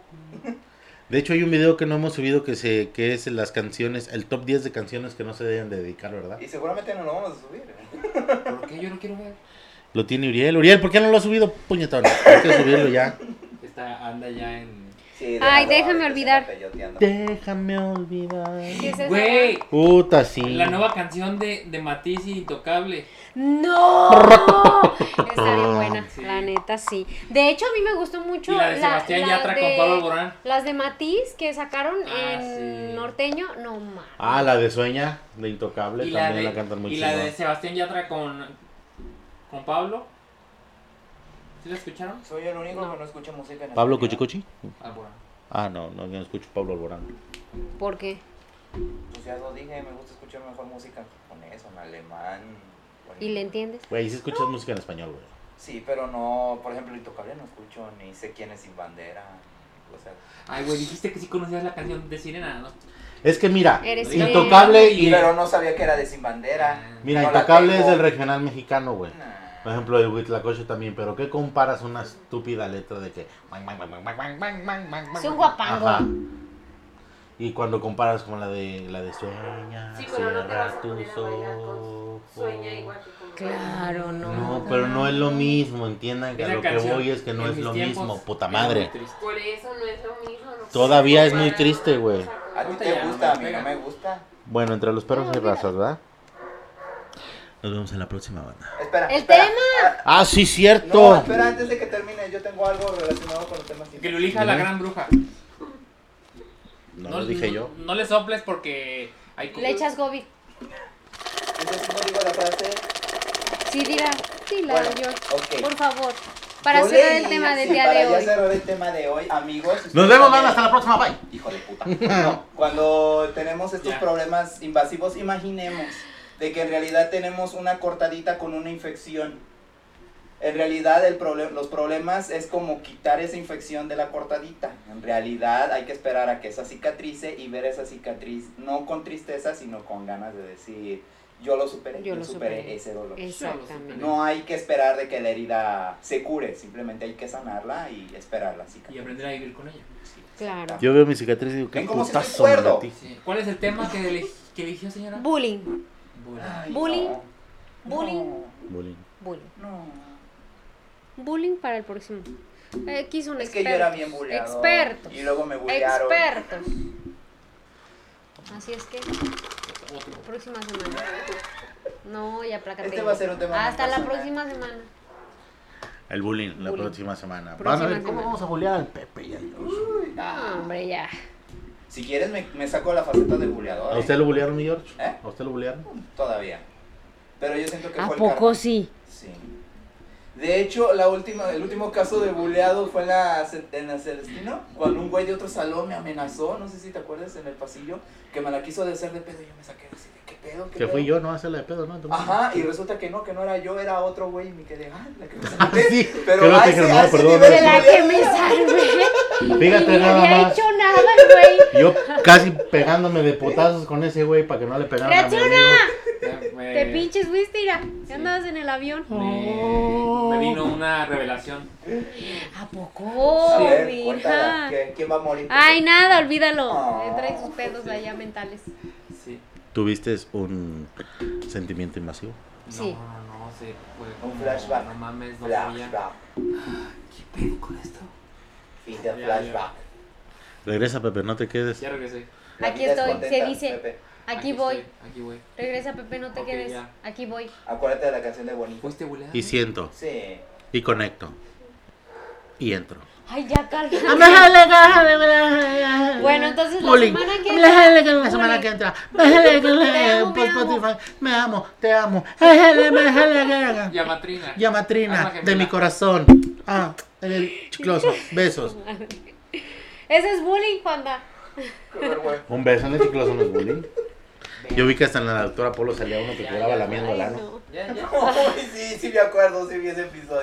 Speaker 1: De hecho, hay un video que no hemos subido que se que es las canciones, el top 10 de canciones que no se deben de dedicar, ¿verdad?
Speaker 6: Y seguramente no lo vamos a subir.
Speaker 5: ¿Por qué yo no quiero ver?
Speaker 1: Lo tiene Uriel. Uriel, ¿por qué no lo has subido, puñetón? Hay que subirlo ya.
Speaker 5: Esta anda ya en.
Speaker 6: Sí,
Speaker 3: Ay,
Speaker 6: déjalo,
Speaker 3: déjame
Speaker 6: ahorita se
Speaker 3: olvidar.
Speaker 6: anda peyoteando.
Speaker 1: Déjame olvidar.
Speaker 3: ¿Qué es esa?
Speaker 5: Güey,
Speaker 1: Puta, sí.
Speaker 5: la nueva canción de, de Matiz y Intocable.
Speaker 3: ¡No! Está
Speaker 1: Ah,
Speaker 3: bien buena,
Speaker 5: Sí.
Speaker 3: la neta sí. De hecho, a mí me gustó mucho
Speaker 5: y la de Sebastián
Speaker 3: la
Speaker 5: Yatra
Speaker 3: de-
Speaker 5: con Pablo Alborán.
Speaker 3: Las de Matiz que sacaron
Speaker 5: Ah,
Speaker 3: en
Speaker 5: sí.
Speaker 3: Norteño, no mames.
Speaker 1: Ah, la de Sueña, de Intocable,
Speaker 5: Y la
Speaker 1: también
Speaker 5: de,
Speaker 1: la, cantan muy
Speaker 5: y la
Speaker 1: chingón.
Speaker 5: de Sebastián Yatra con. con Pablo. ¿Sí la escucharon?
Speaker 6: Soy el único que no escucha música en
Speaker 1: ¿Pablo
Speaker 6: español.
Speaker 1: Cuchicuchi?
Speaker 5: Alborán.
Speaker 1: Ah, no, no, yo no escucho Pablo Alborán.
Speaker 3: ¿Por qué?
Speaker 6: Pues ya lo dije, me gusta escuchar mejor música en japonés o en alemán. o en-
Speaker 3: ¿Y le entiendes?
Speaker 1: Güey, si escuchas música en español, güey.
Speaker 6: Sí, pero no, por ejemplo, Intocable no escucho, ni sé quién es Sin Bandera. O sea,
Speaker 5: Ay, güey, dijiste que sí conocías la canción de Sirena, ¿no?
Speaker 1: Es que mira,
Speaker 5: Eh,
Speaker 3: Eres
Speaker 1: Intocable
Speaker 5: bien.
Speaker 1: y...
Speaker 6: pero no sabía que era de Sin Bandera.
Speaker 1: Mira,
Speaker 6: no la
Speaker 1: Intocable es
Speaker 6: tengo.
Speaker 1: del regional mexicano, güey.
Speaker 6: Nah.
Speaker 2: Ah.
Speaker 1: Por ejemplo, el Huitlacoche también, pero ¿qué comparas una estúpida letra de que...
Speaker 3: Es un guapango.
Speaker 1: Ajá. Y cuando comparas con la de la de sueña,
Speaker 7: Sí, pero no te vas
Speaker 1: cierra
Speaker 7: a poner
Speaker 1: tus
Speaker 7: a bailar con
Speaker 1: ojos.
Speaker 7: Sueña igual que como.
Speaker 3: Claro, no.
Speaker 1: No, pero no es lo mismo, entiendan que a
Speaker 5: Esa
Speaker 1: lo que
Speaker 5: canción,
Speaker 1: voy es que no
Speaker 5: en
Speaker 1: es
Speaker 5: mis
Speaker 1: lo
Speaker 5: tiempos,
Speaker 1: mismo, puta
Speaker 5: era muy
Speaker 1: madre.
Speaker 5: triste.
Speaker 7: Por eso no es lo mismo. no
Speaker 1: Todavía es muy
Speaker 7: comparan
Speaker 1: triste,
Speaker 7: una
Speaker 1: güey.
Speaker 7: cosa con
Speaker 6: A ti
Speaker 7: otra.
Speaker 6: te gusta, a mí no me gusta.
Speaker 1: Bueno, entre los perros
Speaker 3: No,
Speaker 1: hay
Speaker 3: mira.
Speaker 1: razas, ¿verdad? Nos vemos en la próxima banda.
Speaker 6: Espera.
Speaker 3: El
Speaker 6: espera.
Speaker 3: tema.
Speaker 1: Ah, sí,
Speaker 6: No,
Speaker 1: cierto.
Speaker 6: espera, antes de que termine, yo tengo algo relacionado con los temas.
Speaker 5: Que lo elija la gran bruja.
Speaker 1: No, lo dije yo.
Speaker 5: No le soples porque hay co-
Speaker 3: Le echas gobi.
Speaker 6: Entonces no digo la frase.
Speaker 3: Sí, diga. Dila,
Speaker 6: Bueno,
Speaker 3: George.
Speaker 6: ok.
Speaker 3: Por favor. Para
Speaker 6: Yo
Speaker 3: cerrar
Speaker 6: leí-
Speaker 3: el tema del
Speaker 6: sí,
Speaker 3: día de
Speaker 6: Para
Speaker 3: hoy.
Speaker 6: ya cerrar el tema de hoy, amigos. ustedes
Speaker 1: Nos vemos,
Speaker 6: también-
Speaker 1: banda, hasta la próxima, bye.
Speaker 6: Hijo de puta. No, cuando tenemos estos
Speaker 5: Ya.
Speaker 6: problemas invasivos, imaginemos
Speaker 2: de que en realidad tenemos una cortadita con una infección. En realidad el proble- los problemas es como quitar esa infección de la cortadita. En realidad hay que esperar a que esa cicatrice y ver esa cicatriz no con tristeza, sino con ganas de decir, yo lo superé,
Speaker 3: Yo
Speaker 2: yo,
Speaker 3: lo
Speaker 2: superé,
Speaker 3: superé".
Speaker 2: ese dolor.
Speaker 3: Exactamente.
Speaker 2: No hay que esperar de que la herida se cure, simplemente hay que sanarla y esperar la cicatriz.
Speaker 5: Y aprender a vivir con ella.
Speaker 3: Claro.
Speaker 1: Yo veo mi cicatriz y digo, qué
Speaker 2: Ven cómo se
Speaker 1: putazo me
Speaker 2: recuerdo.
Speaker 1: metí.
Speaker 5: Sí. ¿Cuál es el tema que, elegi- que eligió, señora?
Speaker 3: Bullying.
Speaker 5: Bula.
Speaker 3: Bullying.
Speaker 2: no,
Speaker 3: Bullying.
Speaker 1: Bullying.
Speaker 3: Bullying.
Speaker 2: no.
Speaker 3: Bullying para el próximo. Aquí es un
Speaker 2: Es
Speaker 3: experto.
Speaker 2: que yo era bien bulleado.
Speaker 3: Experto.
Speaker 2: Y luego me bullearon.
Speaker 3: Experto. Así es que,
Speaker 5: Otro.
Speaker 3: próxima semana. No, ya plácate.
Speaker 2: Este va a ser un tema más
Speaker 3: Hasta la
Speaker 2: personal.
Speaker 3: próxima semana.
Speaker 1: El bullying, la
Speaker 3: Bullying.
Speaker 1: próxima semana. Van
Speaker 3: Próxima
Speaker 1: a ver cómo
Speaker 3: semana.
Speaker 1: vamos a bullear al Pepe y al George.
Speaker 2: Ah.
Speaker 3: No, hombre, ya.
Speaker 2: Si quieres, me, me saco la faceta de buleador.
Speaker 1: ¿A
Speaker 2: ¿eh?
Speaker 1: usted lo bullearon, mi George?
Speaker 2: ¿Eh?
Speaker 1: ¿A usted lo bullearon?
Speaker 2: Todavía. Pero yo siento que
Speaker 3: ¿A
Speaker 2: fue el
Speaker 3: poco
Speaker 2: karma.
Speaker 3: sí?
Speaker 2: Sí. De hecho, la última, el último caso de buleado fue en la, Ce- en la Celestino, cuando un güey de otro salón me amenazó, no sé si te acuerdas, en el pasillo, que me la quiso hacer de pedo y yo me saqué así de qué pedo, qué
Speaker 1: Que
Speaker 2: pedo?".
Speaker 1: fui yo, no hacerle de pedo, ¿no?
Speaker 2: Ajá, y resulta que no, que no era yo, era otro güey y me quedé, ah, la que me
Speaker 1: Ah,
Speaker 2: salvé".
Speaker 1: sí,
Speaker 2: Pero
Speaker 1: que no
Speaker 2: a
Speaker 1: te
Speaker 2: ese-
Speaker 1: dijeron,
Speaker 2: a
Speaker 1: no,
Speaker 2: ese
Speaker 1: perdón.
Speaker 2: nivel
Speaker 3: De la que me
Speaker 2: Bulleado.
Speaker 3: salvé.
Speaker 1: Fíjate
Speaker 3: Y no
Speaker 1: nada
Speaker 3: había
Speaker 1: más.
Speaker 3: hecho nada, güey.
Speaker 1: Yo casi pegándome de potazos con ese güey para que no le pegaran a mi
Speaker 3: ¡Reacciona!
Speaker 1: amigo.
Speaker 3: Te
Speaker 1: Eh.
Speaker 3: pinches fuiste, mira. Ya andabas en el avión.
Speaker 5: Me, me vino una revelación.
Speaker 3: ¿A
Speaker 2: A
Speaker 3: poco,
Speaker 2: ver, eh, cuéntala,
Speaker 3: mija?
Speaker 2: ¿qué- ¿quién va a morir?
Speaker 3: Ah. Ay, nada, olvídalo.
Speaker 2: Ah.
Speaker 3: Eh, Trae sus pedos allá mentales.
Speaker 5: Sí.
Speaker 1: ¿Tuviste un sentimiento invasivo?
Speaker 5: No,
Speaker 3: Sí.
Speaker 5: no, no, se fue como,
Speaker 2: Un flashback.
Speaker 5: No mames, no sabía.
Speaker 2: Flashback.
Speaker 5: ¿Qué pedo con esto?
Speaker 2: Fin de
Speaker 5: Ya, ya.
Speaker 2: flashback.
Speaker 1: Regresa, Pepe, no te quedes.
Speaker 5: Ya regresé.
Speaker 2: La
Speaker 3: Aquí
Speaker 2: vida es
Speaker 3: estoy, se
Speaker 2: contenta,
Speaker 3: dice.
Speaker 2: Pepe.
Speaker 3: Aquí voy.
Speaker 5: estoy, aquí voy.
Speaker 3: Regresa, Pepe, no te
Speaker 5: Ok,
Speaker 3: quedes.
Speaker 5: ya.
Speaker 3: Aquí voy.
Speaker 2: Acuérdate de la canción de Bonito.
Speaker 5: ¿Fuiste buleado?
Speaker 1: Y siento,
Speaker 2: Sí.
Speaker 1: y conecto, y entro.
Speaker 3: Ay, ya calma. Bueno, entonces la
Speaker 1: Bullying.
Speaker 3: semana que
Speaker 1: Bájale que la semana que entra. Bájale que
Speaker 3: Te amo,
Speaker 1: la-
Speaker 3: me
Speaker 1: por
Speaker 3: amo.
Speaker 1: Spotify. Me amo, te amo. Bájale, bájale, bájale.
Speaker 5: Ya, matrina.
Speaker 1: Llama
Speaker 5: Alma
Speaker 1: Trina
Speaker 5: gemela.
Speaker 1: de mi corazón. Ah, el chicloso. Besos.
Speaker 3: Ese es bullying, Juanda.
Speaker 2: Qué vergüenza.
Speaker 1: Un beso en el chicloso no es bullying. Yo vi que hasta en la doctora Polo salía uno que
Speaker 5: Ya,
Speaker 1: quedaba
Speaker 5: ya,
Speaker 1: lamiendo
Speaker 3: Ay,
Speaker 1: el ano.
Speaker 3: no.
Speaker 5: Ya, ya.
Speaker 2: Uy, sí, sí me acuerdo, sí vi ese episodio.